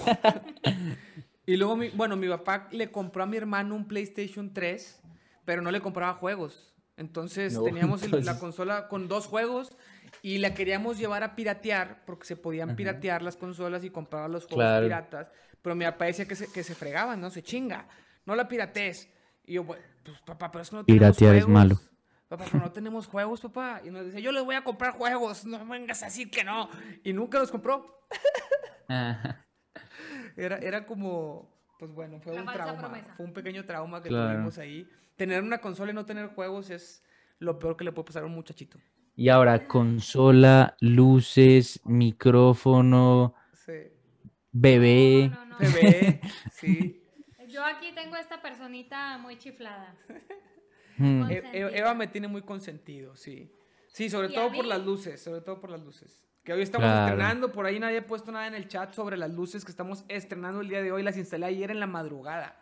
S1: y luego, mi- bueno, mi papá le compró a mi hermano un PlayStation 3, pero no le compraba juegos. Entonces
S2: No,
S1: teníamos el- la
S2: entonces-
S1: consola con dos juegos y la queríamos llevar a piratear, porque se podían
S2: Ajá.
S1: piratear las consolas y comprar los juegos
S2: Claro.
S1: piratas. Pero mi papá decía que se, que se fregaban, no se chinga, no la piratees. Y yo, "Bueno, pues papá, pero es que no tenemos
S2: Piratear es
S1: juegos".
S2: malo.
S1: Papá, pero no tenemos juegos, papá. Y nos decía, yo les voy a comprar juegos, no me vengas a decir que no. Y nunca los compró.
S2: ajá.
S1: Era, era como, pues bueno, fue
S3: La
S1: un
S3: falsa
S1: trauma,
S3: promesa.
S1: fue un pequeño trauma que
S2: Claro.
S1: tuvimos ahí. Tener una consola y no tener juegos es lo peor que le puede pasar a un muchachito.
S2: Y ahora, consola, luces, micrófono,
S1: Sí.
S2: bebé.
S3: No,
S1: Se
S3: no, no.
S1: ve, sí.
S3: Yo aquí tengo esta personita muy chiflada.
S2: Mm,
S3: Con-
S1: E- E- Eva me tiene muy consentido, sí. Sí, sobre
S3: Y a
S1: todo por
S3: mí.
S1: las luces, sobre todo por las luces. Que hoy estamos
S2: Claro.
S1: estrenando, por ahí nadie ha puesto nada en el chat sobre las luces que estamos estrenando el día de hoy. Las instalé ayer en la madrugada.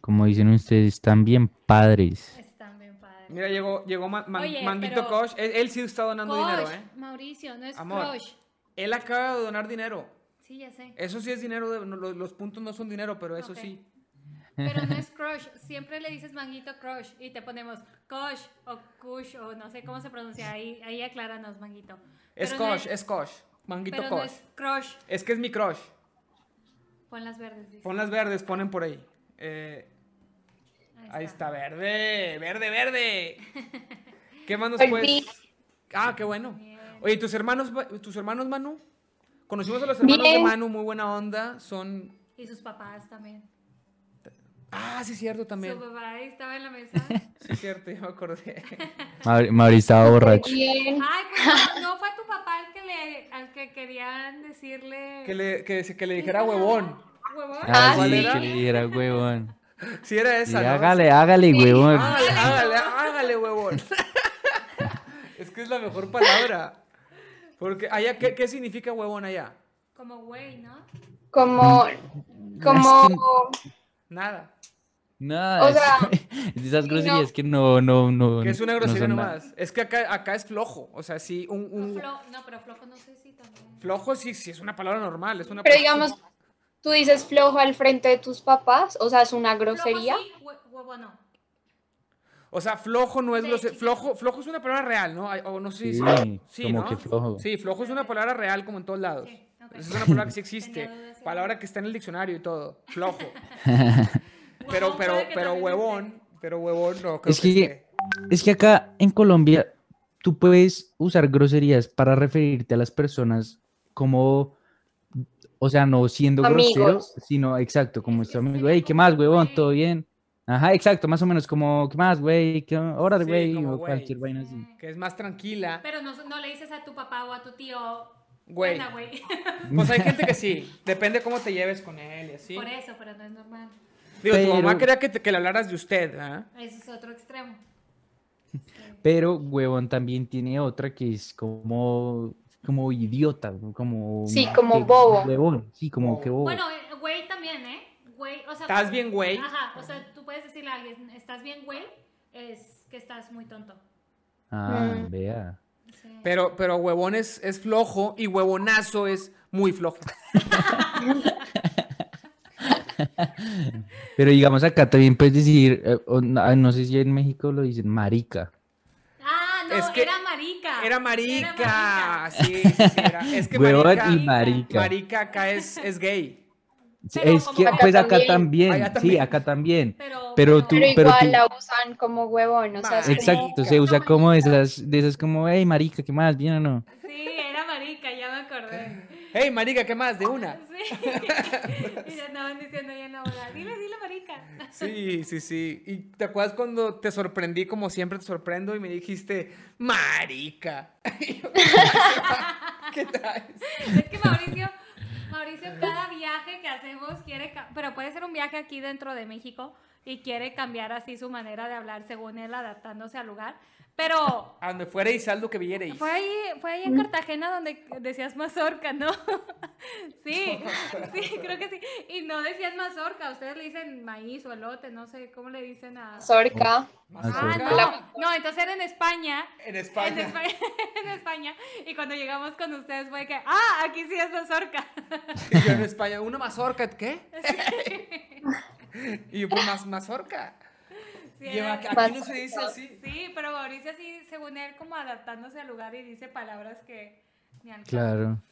S2: Como dicen ustedes, están bien padres.
S3: Están bien padres.
S1: Mira, llegó, llegó Man- Man-
S3: Oye,
S1: Manguito
S3: pero-
S1: Koch. Él, él sí está donando dinero,
S3: Crush,
S1: ¿eh?
S3: Mauricio, no es
S1: Amor.
S3: crush.
S1: Él acaba de donar dinero.
S3: Sí, ya sé.
S1: Eso sí es dinero, de- no, lo- los, puntos no son dinero, pero eso
S3: Ok.
S1: sí.
S3: Pero no es crush. Siempre le dices manguito crush y te ponemos cosh o kush o no sé cómo se pronuncia. Ahí, ahí acláranos, manguito.
S1: Es
S3: Pero no
S1: cosh, es cosh. Manguito
S3: Pero
S1: cosh.
S3: no es
S1: es...
S3: crush.
S1: que es mi crush.
S3: Pon las verdes. dice.
S1: Pon las verdes, ponen por ahí. Eh, ahí está, verde, verde, verde. ¿Qué más nos
S4: Soy
S1: puedes?
S4: Pi.
S1: Ah, qué bueno.
S3: Bien.
S1: Oye, tus hermanos, va- tus hermanos Manu. Conocimos a los hermanos de
S4: Bien.
S1: Manu, muy buena onda. Son.
S3: Y sus papás también.
S1: Ah, sí, es cierto también.
S3: Su papá ahí estaba en la mesa.
S1: Sí, es cierto, ya me acordé.
S2: Mauri, Mauri estaba borracho.
S4: Bien.
S3: Ay, pues no fue tu papá el que le, al que querían decirle.
S1: Que le, que, se- que le dijera huevón.
S3: Huevón.
S2: Ah,
S1: ¿Cuál
S2: sí,
S1: era?
S2: que le dijera huevón.
S1: Sí, era
S2: Sí,
S1: esa. ¿no?
S2: hágale, hágale, huevón.
S1: Hágale, hágale, hágale, huevón. es que es la mejor palabra. Porque allá, ¿qué, qué significa huevón allá?
S3: Como güey, ¿no?
S4: Como,
S2: Es
S4: como,
S1: Nada.
S2: Nada,
S4: O sea,
S2: es- es de esas
S4: sí,
S2: groserías que no, no, no.
S1: Que es una
S2: no
S1: grosería
S2: son nada.
S1: nomás. Es que acá, acá es flojo. O sea, sí, un,
S3: O
S1: un-
S3: flo- no, pero flojo no sé si también.
S1: flojo sí, sí es una palabra normal. Es una
S4: pero
S1: palabra-
S4: digamos, tú dices flojo al frente de tus papás, o sea, es una grosería.
S3: Flojo sí, hue- huevo no.
S1: O sea, flojo no es
S3: Sí,
S1: grosero.
S3: sí.
S1: Flojo, flojo es una palabra real, ¿no? Ay, O no sé si.
S2: Sí,
S1: sí,
S2: como
S1: ¿no?
S2: que flojo.
S1: Sí, flojo es una palabra real como en todos lados.
S3: Sí, ok.
S1: Es una palabra que sí
S3: Tenía
S1: existe.
S3: dudas, sí.
S1: Palabra que está en el diccionario y todo. Flojo. Pero, pero,
S3: Huevón puede que
S1: pero
S3: también
S1: huevón. Pero huevón no. Creo
S2: Es que-
S1: esté.
S2: Es que acá en Colombia tú puedes usar groserías para referirte a las personas como, o sea, no siendo grosero,
S4: Amigos.
S2: sino exacto, como
S3: Es
S2: este
S3: que sí
S2: amigo,
S3: sería
S2: hey, ¿qué
S3: como,
S2: más, huevón?
S3: "Güey".
S2: ¿Todo bien? Ajá, exacto, más o menos como, ¿qué más, güey? ¿Qué- Órale,
S1: Sí,
S2: güey,
S1: como,
S2: o
S1: "Güey".
S2: cualquier vaina
S3: existe.
S2: así.
S3: Sí.
S1: Que es más tranquila.
S3: Pero no, no le dices a tu papá o a tu tío.
S1: Güey.
S3: "Hola, güey.
S1: Pues hay gente que sí. Depende cómo te lleves con él y así.
S3: Por eso, pero no es normal.
S1: Digo, tu
S2: Pero-
S1: mamá quería que, te- que le hablaras de usted, ¿ah?
S3: Ese es otro extremo.
S2: Pero huevón también tiene otra que es como, como idiota, ¿no? como...
S4: Sí, como
S2: que-
S4: bobo.
S2: Huevón, sí, como que bobo.
S3: Bueno, eh, güey también, ¿eh? Güey, o sea.
S1: Uh. ¿Estás bien, güey?
S3: Ajá, o sea, tú puedes decirle a alguien, ¿estás bien, güey? Es que estás muy tonto.
S2: ah,
S4: Mm.
S2: vea.
S3: Sí.
S1: Pero, pero huevón es, es flojo y huevonazo es muy flojo.
S2: Pero digamos acá también puedes decir, eh, o no, ay, no sé si en México lo dicen marica.
S3: Ah, no,
S1: Es que
S3: Ah, era marica.
S1: Era marica.
S3: marica.
S1: Sí, sí, sí, era. Es que
S2: Huevón
S1: marica,
S2: y marica.
S1: marica acá es, es gay.
S2: Sí,
S3: Pero
S2: es
S3: como
S2: que
S3: acá
S2: pues acá
S4: también.
S2: también,
S1: Allá
S2: sí,
S1: también.
S2: acá también.
S3: Pero,
S2: Pero tú-
S4: Pero
S2: pero
S4: igual la usan como huevón, o sea, es como-
S2: Exacto, se
S1: Marica.
S2: usa como de esas, de esas como, hey, marica, ¿qué más? ¿Bien o no?
S3: Sí, era marica, ya me acordé.
S1: Hey, marica, ¿qué más? De una.
S3: Sí. Y le andaban diciendo ya en la boda, dile, dile marica.
S1: Sí, sí, sí. ¿Y te acuerdas cuando te sorprendí como siempre te sorprendo y me dijiste, marica? Y yo, ¿Qué traes?
S3: Es que Mauricio, Mauricio, cada viaje que hacemos quiere, ca- pero puede ser un viaje aquí dentro de México y quiere cambiar así su manera de hablar según él adaptándose al lugar. Pero
S1: A donde fuera y saldo que viereis.
S3: fue ahí, fue ahí en Cartagena donde decías mazorca, ¿no? Sí, sí, creo que sí. Y no decías mazorca, ustedes le dicen maíz o elote, no sé cómo le dicen a... Ah,
S4: Zorca.
S1: Mazorca.
S3: no, no, entonces era en España.
S1: En España.
S3: En España, en España. Y cuando llegamos con ustedes fue que, ah, aquí sí es mazorca.
S1: Y yo en España, una mazorca, ¿qué? y yo, pues, más mazorca.
S3: Sí,
S1: Y yo,
S3: era-
S1: aquí aquí no se dice así.
S3: sí, pero Mauricio sí, según él, como adaptándose al lugar y dice palabras que ni al caso.
S2: Claro.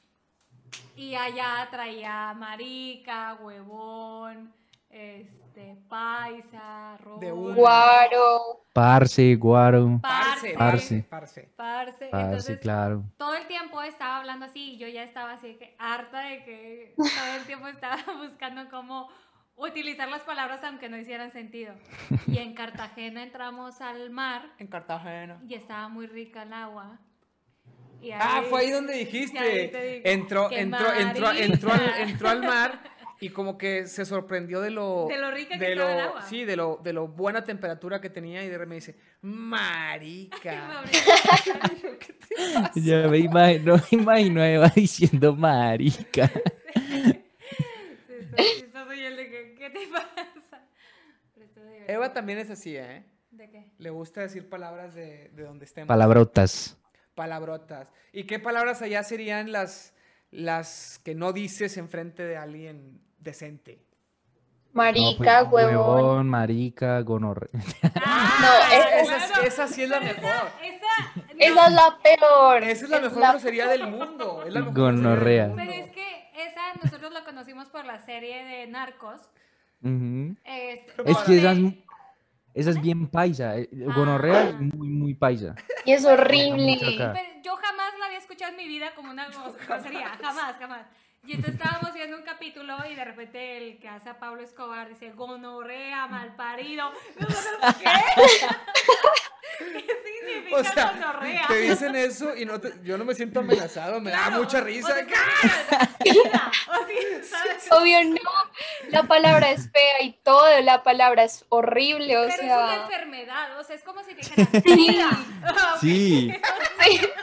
S3: Y allá traía marica, huevón, este, paisa, rojo.
S1: De una.
S4: Guaro.
S2: Parce, guaro.
S1: Parce, parce,
S3: Parce.
S2: Parce.
S1: parce.
S3: parce.
S2: Parce,
S3: Entonces,
S2: claro.
S3: todo el tiempo estaba hablando así y yo ya estaba así de que harta de que todo el tiempo estaba buscando cómo utilizar las palabras aunque no hicieran sentido. Y en Cartagena entramos al mar
S1: En Cartagena.
S3: y estaba muy rica el agua. Y
S1: Ah,
S3: ahí-
S1: fue ahí donde
S3: ahí te
S1: dijiste.
S3: digo,
S1: Entró,
S3: ¡qué
S1: entró, entró, entró, al,
S3: marica!
S1: entró al mar y como que se sorprendió de lo.
S3: De lo rica que
S1: de
S3: estaba
S1: lo-
S3: el agua.
S1: Sí, de lo, de lo buena temperatura que tenía y de repente me dice,
S3: Y me
S1: marica.
S3: abrió.
S2: Ya me imagino, me imagino a Eva diciendo marica.
S3: Sí, está chistoso y el de que, ¿qué te pasa? Pero estuvo divertido.
S1: Eva también es así, ¿eh?
S3: ¿De qué?
S1: Le gusta decir palabras de, de donde estemos.
S2: Palabrotas.
S1: Palabrotas. ¿Y qué palabras allá serían las, las que no dices enfrente de alguien decente?
S2: No, pues,
S4: Marica, huevón.
S2: huevón, marica, gonorre.
S3: Ah,
S4: No,
S1: e-, Ah, esa,
S4: es-
S1: esa-
S3: claro.
S1: esa sí es la
S3: Pero
S1: mejor.
S3: Esa, no,
S4: Esa es la peor.
S1: Esa es la mejor grosería del mundo. Es la mejor
S2: Gonorrea.
S1: grosería del mundo.
S3: Pero es que esa nosotros la conocimos por la serie de Narcos.
S2: Ujú.
S3: Este,
S2: Es que esas,
S3: donde-
S2: esas bien paisa. eh, Gonorrea es muy, muy paisa.
S4: Y es horrible.
S2: Mucho acá.
S3: pero yo jamás la había escuchado en mi vida como una gro- grosería, jamás, jamás. Y entonces estábamos viendo un capítulo y de repente el que hace a Pablo Escobar dice, gonorrea, malparido. Nosotros, ¿Qué? ¿Qué significa
S1: O sea,
S3: gonorrea?
S1: te dicen eso y no te- yo no me siento amenazado, me da
S3: Claro,
S1: mucha
S3: o
S1: risa.
S3: sea, sida, o sí, ¿sabes?
S4: Obvio no, la palabra es fea y todo, la palabra es horrible, o
S3: Pero es una
S4: sea,
S3: enfermedad, o sea, es como si te dijeran
S4: Sí.
S3: sida.
S2: Sí,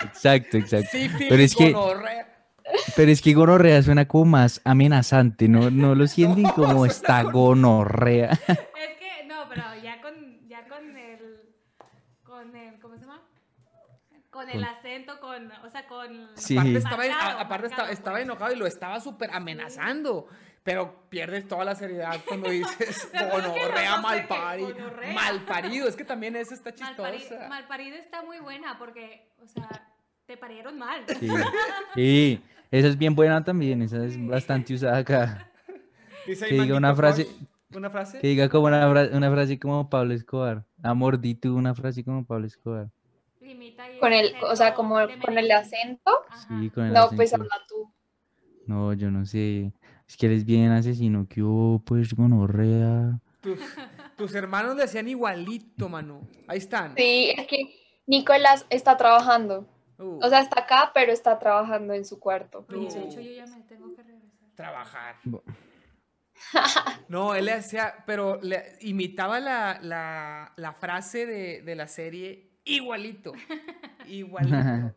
S2: exacto, exacto.
S1: Sí,
S2: Pero es que- Pero es que gonorrea suena como más amenazante, ¿no? No lo sienten como esta gonorrea.
S3: Es que, no, pero ya con, ya con el, con el, ¿cómo se llama? Con el
S2: Con-
S3: acento, con, o sea, con...
S2: Sí.
S1: Aparte, estaba, en-
S3: Marcado,
S1: a- aparte estaba,
S3: marcado,
S1: estaba
S3: pues.
S1: enojado y lo estaba súper amenazando. Pero pierdes toda la seriedad cuando dices
S3: Me acuerdo que
S1: gonorrea
S3: no sé
S1: mal
S3: qué, gonorrea.
S1: parido. Es que también esa está
S3: Malparido,
S1: chistosa.
S3: malparido está muy buena porque, o sea, te parieron mal.
S2: Sí. sí, esa es bien buena también, esa es bastante usada acá.
S1: Dice ahí
S2: que diga
S1: Manguito
S2: una frase-
S1: Crush, Una frase.
S2: Que diga como una, fra- una frase como Pablo Escobar. Amor, di tú una frase como Pablo Escobar.
S3: Limita y
S4: con el,
S3: acento
S4: o sea, como
S3: de
S4: con el
S3: Medellín.
S4: acento,
S3: Ajá.
S2: Sí, con el
S4: no, pues
S2: acento.
S4: habla tú.
S2: No, yo no sé. Es que él es bien asesino, que hubo, pues gonorrea.
S1: Tus, tus hermanos le hacían igualito, Manu. Ahí están.
S4: Sí, es que Nicolás está trabajando,
S1: Uh,
S4: o sea, está acá, pero está trabajando en su cuarto.
S3: Oye, de
S1: No.
S3: hecho, yo ya me tengo que regresar.
S1: trabajar.
S2: Bo-
S1: No, él le hacía, pero le imitaba la, la, la frase de, de la serie igualito. Igualito.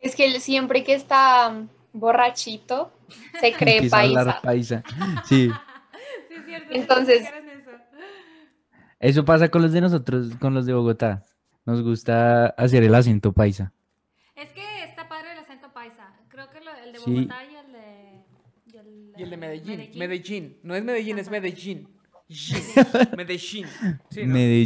S4: Es que él siempre que está um, borrachito, se cree
S2: Empieza a hablar
S4: paisa.
S2: paisa. Sí,
S3: Sí, es cierto.
S4: Entonces-
S3: sí, dijeron eso.
S2: eso pasa con los de nosotros, con los de Bogotá. Nos gusta hacer el acento paisa.
S3: Es que está padre el acento paisa. Creo que lo- el de
S2: Sí.
S3: Bogotá y el de. Y el,
S1: Y el de
S3: eh,
S1: Medellín. Medellín. No es Medellín, es
S3: Ajá.
S1: Medellín. Yin. Medellín.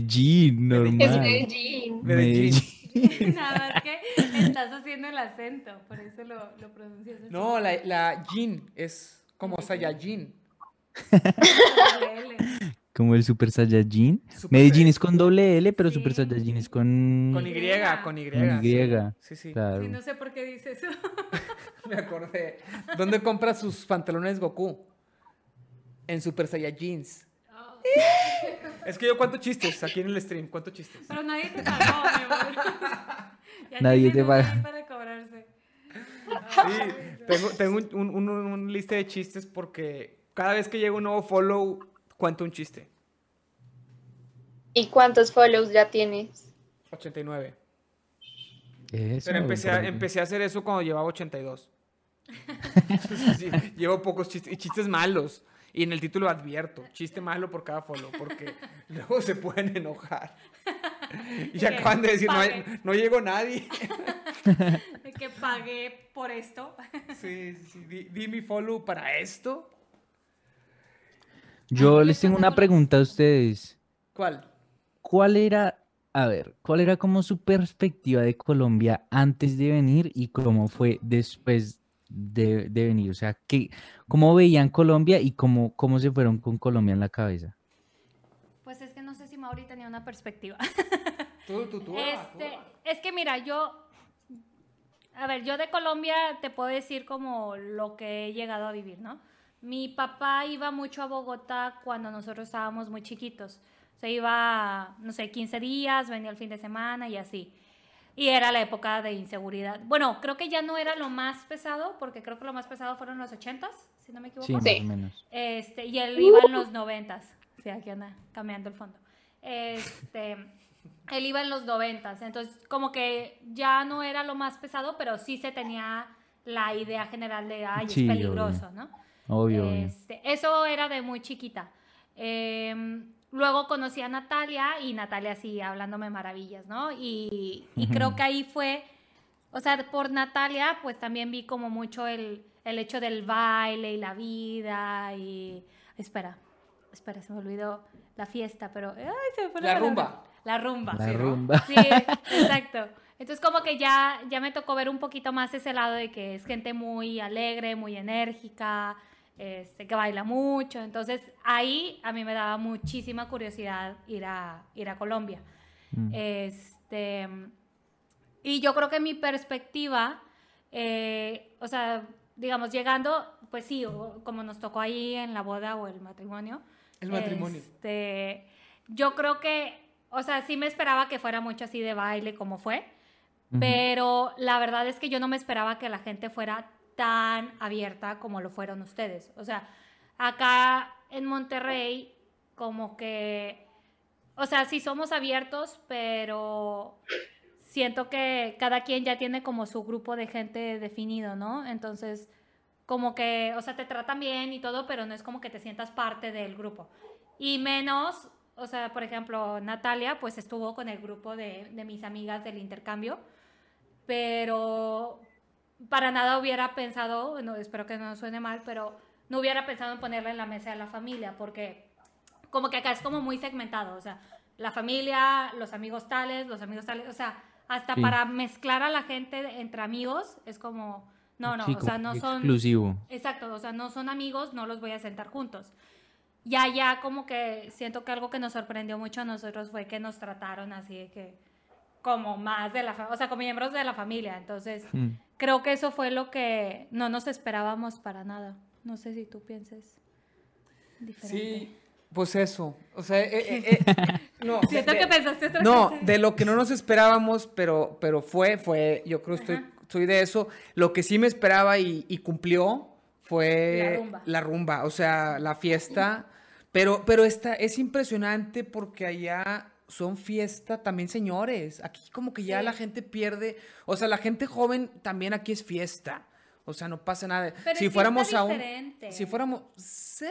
S1: Sí, ¿no?
S2: Medellín,
S1: Medellín.
S4: Es
S2: normal.
S4: Medellín.
S1: Medellín.
S3: Nada más que estás haciendo el acento, por eso lo, lo pronuncias así.
S1: No, la, la Jin es como
S3: Medellín.
S1: Saiyajin.
S3: Doble L.
S2: Como el Super Saiyajin.
S1: Super-
S2: Medellín es con doble L, pero Super
S3: Sí.
S2: Saiyajin es con,
S1: Con Y, con Y.
S2: con
S1: sí.
S2: Y,
S1: Sí, sí.
S2: Claro.
S3: Sí, no sé por qué dice eso.
S1: Me acordé. ¿Dónde compra sus pantalones Goku? En Super Saiyajins.
S3: Oh,
S1: Es que yo cuento chistes aquí en el stream, cuento chistes.
S3: pero nadie te pagó, mi amor. Ya
S2: Nadie
S3: tienen
S2: te
S3: uno ahí
S2: pagó.
S3: Para cobrarse.
S1: Sí, tengo, tengo un, un, un- un lista de chistes porque cada vez que llega un nuevo follow, cuento un chiste.
S4: ¿Y cuántos follows ya tienes?
S1: 89.
S2: Eso,
S1: Pero empecé a,
S2: por-
S1: empecé a hacer eso cuando llevaba 82. Sí, llevo pocos chistes y chistes malos. Y en el título advierto, chiste malo por cada follow, porque luego se pueden enojar. Y
S3: que
S1: acaban de decir, no, hay-
S3: paguen.
S1: no llegó nadie.
S3: De que pagué por esto.
S1: Sí, sí, di, di mi follow para esto.
S2: Yo
S3: Así
S2: les
S3: les
S2: tengo
S3: pasa con
S2: una
S3: los
S2: pregunta a ustedes.
S1: ¿Cuál?
S2: ¿Cuál era, a ver, cuál era como su perspectiva de Colombia antes de venir y cómo fue después de, de venir? O sea, ¿qué, ¿cómo veían Colombia y cómo, cómo se fueron con Colombia en la cabeza?
S3: Pues es que no sé si Mauri tenía una perspectiva.
S1: Tú, tú, tú. ah, tú,
S3: Este,
S1: ah.
S3: es que mira, yo, a ver, yo de Colombia te puedo decir como lo que he llegado a vivir, ¿no? Mi papá iba mucho a Bogotá cuando nosotros estábamos muy chiquitos. Se iba, no sé, 15 días, venía el fin de semana y así. Y era la época de inseguridad. Bueno, creo que ya no era lo más pesado, porque creo que lo más pesado fueron los 80s, si no me equivoco.
S2: Sí, más
S4: Sí.
S2: o menos.
S3: Este, y él iba en los noventas. Sí, aquí anda cambiando el fondo. Este, él iba en los noventas. Entonces, como que ya no era lo más pesado, pero sí se tenía la idea general de, ay,
S2: Sí,
S3: es
S2: obvio.
S3: peligroso, ¿no?
S2: Obvio, obvio.
S3: Este, eso era de muy chiquita. Eh, luego conocí a Natalia y Natalia sí hablándome maravillas, ¿no? Y, y creo que ahí fue, o sea, por Natalia pues también vi como mucho el, el hecho del baile y la vida y... Espera, espera, se me olvidó la fiesta, pero... ay, se me fue
S1: La
S3: palabra.
S1: rumba.
S3: La rumba.
S2: La
S1: sí, ¿no?
S2: rumba.
S3: Sí, exacto. Entonces como que ya, ya me tocó ver un poquito más ese lado de que es gente muy alegre, muy enérgica, este, que baila mucho. Entonces ahí a mí me daba muchísima curiosidad ir a, ir a Colombia.
S2: Mm.
S3: eh, Este, y yo creo que mi perspectiva, eh, o sea, digamos, llegando, pues sí, o- como nos tocó ahí en la boda o el matrimonio.
S1: El matrimonio.
S3: Este, yo creo que, o sea, sí me esperaba que fuera mucho así de baile como fue,
S2: Ujú.
S3: pero la verdad es que yo no me esperaba que la gente fuera tan abierta como lo fueron ustedes. O sea, acá en Monterrey, como que, o sea, sí somos abiertos, pero siento que cada quien ya tiene como su grupo de gente definido, ¿no? Entonces, como que, o sea, te tratan bien y todo, pero no es como que te sientas parte del grupo. Y menos, o sea, por ejemplo, Natalia, pues estuvo con el grupo de, de mis amigas del intercambio, pero para nada hubiera pensado, no, espero que no suene mal, pero no hubiera pensado en ponerla en la mesa de la familia, porque como que acá es como muy segmentado, o sea, la familia, los amigos tales, los amigos tales, o sea, hasta
S2: Sí.
S3: para mezclar a la gente entre amigos es como, no, no,
S2: Sí,
S3: o sea,
S2: como
S3: no
S2: muy
S3: son...
S2: Exclusivo.
S3: Exacto, o sea, no son amigos, no los voy a sentar juntos. Ya, ya, como que siento que algo que nos sorprendió mucho a nosotros fue que nos trataron así de que, como más de la, fa- o sea, como miembros de la familia. Entonces,
S2: Mm.
S3: creo que eso fue lo que no nos esperábamos para nada. No sé si tú pienses diferente.
S1: Sí, pues eso. O sea, eh, eh, eh, no, de-
S3: Siento
S1: de-
S3: que pensaste otra
S1: no,
S3: cosa.
S1: de lo que no nos esperábamos, pero, pero fue, fue, yo creo estoy,
S3: Ajá.
S1: soy de eso. Lo que sí me esperaba y, y cumplió fue
S3: La rumba.
S1: rumba, o sea, la fiesta. Pero, pero esta es impresionante porque allá son fiesta también señores. Aquí como que ya
S3: Sí.
S1: la gente pierde, o sea, la gente joven también aquí es fiesta. O sea, no pasa nada.
S3: Pero sí
S1: si
S3: está
S1: fuéramos a un,
S3: diferente.
S1: si fuéramos, sé,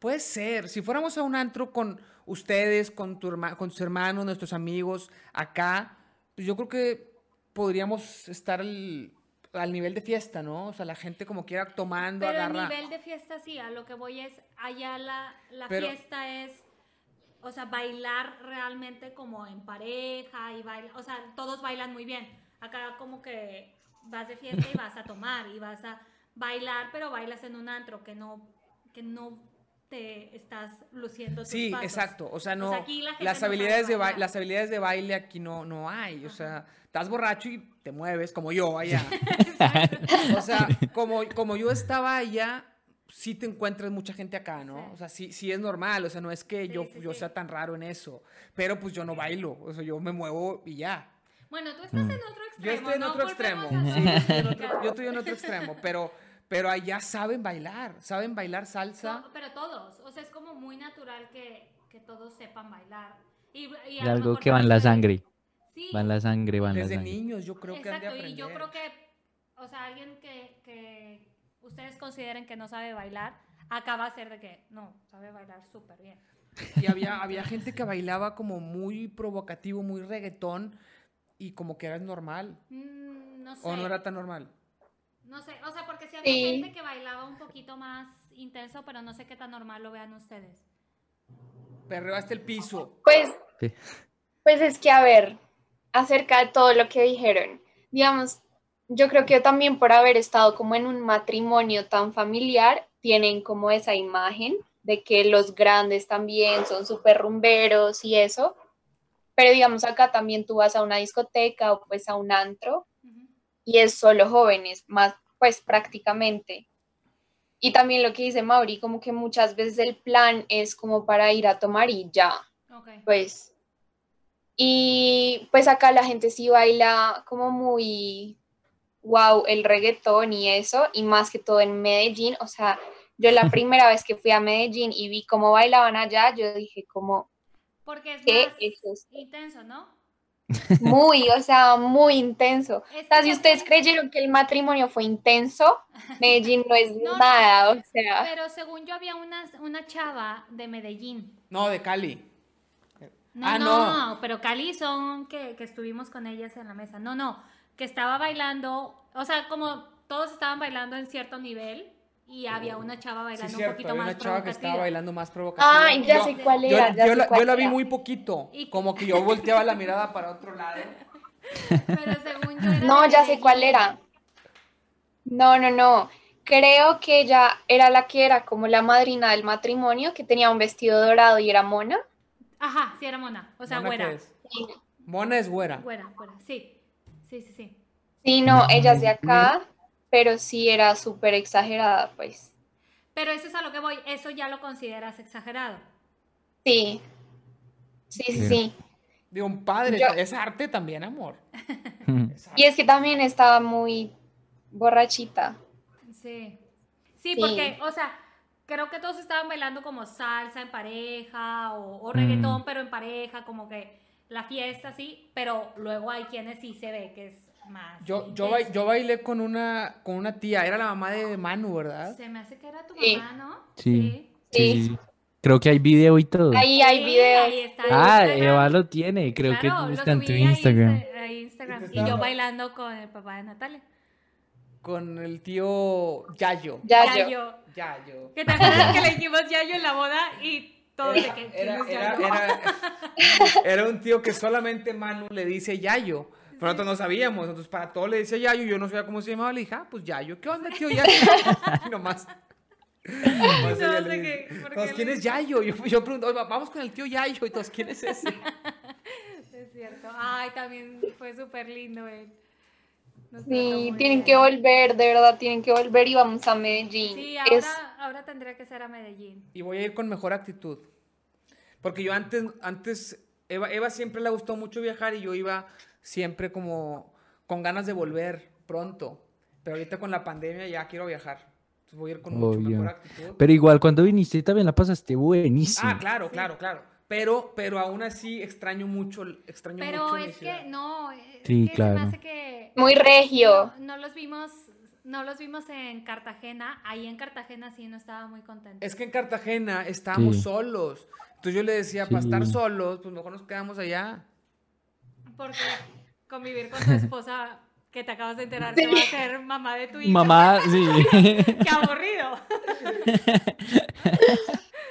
S1: puede ser. Si fuéramos a un antro con ustedes, con tu herma- con tus hermanos, nuestros amigos, acá, pues yo creo que podríamos estar al, al nivel de fiesta, ¿no? O sea, la gente como quiera tomando,
S3: Pero el
S1: agarra.
S3: nivel de fiesta sí, a lo que voy es, allá la, la
S1: Pero-
S3: fiesta es, o sea, bailar realmente como en pareja y baila, o sea, todos bailan muy bien. Acá como que vas de fiesta y vas a tomar y vas a bailar, pero bailas en un antro que no, que no te estás luciendo. tus
S1: Sí,
S3: pasos.
S1: exacto. O sea,
S3: Pues
S1: no.
S3: aquí la gente no
S1: las
S3: sabe
S1: habilidades de
S3: bailar.
S1: baile, las habilidades de baile aquí no, no hay. O sea, estás borracho y te mueves como yo allá. o sea, como, como yo estaba allá, sí te encuentras mucha gente acá, ¿no?
S3: Sí.
S1: O sea, sí, sí es normal. O sea, no es que
S3: Sí,
S1: yo,
S3: sí,
S1: yo
S3: sí.
S1: sea tan raro en eso. Pero pues yo no bailo. O sea, yo me muevo y ya.
S3: Bueno, tú estás en otro extremo.
S1: Yo estoy en
S3: ¿no?
S1: otro
S3: Volvemos
S1: extremo.
S3: a-
S1: Sí, yo estoy en otro-
S3: Claro.
S1: yo estoy en otro extremo. Pero, pero allá saben bailar. Saben bailar salsa.
S3: No, pero todos, o sea, es como muy natural que, que todos sepan bailar. Y, y a
S2: Es
S3: lo
S2: algo
S3: mejor
S2: que va en la
S3: parece-
S2: sangre.
S3: Sí,
S2: Va en la sangre, va en la
S1: Desde
S2: sangre.
S1: niños yo creo que han de
S3: exacto, y yo
S1: aprender.
S3: creo que, o sea, alguien que, que ustedes consideren que no sabe bailar, acaba de ser de que, no, sabe bailar súper bien.
S1: Y había, había gente que bailaba como muy provocativo, muy reggaetón, y como que era normal.
S3: Mm, no sé,
S1: O no era tan normal.
S3: no sé, o sea, porque si había
S4: Sí.
S3: gente que bailaba un poquito más intenso, pero no sé qué tan normal lo vean ustedes.
S1: Perreo hasta el piso.
S4: Pues,
S2: Sí.
S4: pues es que, a ver, acerca de todo lo que dijeron, digamos, yo creo que también por haber estado como en un matrimonio tan familiar, tienen como esa imagen de que los grandes también son súper rumberos y eso. Pero digamos, acá también tú vas a una discoteca o pues a un antro
S3: Ujú.
S4: y es solo jóvenes, más pues prácticamente. Y también lo que dice Mauri, como que muchas veces el plan es como para ir a tomar y ya
S3: Ok.
S4: pues. Y pues acá la gente sí baila como muy wow el reggaetón y eso, y más que todo en Medellín, o sea, yo la primera vez que fui a Medellín y vi cómo bailaban allá, yo dije como
S3: Porque es
S4: ¿Qué
S3: más
S4: es esto?
S3: intenso, ¿no?
S4: muy, o sea, muy intenso. O
S3: Es
S4: sea,
S3: que
S4: si
S3: acá-
S4: ustedes creyeron que el matrimonio fue intenso, Medellín no es
S3: No, no,
S4: nada, o sea,
S3: Pero según yo había una, una chava de Medellín.
S1: No, de Cali.
S3: No,
S1: Ah,
S3: no,
S1: no.
S3: pero Cali son que, que estuvimos con ellas en la mesa. No, no, que estaba bailando, o sea, como todos estaban bailando en cierto nivel y había una chava
S1: Oh. Sí,
S3: bailando
S1: es
S3: un
S1: cierto.
S3: poquito
S1: Había
S3: más
S1: una chava que estaba
S3: provocativa.
S1: bailando más provocativa.
S4: ay, ya
S1: Yo-
S4: sé cuál
S1: Yo,
S4: era, ya
S1: yo
S4: sé
S1: la,
S4: cuál
S1: yo la vi
S4: era.
S1: muy poquito.
S3: Y-
S1: Como que yo volteaba la mirada para otro lado.
S3: Pero según yo era
S4: No,
S3: de
S4: ya sé cuál
S3: Medellín.
S4: era. No, no, no. Creo que ella era la que era como la madrina del matrimonio, que tenía un vestido dorado y era mona.
S3: Ajá, sí era mona, o sea,
S1: ¿Mona
S3: güera.
S1: qué es? Mona es güera.
S3: Güera, güera, sí. Sí, sí, sí.
S4: Sí, no, ella es de acá. pero sí era súper exagerada, pues.
S3: Pero eso es a lo que voy, eso ya lo consideras exagerado.
S4: Sí, sí, sí,
S2: Mira.
S4: sí.
S1: De un padre,
S4: Yo-
S1: es arte también, amor. Es arte.
S4: Y es que también estaba muy borrachita.
S3: Sí. Sí,
S4: Sí.
S3: porque, o sea, creo que todos estaban bailando como salsa en pareja o, o
S2: Mm.
S3: reggaetón, pero en pareja, como que la fiesta, sí, pero luego hay quienes sí se ve que es más.
S1: Yo, yo,
S3: intenso.
S1: ba- yo bailé con una, con una tía, era la mamá de Manu, ¿verdad?
S3: Se me hace que era tu
S4: Sí.
S3: mamá, ¿no?
S2: Sí.
S4: Sí.
S2: Sí, sí. Creo que hay video y todo.
S4: Ahí hay
S3: Sí,
S4: videos.
S3: ahí está,
S2: ah,
S3: en Instagram.
S2: Eva lo tiene, creo
S3: Claro,
S2: que
S3: lo
S2: está en tu
S3: subí a
S2: Instagram.
S3: Insta- a Instagram.
S1: Este
S3: Y yo
S1: estaba-
S3: bailando con el papá de Natalia.
S1: Con el tío Yayo.
S4: Ya yo.
S3: Yayo.
S1: Yayo.
S3: Que te acuerdas que le dijimos Yayo en la boda y todo de que
S1: Era,
S3: ¿quién es
S1: era-
S3: Yayo?
S1: era- era un tío que solamente Manu le dice Yayo. Pero nosotros no sabíamos, entonces para todo le dice Yayo, yo no sabía cómo se llamaba, le dije, ah, pues Yayo, ¿qué onda, tío Yayo? Y nomás. nomás
S3: No
S1: ella
S3: sé
S1: le
S3: qué,
S1: dice,
S3: por qué
S1: Todos,
S3: le
S1: ¿quién es
S3: dice?
S1: Yayo? Yo, yo pregunto, "Oye, va- vamos con el tío Yayo, y todos, ¿quién es ese?
S3: Es cierto. Ay, también fue súper lindo él. Nos trató
S4: Sí,
S3: muy
S4: tienen
S3: bien.
S4: que volver, de verdad, tienen que volver y vamos a Medellín.
S3: Sí,
S4: Es-
S3: ahora, ahora tendría que ser a Medellín.
S1: Y voy a ir con mejor actitud. Porque yo antes, antes Eva, Eva siempre le gustó mucho viajar y yo iba siempre como con ganas de volver pronto. Pero ahorita con la pandemia ya quiero viajar. Entonces voy a ir con mucho
S2: Obvio.
S1: mejor actitud.
S2: Oh, Pero igual cuando viniste también la pasaste buenísimo.
S1: ah, claro,
S3: Sí.
S1: claro, claro. Pero, pero aún así extraño mucho, extraño mucho
S3: Pero
S1: mi
S3: es
S1: ciudad.
S3: que no, eh, es
S2: Sí,
S3: que se
S2: claro.
S3: me hace que
S4: Muy regio.
S3: no, no los vimos, no los vimos en Cartagena. Ahí en Cartagena sí no estaba muy contento.
S1: Es que en Cartagena estábamos
S2: Sí.
S1: solos. Entonces yo le decía, para
S2: Sí.
S1: estar solos, pues mejor nos quedamos allá.
S3: Porque convivir con tu esposa que te acabas de enterar que va a ser mamá de tu hija.
S2: Mamá, sí.
S3: Qué aburrido.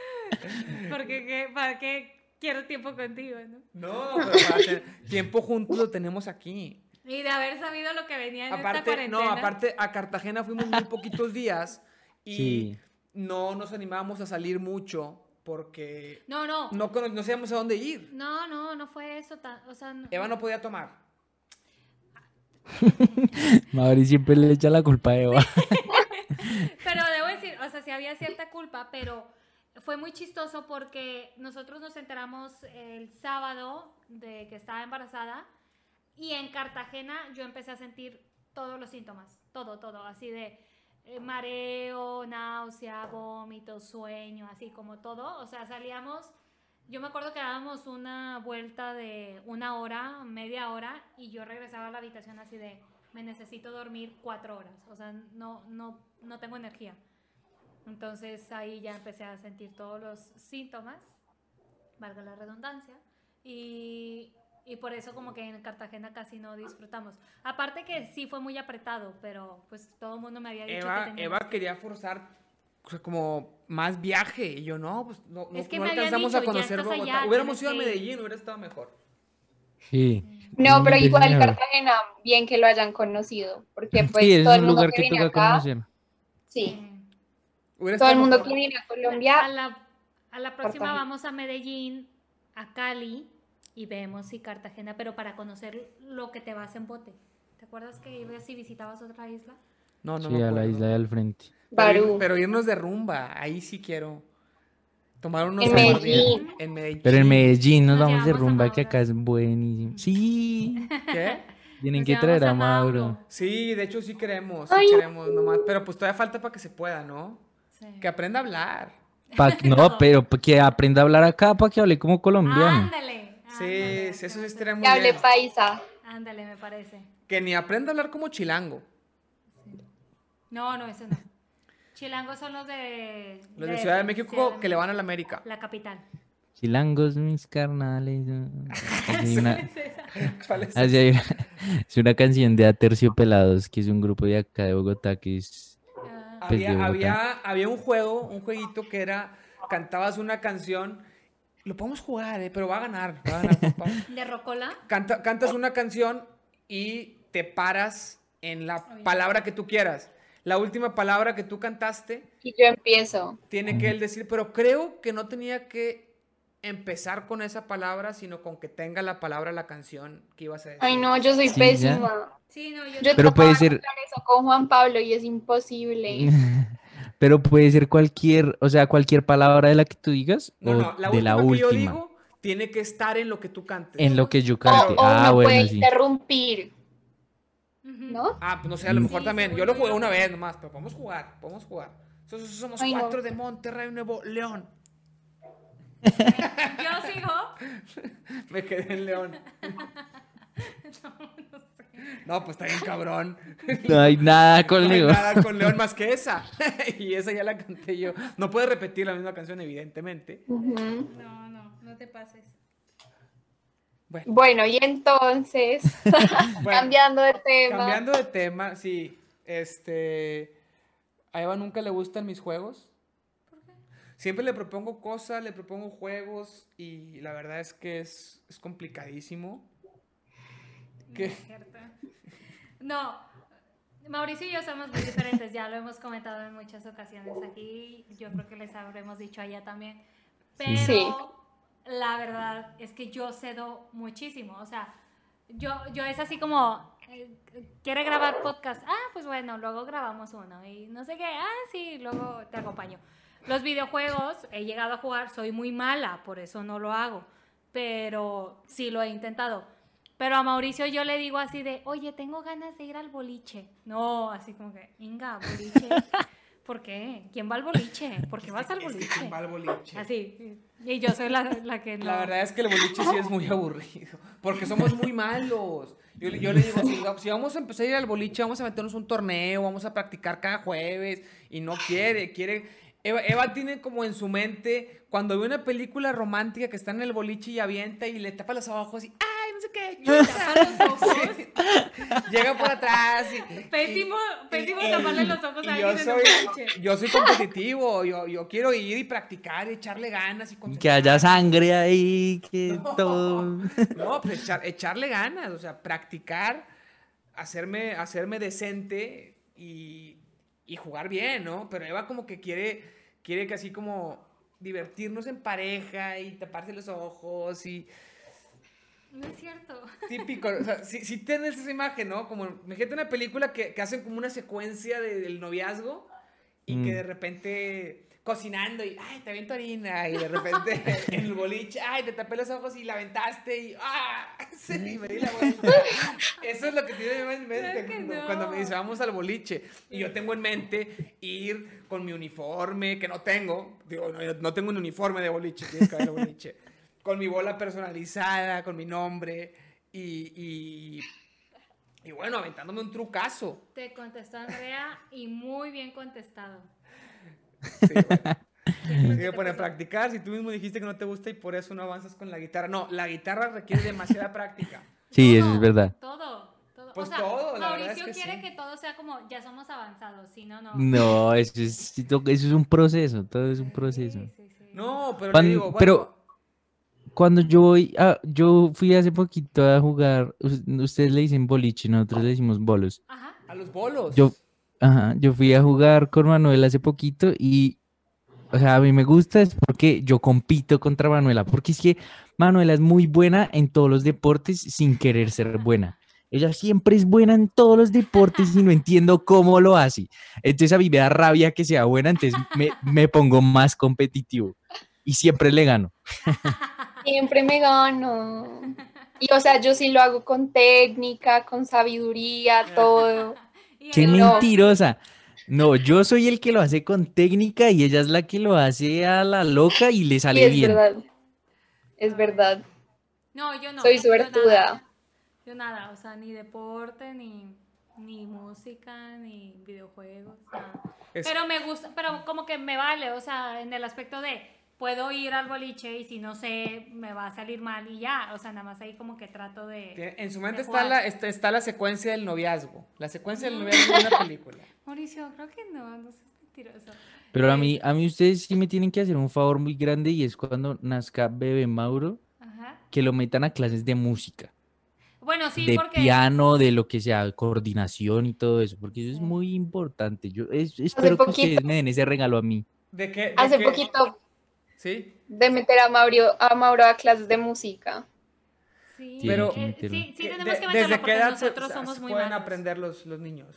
S3: Porque ¿qué- para qué quiero tiempo contigo, ¿no?
S1: No, pero para tener tiempo juntos lo tenemos aquí.
S3: Y de haber sabido lo que venía en esta
S1: Aparte, no,
S3: cuarentena.
S1: aparte a Cartagena fuimos muy poquitos días y
S2: Sí.
S1: no nos animábamos a salir mucho porque
S3: No, no.
S1: no, cono- no sabíamos a dónde ir.
S3: No, no, no fue eso. tan- o sea, no-
S1: Eva no podía tomar.
S2: Mauri siempre le echa la culpa a Eva.
S3: Pero debo decir, o sea, sí había cierta culpa, pero fue muy chistoso porque nosotros nos enteramos el sábado de que estaba embarazada y en Cartagena yo empecé a sentir todos los síntomas, todo, todo, así de eh, mareo, náusea, vómito, sueño, así como todo. O sea, salíamos, yo me acuerdo que dábamos una vuelta de una hora, media hora, y yo regresaba a la habitación así de, me necesito dormir cuatro horas, o sea, no, no, no tengo energía. Entonces ahí ya empecé a sentir todos los síntomas, valga la redundancia, y, y por eso como que en Cartagena casi no disfrutamos. Aparte que sí fue muy apretado, pero pues todo el mundo me había dicho que
S1: Eva,
S3: teníamos
S1: Eva quería forzar o sea, como más viaje y yo no, pues no, no-
S3: Es que
S1: no
S3: me habían
S1: alcanzamos a
S3: dicho, ya
S1: conocer
S3: estás
S1: Bogotá.
S3: allá,
S1: Hubiéramos ido a
S3: tienes que ir.
S1: Medellín, hubiera estado mejor.
S2: Sí.
S4: No, pero
S2: Sí,
S4: igual
S2: señor.
S4: Cartagena, bien que lo hayan conocido, porque pues
S2: sí, es
S4: todo el
S2: un
S4: mundo
S2: lugar
S4: que
S2: que
S4: viene
S2: toca
S4: acá,
S2: conocer.
S4: sí,
S3: Mm.
S1: Hubiera
S4: todo el
S1: estado
S4: mundo
S1: mejor.
S4: que viene a
S3: A
S4: Colombia,
S3: la, a la próxima
S4: Cartagena.
S3: vamos a Medellín, a Cali y vemos si Cartagena, pero para conocer lo que te vas en bote. ¿Te acuerdas que ibas y visitabas otra isla?
S1: No, no,
S2: Sí,
S1: me
S2: a la
S1: acuerdo.
S2: isla de al frente.
S1: Pero, ir-
S4: Barú.
S1: pero irnos de rumba, ahí sí quiero. Tomar unos
S4: En
S1: aguardientes
S4: Medellín.
S1: en Medellín.
S2: Pero en Medellín nos
S3: Nos
S2: vamos de
S3: llevamos a
S2: rumba, que
S3: Mauro.
S2: acá es buenísimo. Sí,
S1: ¿Qué?
S2: tienen
S3: Nos
S2: que
S3: llevamos
S2: traer a
S3: Mauro.
S2: Mauro.
S1: Sí, de hecho sí queremos, sí
S4: Ay.
S1: queremos nomás, pero pues todavía falta para que se pueda, ¿no?
S3: Sí.
S1: Que aprenda a hablar.
S2: Pa- no, pero pa- que aprenda a hablar acá para que hable como colombiano.
S3: Ándale.
S4: Ah,
S3: ándale,
S1: Sí, sí, eso sí
S3: espérate.
S1: estaría muy
S4: que hable
S1: bien.
S4: paisa.
S3: Ándale, me parece.
S1: Que ni aprenda a hablar como chilango.
S3: No, no, eso no. Chilangos son los de...
S1: Los de Ciudad de México que le van a la América.
S3: La capital.
S2: Chilangos, mis carnales. Así hay una-
S1: ¿Cuál es?
S2: así hay una- es una canción de Aterciopelados, que es un grupo de acá de Bogotá, que es...
S3: Ah,
S2: Pues de
S1: Había,
S2: Bogotá.
S1: había, había un juego, un jueguito que era, cantabas una canción, lo podemos jugar, eh, pero va a ganar, va a ganar Juan Pablo.
S3: ¿De Rocola?
S1: Canta- cantas una canción y te paras en la palabra que tú quieras. La última palabra que tú cantaste
S4: Y yo empiezo.
S1: tiene que él decir, pero creo que no tenía que empezar con esa palabra, sino con que tenga la palabra la canción que ibas a decir.
S4: Ay, no, yo soy
S2: Sí, ya.
S4: pésima.
S3: Sí, no, yo,
S4: Yo
S2: Pero puede
S4: trataba de
S2: ser-
S4: arreglar eso con Juan Pablo y es imposible.
S2: Pero puede ser cualquier, o sea, cualquier palabra de la que tú digas
S1: No,
S2: o
S1: no, la
S2: de
S1: última
S2: la
S1: que yo
S2: última,
S1: digo tiene que estar en lo que tú cantes.
S2: en lo que yo
S4: O,
S2: cante.
S4: o
S2: ah,
S4: uno
S2: bueno,
S4: puede
S2: sí.
S4: interrumpir,
S3: Ujú.
S4: ¿no?
S1: Ah, pues no sé, a lo
S2: Mm.
S1: mejor
S3: Sí,
S1: también.
S3: según
S1: Yo lo
S3: yo
S1: jugué
S3: ya.
S1: una vez nomás, pero podemos jugar, podemos jugar. Nosotros somos
S4: Ay, no.
S1: cuatro de Monterrey, Nuevo León.
S3: Yo sigo.
S1: Me quedé en León. No, pues está bien cabrón.
S2: No hay nada
S1: No hay
S2: conmigo.
S1: nada con León más que esa. Y esa ya la canté yo. No puedes repetir la misma canción, evidentemente.
S4: Ujú.
S3: No, no, no te pases.
S1: Bueno,
S4: Bueno, y entonces,
S1: bueno,
S4: cambiando de tema,
S1: cambiando de tema, sí. Este. A Eva nunca le gustan mis juegos. Siempre le propongo cosas, le propongo juegos y la verdad es que es, es complicadísimo. ¿Qué?
S3: No, es cierto. No, Mauricio y yo somos muy diferentes, ya lo hemos comentado en muchas ocasiones aquí, yo creo que les habremos dicho allá también, pero
S4: Sí.
S3: la verdad es que yo cedo muchísimo, o sea, yo, yo es así como, eh, quiere grabar podcast, ah, pues bueno, luego grabamos uno y no sé qué, ah, sí, luego te acompaño. Los videojuegos he llegado a jugar, soy muy mala, por eso no lo hago, pero sí lo he intentado. Pero a Mauricio yo le digo así de, oye, tengo ganas de ir al boliche. No, así como que, inga, boliche. ¿Por qué? ¿Quién va al boliche? ¿Por qué vas al
S1: Es que
S3: boliche?
S1: va al boliche.
S3: Así. Y yo soy la, la que no.
S1: La verdad es que el boliche sí es muy aburrido, porque somos muy malos. Yo, le- yo le digo, si, si vamos a empezar a ir al boliche, vamos a meternos un torneo, vamos a practicar cada jueves, y no quiere, quiere... Eva, Eva tiene como en su mente, cuando ve una película romántica que está en el boliche y avienta y le tapa los ojos y, ay, no sé qué, chuta".
S3: Tapa los ojos.
S1: llega por atrás y...
S3: Pésimo, pésimo
S1: y-
S3: taparle los ojos
S1: y
S3: a
S1: yo
S3: alguien en un
S1: soy,
S3: boliche.
S1: yo soy competitivo, yo, yo quiero ir y practicar, echarle ganas y
S2: Que haya sangre ahí, que todo.
S1: No, pues echar- echarle ganas, o sea, practicar, hacerme, hacerme decente y, y jugar bien, ¿no? Pero Eva como que quiere, quiere que así como divertirnos en pareja y taparse los ojos y
S3: No es cierto.
S1: típico, o sea, si, tienes esa imagen, ¿no? Como, imagínate una película que, que hacen como una secuencia de- del noviazgo y que
S2: Mm.
S1: de repente cocinando y, ay, te aviento harina y de repente en el boliche, ay, te tapé los ojos y la aventaste y, ah, sí, y me di la vuelta. Eso es lo que tiene Eva en mente
S3: Claro que
S1: cuando,
S3: no.
S1: cuando me dice, vamos al boliche. Y yo tengo en mente ir con mi uniforme, que no tengo, digo, no, no tengo un uniforme de boliche, tienes que haber un boliche, con mi bola personalizada, con mi nombre y, y, y bueno, aventándome un trucazo.
S3: Te contestó Andrea y muy bien contestado.
S1: Sí, bueno.
S3: Porque
S1: Sí,
S3: te
S1: para
S3: puso-
S1: practicar, si tú mismo dijiste que no te gusta y por eso no avanzas con la guitarra. No, la guitarra requiere demasiada práctica.
S2: Sí, eso
S3: Todo,
S2: es verdad.
S3: Todo, todo.
S1: Pues
S3: o sea,
S1: todo, la verdad es
S3: Mauricio
S1: que
S3: quiere
S1: sí.
S3: que todo sea como ya somos avanzados, si no, no.
S2: No, eso es, eso es un proceso, todo Mm, es un proceso.
S3: Sí, sí, sí.
S1: No, pero
S2: Pan-
S1: le digo, bueno,
S2: pero- Cuando yo voy a, yo fui hace poquito a jugar, us- ustedes le dicen boliche, nosotros le decimos bolos.
S3: Ajá.
S1: a los bolos.
S2: Yo, ajá, yo fui a jugar con Manuel hace poquito y, o sea, a mí me gusta es porque yo compito contra Manuela, porque es que Manuela es muy buena en todos los deportes sin querer ser buena. Ella siempre es buena en todos los deportes y no entiendo cómo lo hace. Entonces a mí me da rabia que sea buena, entonces me, me pongo más competitivo y siempre le gano.
S4: siempre me gano. Y o sea, yo sí lo hago con técnica, con sabiduría, todo.
S3: Y
S2: ¡Qué
S3: el-
S4: no.
S2: mentirosa! No, yo soy el que lo hace con técnica y ella es la que lo hace a la loca y le
S4: Sí,
S2: sale
S4: es
S2: bien.
S4: verdad. Es verdad.
S3: No, yo no.
S4: Soy
S3: yo- yo nada,
S4: suertuda.
S3: Yo nada, o sea, ni deporte, ni, ni música, ni videojuegos, nada.
S1: Es-
S3: Pero me gusta, pero como que me vale, o sea, en el aspecto de puedo ir al boliche y si no sé, me va a salir mal y ya, o sea, nada más ahí como que trato de...
S1: tiene- en su mente
S3: de
S1: está
S3: jugar.
S1: la, está, está la secuencia del noviazgo. La secuencia del noviazgo de una película.
S3: Mauricio, creo que no, no seas mentiroso.
S2: Pero a
S3: Eh,
S2: mí, a mí ustedes sí me tienen que hacer un favor muy grande y es cuando nazca bebé Mauro,
S3: Ajá.
S2: que lo metan a clases de música,
S3: Bueno, sí,
S2: de
S3: porque...
S2: piano, de lo que sea, coordinación y todo eso, porque eso es
S3: Sí.
S2: muy importante. Yo es- espero que
S4: poquito-
S2: ustedes me den ese regalo a mí.
S1: ¿De qué? de
S4: Hace
S1: qué-
S4: poquito
S1: ¿Sí?
S4: de meter a Mauro, a Mauro a clases de música.
S3: Sí,
S1: Pero-
S3: eh,
S2: Tienen que
S3: sí, sí
S1: Que-
S3: tenemos
S1: de-
S3: que meterlo
S1: ¿Desde qué
S3: porque
S1: edad se-
S3: nosotros
S1: se-
S3: somos
S1: se
S3: muy
S1: pueden
S3: malos.
S1: aprender los, los niños?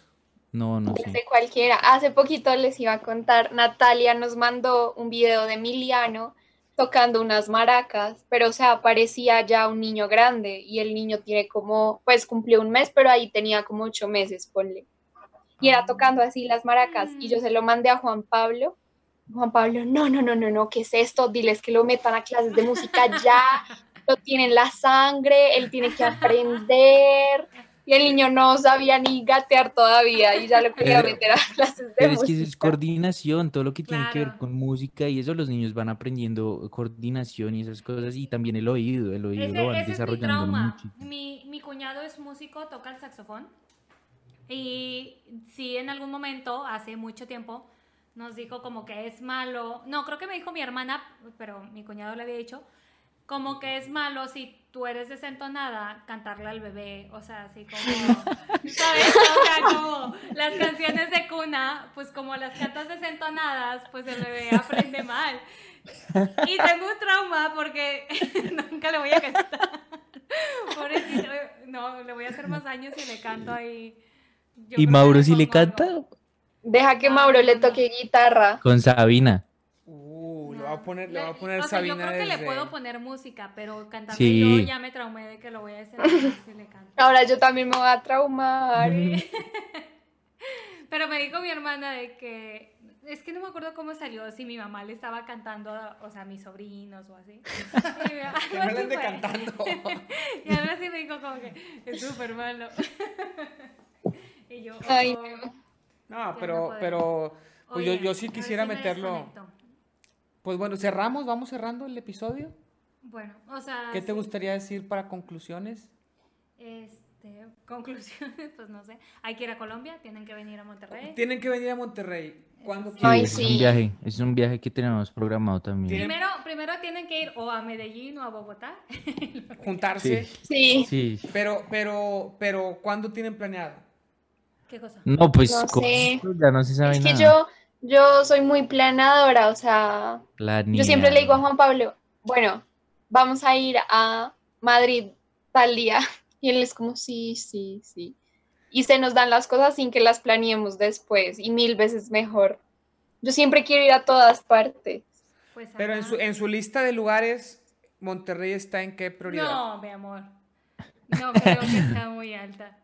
S2: No, no sé.
S4: Desde cualquiera. Hace poquito les iba a contar, Natalia nos mandó un video de Emiliano tocando unas maracas, pero o sea, parecía ya un niño grande y el niño tiene como, pues cumplió un mes, pero ahí tenía como ocho meses, ponle. Y era tocando así las maracas y yo se lo mandé a Juan Pablo. Juan Pablo, no, no, no, no, no, ¿qué es esto? Diles que lo metan a clases de música ya, lo tiene en la sangre, él tiene que aprender. Y el niño no sabía ni gatear todavía y ya lo quería
S2: Pero-
S4: meter a clases de
S2: Pero es que
S4: música.
S2: eso es coordinación, todo lo que tiene que ver
S3: Claro.
S2: con música y eso los niños van aprendiendo coordinación y esas cosas y también el oído, el oído
S3: Ese,
S2: lo van
S3: ese es mi
S2: desarrollando
S3: trauma.
S2: mucho.
S3: Mi, mi cuñado es músico, toca el saxofón. Y sí, en algún momento, hace mucho tiempo, nos dijo como que es malo. No, creo que me dijo mi hermana, pero mi cuñado le había dicho, como que es malo si tú eres desentonada cantarle al bebé. O sea, así como, ¿sabes? O sea, como las canciones de cuna, pues como las cantas desentonadas, pues el bebé aprende mal. Y tengo un trauma porque nunca le voy a cantar. Pobrecito, no, le voy a hacer más años si le canto ahí. Yo
S2: Y
S3: creo que
S2: Mauro si le
S3: pongo
S2: canta
S3: algo.
S4: Deja que
S3: Ah,
S4: Mauro le
S3: no, no.
S4: toque guitarra.
S2: con Sabina.
S1: Uh, le
S3: No,
S1: va a poner, le va a
S3: le-
S1: poner
S3: o sea,
S1: Sabina
S3: Yo creo que
S1: desde...
S3: le puedo poner música, pero cantarle
S2: Sí.
S3: yo ya me traumé de que lo voy a hacer si le canto.
S4: Ahora yo también me voy a traumar.
S2: Mm.
S3: Pero me dijo mi hermana de que. Es que no me acuerdo cómo salió, si mi mamá le estaba cantando, o sea, a mis sobrinos o así. Y mi- algo
S1: Que no le
S3: así
S1: ande
S3: fue.
S1: cantando.
S3: Y ahora sí me dijo como que es súper malo. y yo,
S4: Ay,
S3: oh,
S1: No,
S3: no
S1: pero,
S3: podemos.
S1: pero, pues yo-
S3: oigan,
S1: yo sí
S3: ahora
S1: quisiera
S3: me
S1: meterlo.
S3: desconecto.
S1: pues bueno, cerramos, vamos cerrando el episodio.
S3: Bueno, o sea,
S1: ¿Qué te
S3: sí,
S1: gustaría decir para conclusiones?
S3: Este, conclusiones, pues no sé. Hay que ir a Colombia, tienen que venir a Monterrey.
S1: Tienen que venir a Monterrey. Cuando quieran.
S3: ¿Eh? Sí.
S4: Ay,
S2: es un
S4: sí.
S2: viaje, es un viaje que tenemos programado también.
S1: Tiene-
S3: Primero, primero tienen que ir o a Medellín o a Bogotá.
S1: Juntarse.
S4: Sí,
S2: Sí.
S1: Pero, pero, pero, ¿cuándo tienen planeado?
S3: ¿Qué cosa?
S1: Mm.
S2: No, pues
S4: No
S2: con
S4: sé.
S2: esto ya no se sabe
S4: es que
S2: nada.
S4: yo, yo soy muy planadora, o sea, yo siempre le digo a
S2: Planeado.
S4: Juan Pablo, bueno, vamos a ir a Madrid tal día. Y él es como, sí, sí, sí. Y se nos dan las cosas sin que las planeemos después y mil veces mejor. Yo siempre quiero ir a todas partes.
S3: Pues
S1: Pero en
S3: ajá.
S1: su, en su lista de lugares, Monterrey está en qué prioridad.
S3: No, mi amor. No creo que está muy alta.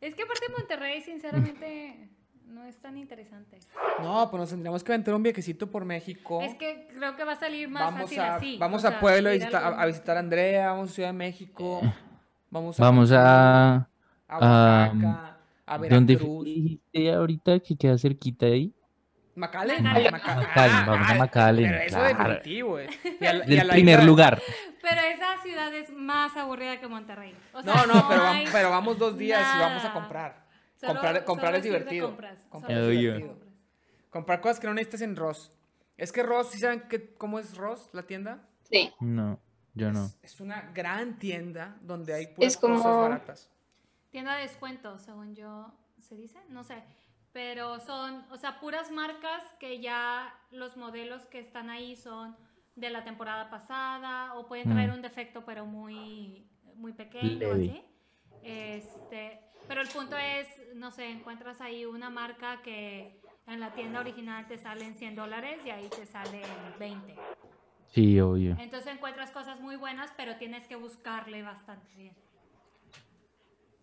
S3: Es que aparte Monterrey, sinceramente, no es tan interesante.
S1: No, pues nos tendríamos que aventar un viajecito por México.
S3: Es que creo que va a salir más
S1: Vamos
S3: fácil
S1: a,
S3: así.
S1: vamos
S3: o
S1: a
S3: sea,
S1: Pueblo a
S3: ir
S1: visita- a- a
S3: algún-
S1: visitar, a, Andrea, vamos a Ciudad de México. Vamos a,
S2: Eh. Vamos a um,
S1: a
S2: a-
S1: Oaxaca, a
S2: donde
S1: Veracruz.
S2: dijiste ahorita que queda cerquita ahí.
S1: Macale,
S3: Macalen.
S2: Macalen, vamos
S3: Ah,
S2: a Macalen,
S1: Pero eso
S2: claro.
S1: definitivo, eh. Y al- y
S2: Del
S1: al
S2: primer
S1: ladito-
S2: lugar.
S3: Pero esa ciudad es más aburrida que Monterrey. O sea,
S1: No, no, pero, vam-
S3: hay-
S1: pero vamos dos días y vamos a
S3: nada.
S1: comprar.
S3: solo-
S1: comprar comprar
S3: solo
S1: es
S3: ir de
S1: divertido.
S3: compras,
S1: Comprar
S3: solo
S2: es
S3: ir de
S2: divertido.
S3: compras.
S1: Comprar cosas que no necesitas en Ross. Es que Ross, ¿sí saben qué- cómo es Ross, la tienda?
S4: Sí.
S2: No, yo no.
S1: Es, es una gran tienda donde hay puras
S4: Es como-
S1: cosas baratas.
S3: Tienda de descuento, según yo, ¿se dice? No sé. Pero son, o sea, puras marcas que ya los modelos que están ahí son de la temporada pasada o pueden traer
S2: Mm.
S3: un defecto pero muy, muy pequeño,
S2: Leve.
S3: así. Este, pero el punto es, no sé, encuentras ahí una marca que en la tienda original te salen 100 dólares y ahí te salen 20.
S2: Sí, obvio.
S3: Entonces encuentras cosas muy buenas, pero tienes que buscarle bastante bien.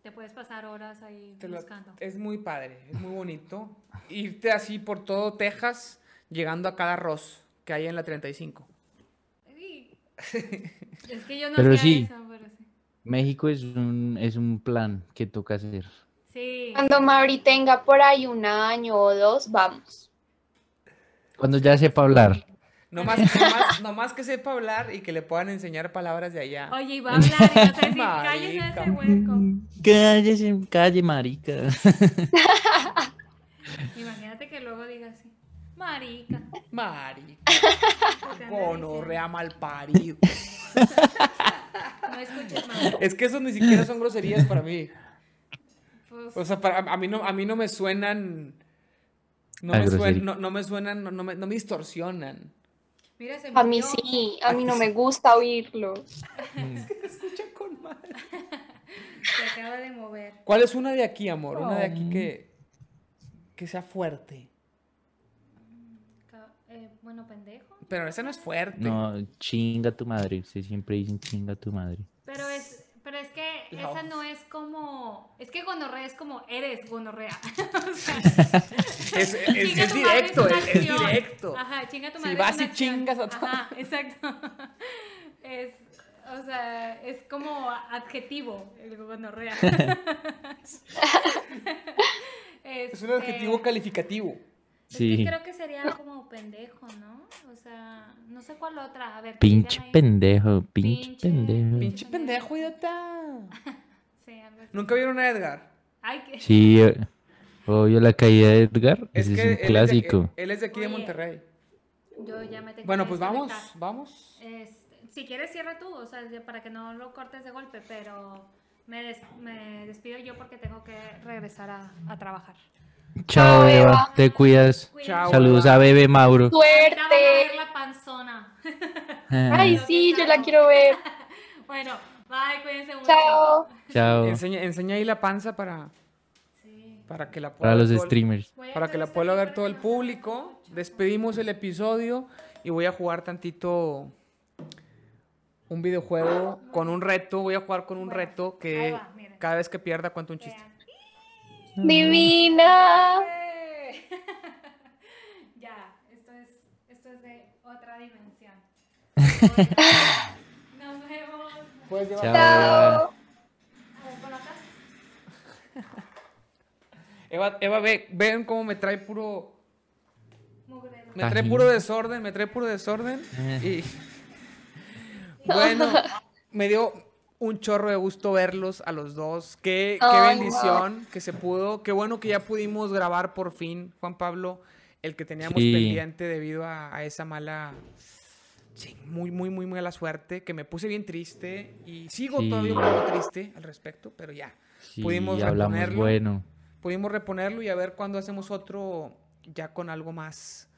S3: Te puedes pasar horas ahí
S1: Te lo- eh.
S3: buscando.
S1: es muy padre, es muy bonito. Irte así por todo Texas, llegando a cada Ross que hay en la 35.
S3: Sí. Es que yo no
S2: Pero
S3: hacía
S2: sí.
S3: eso, pero sí.
S2: México es un, es un plan que toca hacer.
S3: Sí.
S4: Cuando Mauri tenga por ahí un año o dos, vamos.
S2: Cuando ya sepa hablar.
S1: Nomás, nomás, nomás que sepa hablar y que le puedan enseñar palabras de allá.
S3: Oye, iba a hablar y vas a decir,
S1: Marica.
S3: cállese a ese hueco.
S2: Cállese, calle, marica.
S3: Imagínate que luego diga así, marica.
S1: Mari,
S3: ¿qué te andan
S1: Oh, gonorrea mal parido.
S3: diciendo? No escuches más.
S1: Es que eso ni siquiera son groserías para mí.
S3: Pues,
S1: O sea, para, a, mí no, a mí no me suenan. No
S2: Ah,
S1: me, suen-
S2: grosería.
S1: no, no me suenan, no, no me, no me distorsionan.
S3: Mira, se
S4: A mí
S3: murió.
S4: sí, a mí no me gusta oírlo.
S1: Se escucha con madre.
S3: Se acaba de mover.
S1: ¿Cuál es una de aquí, amor? Una de
S2: Oh.
S1: aquí que, que sea fuerte.
S3: Ca- eh, bueno, pendejo.
S1: Pero esa no es fuerte.
S2: No, chinga tu madre. Ustedes siempre dicen chinga tu madre.
S3: Pero es, pero es que
S1: La
S3: esa
S1: hoja.
S3: no es como. Es que gonorrea es como eres gonorrea. O sea,
S1: Es, es- es
S3: chinga tu madre
S1: directo,
S3: una
S1: es, es
S3: acción. Ah,
S1: directo.
S3: Ajá, chinga tu
S1: Si
S3: madre.
S1: vas
S3: es una
S1: y
S3: acción.
S1: chingas a todos.
S3: Ajá, exacto. Es, o sea, es como adjetivo el gonorrea.
S1: Es un adjetivo
S3: Este,
S1: calificativo.
S3: es que
S2: Sí.
S3: creo que sería como pendejo, ¿no? O sea, no sé cuál otra. A ver, que
S2: Pinche
S3: digan ahí.
S2: pendejo, pinche
S3: Pinche-
S2: pendejo.
S1: Pinche pendejo, idiota.
S3: Sí, algo así.
S1: ¿Nunca vieron a Edgar?
S3: Ay, que-
S2: Sí, eh, obvio la caída de Edgar.
S1: Es
S2: ese
S1: que
S2: es un
S1: él es de-
S2: clásico.
S1: él es de aquí de
S3: Oye.
S1: Monterrey.
S3: Yo ya me tengo
S1: Bueno,
S3: que
S1: pues vamos,
S3: desconectar.
S1: vamos.
S3: Este, si quieres, cierra tú, o sea, de- para que no lo cortes de golpe, pero me, des- me despido yo porque tengo que regresar a, a trabajar.
S2: Chao,
S4: Chao,
S2: Eva.
S4: Eva.
S2: Te cuidas.
S3: Cuídense.
S1: Chao.
S2: Saludos a Bebe Mauro.
S3: Ahorita van a ver
S4: ¡Suerte!
S3: la panzona.
S2: Ah.
S4: Ay, sí, yo la quiero ver.
S3: Bueno, bye, cuídense mucho.
S4: Chao.
S2: Chao.
S1: Enseña, enseña ahí la panza para,
S3: Sí.
S1: para que la pueda
S2: Para
S1: ver
S2: los
S1: todo el-
S2: streamers.
S3: Voy a
S1: Para
S3: hacer
S1: que la
S3: esto
S1: pueda
S3: aquí
S1: ver
S3: para
S1: todo
S3: que
S1: el
S3: no se vea
S1: público.
S3: mucho.
S1: Despedimos el episodio y voy a jugar tantito un videojuego con un reto. Voy a jugar con un
S3: Bueno,
S1: reto
S3: ahí
S1: que
S3: va, miren.
S1: cada vez que pierda cuento un chiste.
S3: Vean.
S4: Divina.
S3: ya, esto es, esto es de otra dimensión. Bueno, nos vemos.
S1: Puedes llevar-
S2: Chao.
S4: Chao.
S3: A ver, por acá.
S1: Eva, Eva ve, ven cómo me trae puro.
S3: Mugrero.
S1: Me trae
S2: Tajín.
S1: puro desorden, me trae puro desorden. Y. Bueno, me dio un chorro de gusto verlos a los dos. Qué, qué
S4: Ay,
S1: bendición que se pudo. Qué bueno que ya pudimos grabar por fin, Juan Pablo, el que teníamos
S2: Sí.
S1: pendiente debido a, a esa mala. Sí, muy, muy, muy mala suerte, que me puse bien triste y sigo
S2: Sí.
S1: todavía un poco triste al respecto, pero ya.
S2: Sí,
S1: Pudimos
S2: hablamos
S1: reponerlo.
S2: bueno.
S1: pudimos reponerlo y a ver cuándo hacemos otro ya con algo más,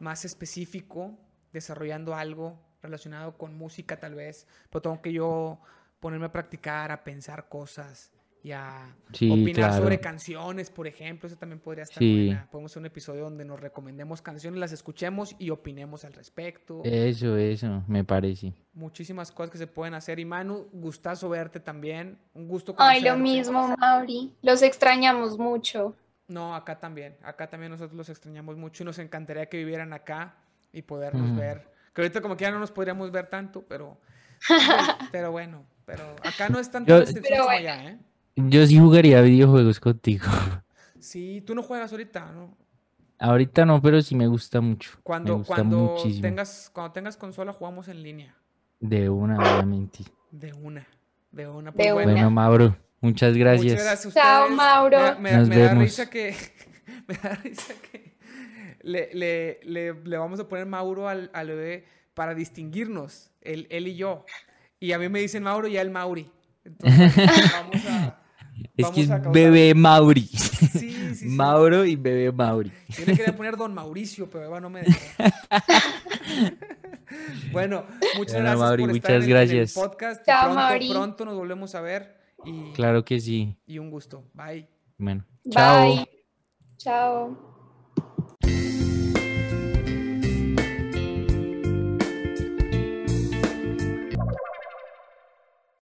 S1: más específico, desarrollando algo relacionado con música tal vez, pero tengo que yo ponerme a practicar, a pensar cosas y a
S2: Sí,
S1: opinar
S2: claro.
S1: sobre canciones, por ejemplo, eso también podría estar
S2: Sí.
S1: buena. Podemos hacer un episodio donde nos recomendemos canciones, las escuchemos y opinemos al respecto.
S2: Eso, eso, me parece.
S1: Muchísimas cosas que se pueden hacer. Y Manu, gustazo verte también. Un gusto
S4: Ay, lo
S1: conocerte.
S4: mismo, Mauri. Los extrañamos mucho.
S1: No, acá también. Acá también nosotros los extrañamos mucho y nos encantaría que vivieran acá y podernos
S2: Mm.
S1: ver. Que ahorita como que ya no nos podríamos ver tanto, pero pero bueno, pero acá no es tanto
S2: Yo-
S1: restricción
S4: Pero
S1: como
S4: bueno.
S1: allá, ¿eh?
S2: Yo sí jugaría videojuegos contigo.
S1: Sí, tú no juegas ahorita, ¿no?
S2: Ahorita no, pero sí me gusta mucho. Me
S1: Cuando
S2: gusta
S1: cuando
S2: muchísimo.
S1: tengas cuando tengas consola jugamos en línea,
S2: De una, obviamente.
S1: de una, de una. Pues
S4: De
S2: Bueno,
S4: Bueno.
S2: Mauro, muchas gracias.
S1: Muchas gracias a
S4: Chao,
S1: ustedes.
S4: Mauro.
S1: Me, me-
S2: Nos
S1: me da
S2: vemos.
S1: risa que. Me da risa que. Le, le- le- le vamos a poner Mauro al, al bebé para distinguirnos, él, él y yo. Y a mí me dicen Mauro y a él Mauri. Entonces, vamos a.
S2: Es que
S1: vamos
S2: es
S1: a causar-
S2: bebé Mauri.
S1: Sí, sí, sí.
S2: Mauro y bebé Mauri.
S1: Yo le quería poner Don Mauricio, pero Eva no me dejó. bueno, muchas
S2: Bueno,
S1: gracias
S2: Mauri,
S1: por estar en
S2: muchas
S1: el- en
S2: gracias.
S1: el podcast. y
S4: Chao,
S1: pronto,
S4: Mauri.
S1: pronto nos volvemos a ver. Y,
S2: Claro que sí.
S1: y un gusto. Bye.
S2: Bueno, chao.
S4: Bye. Chao.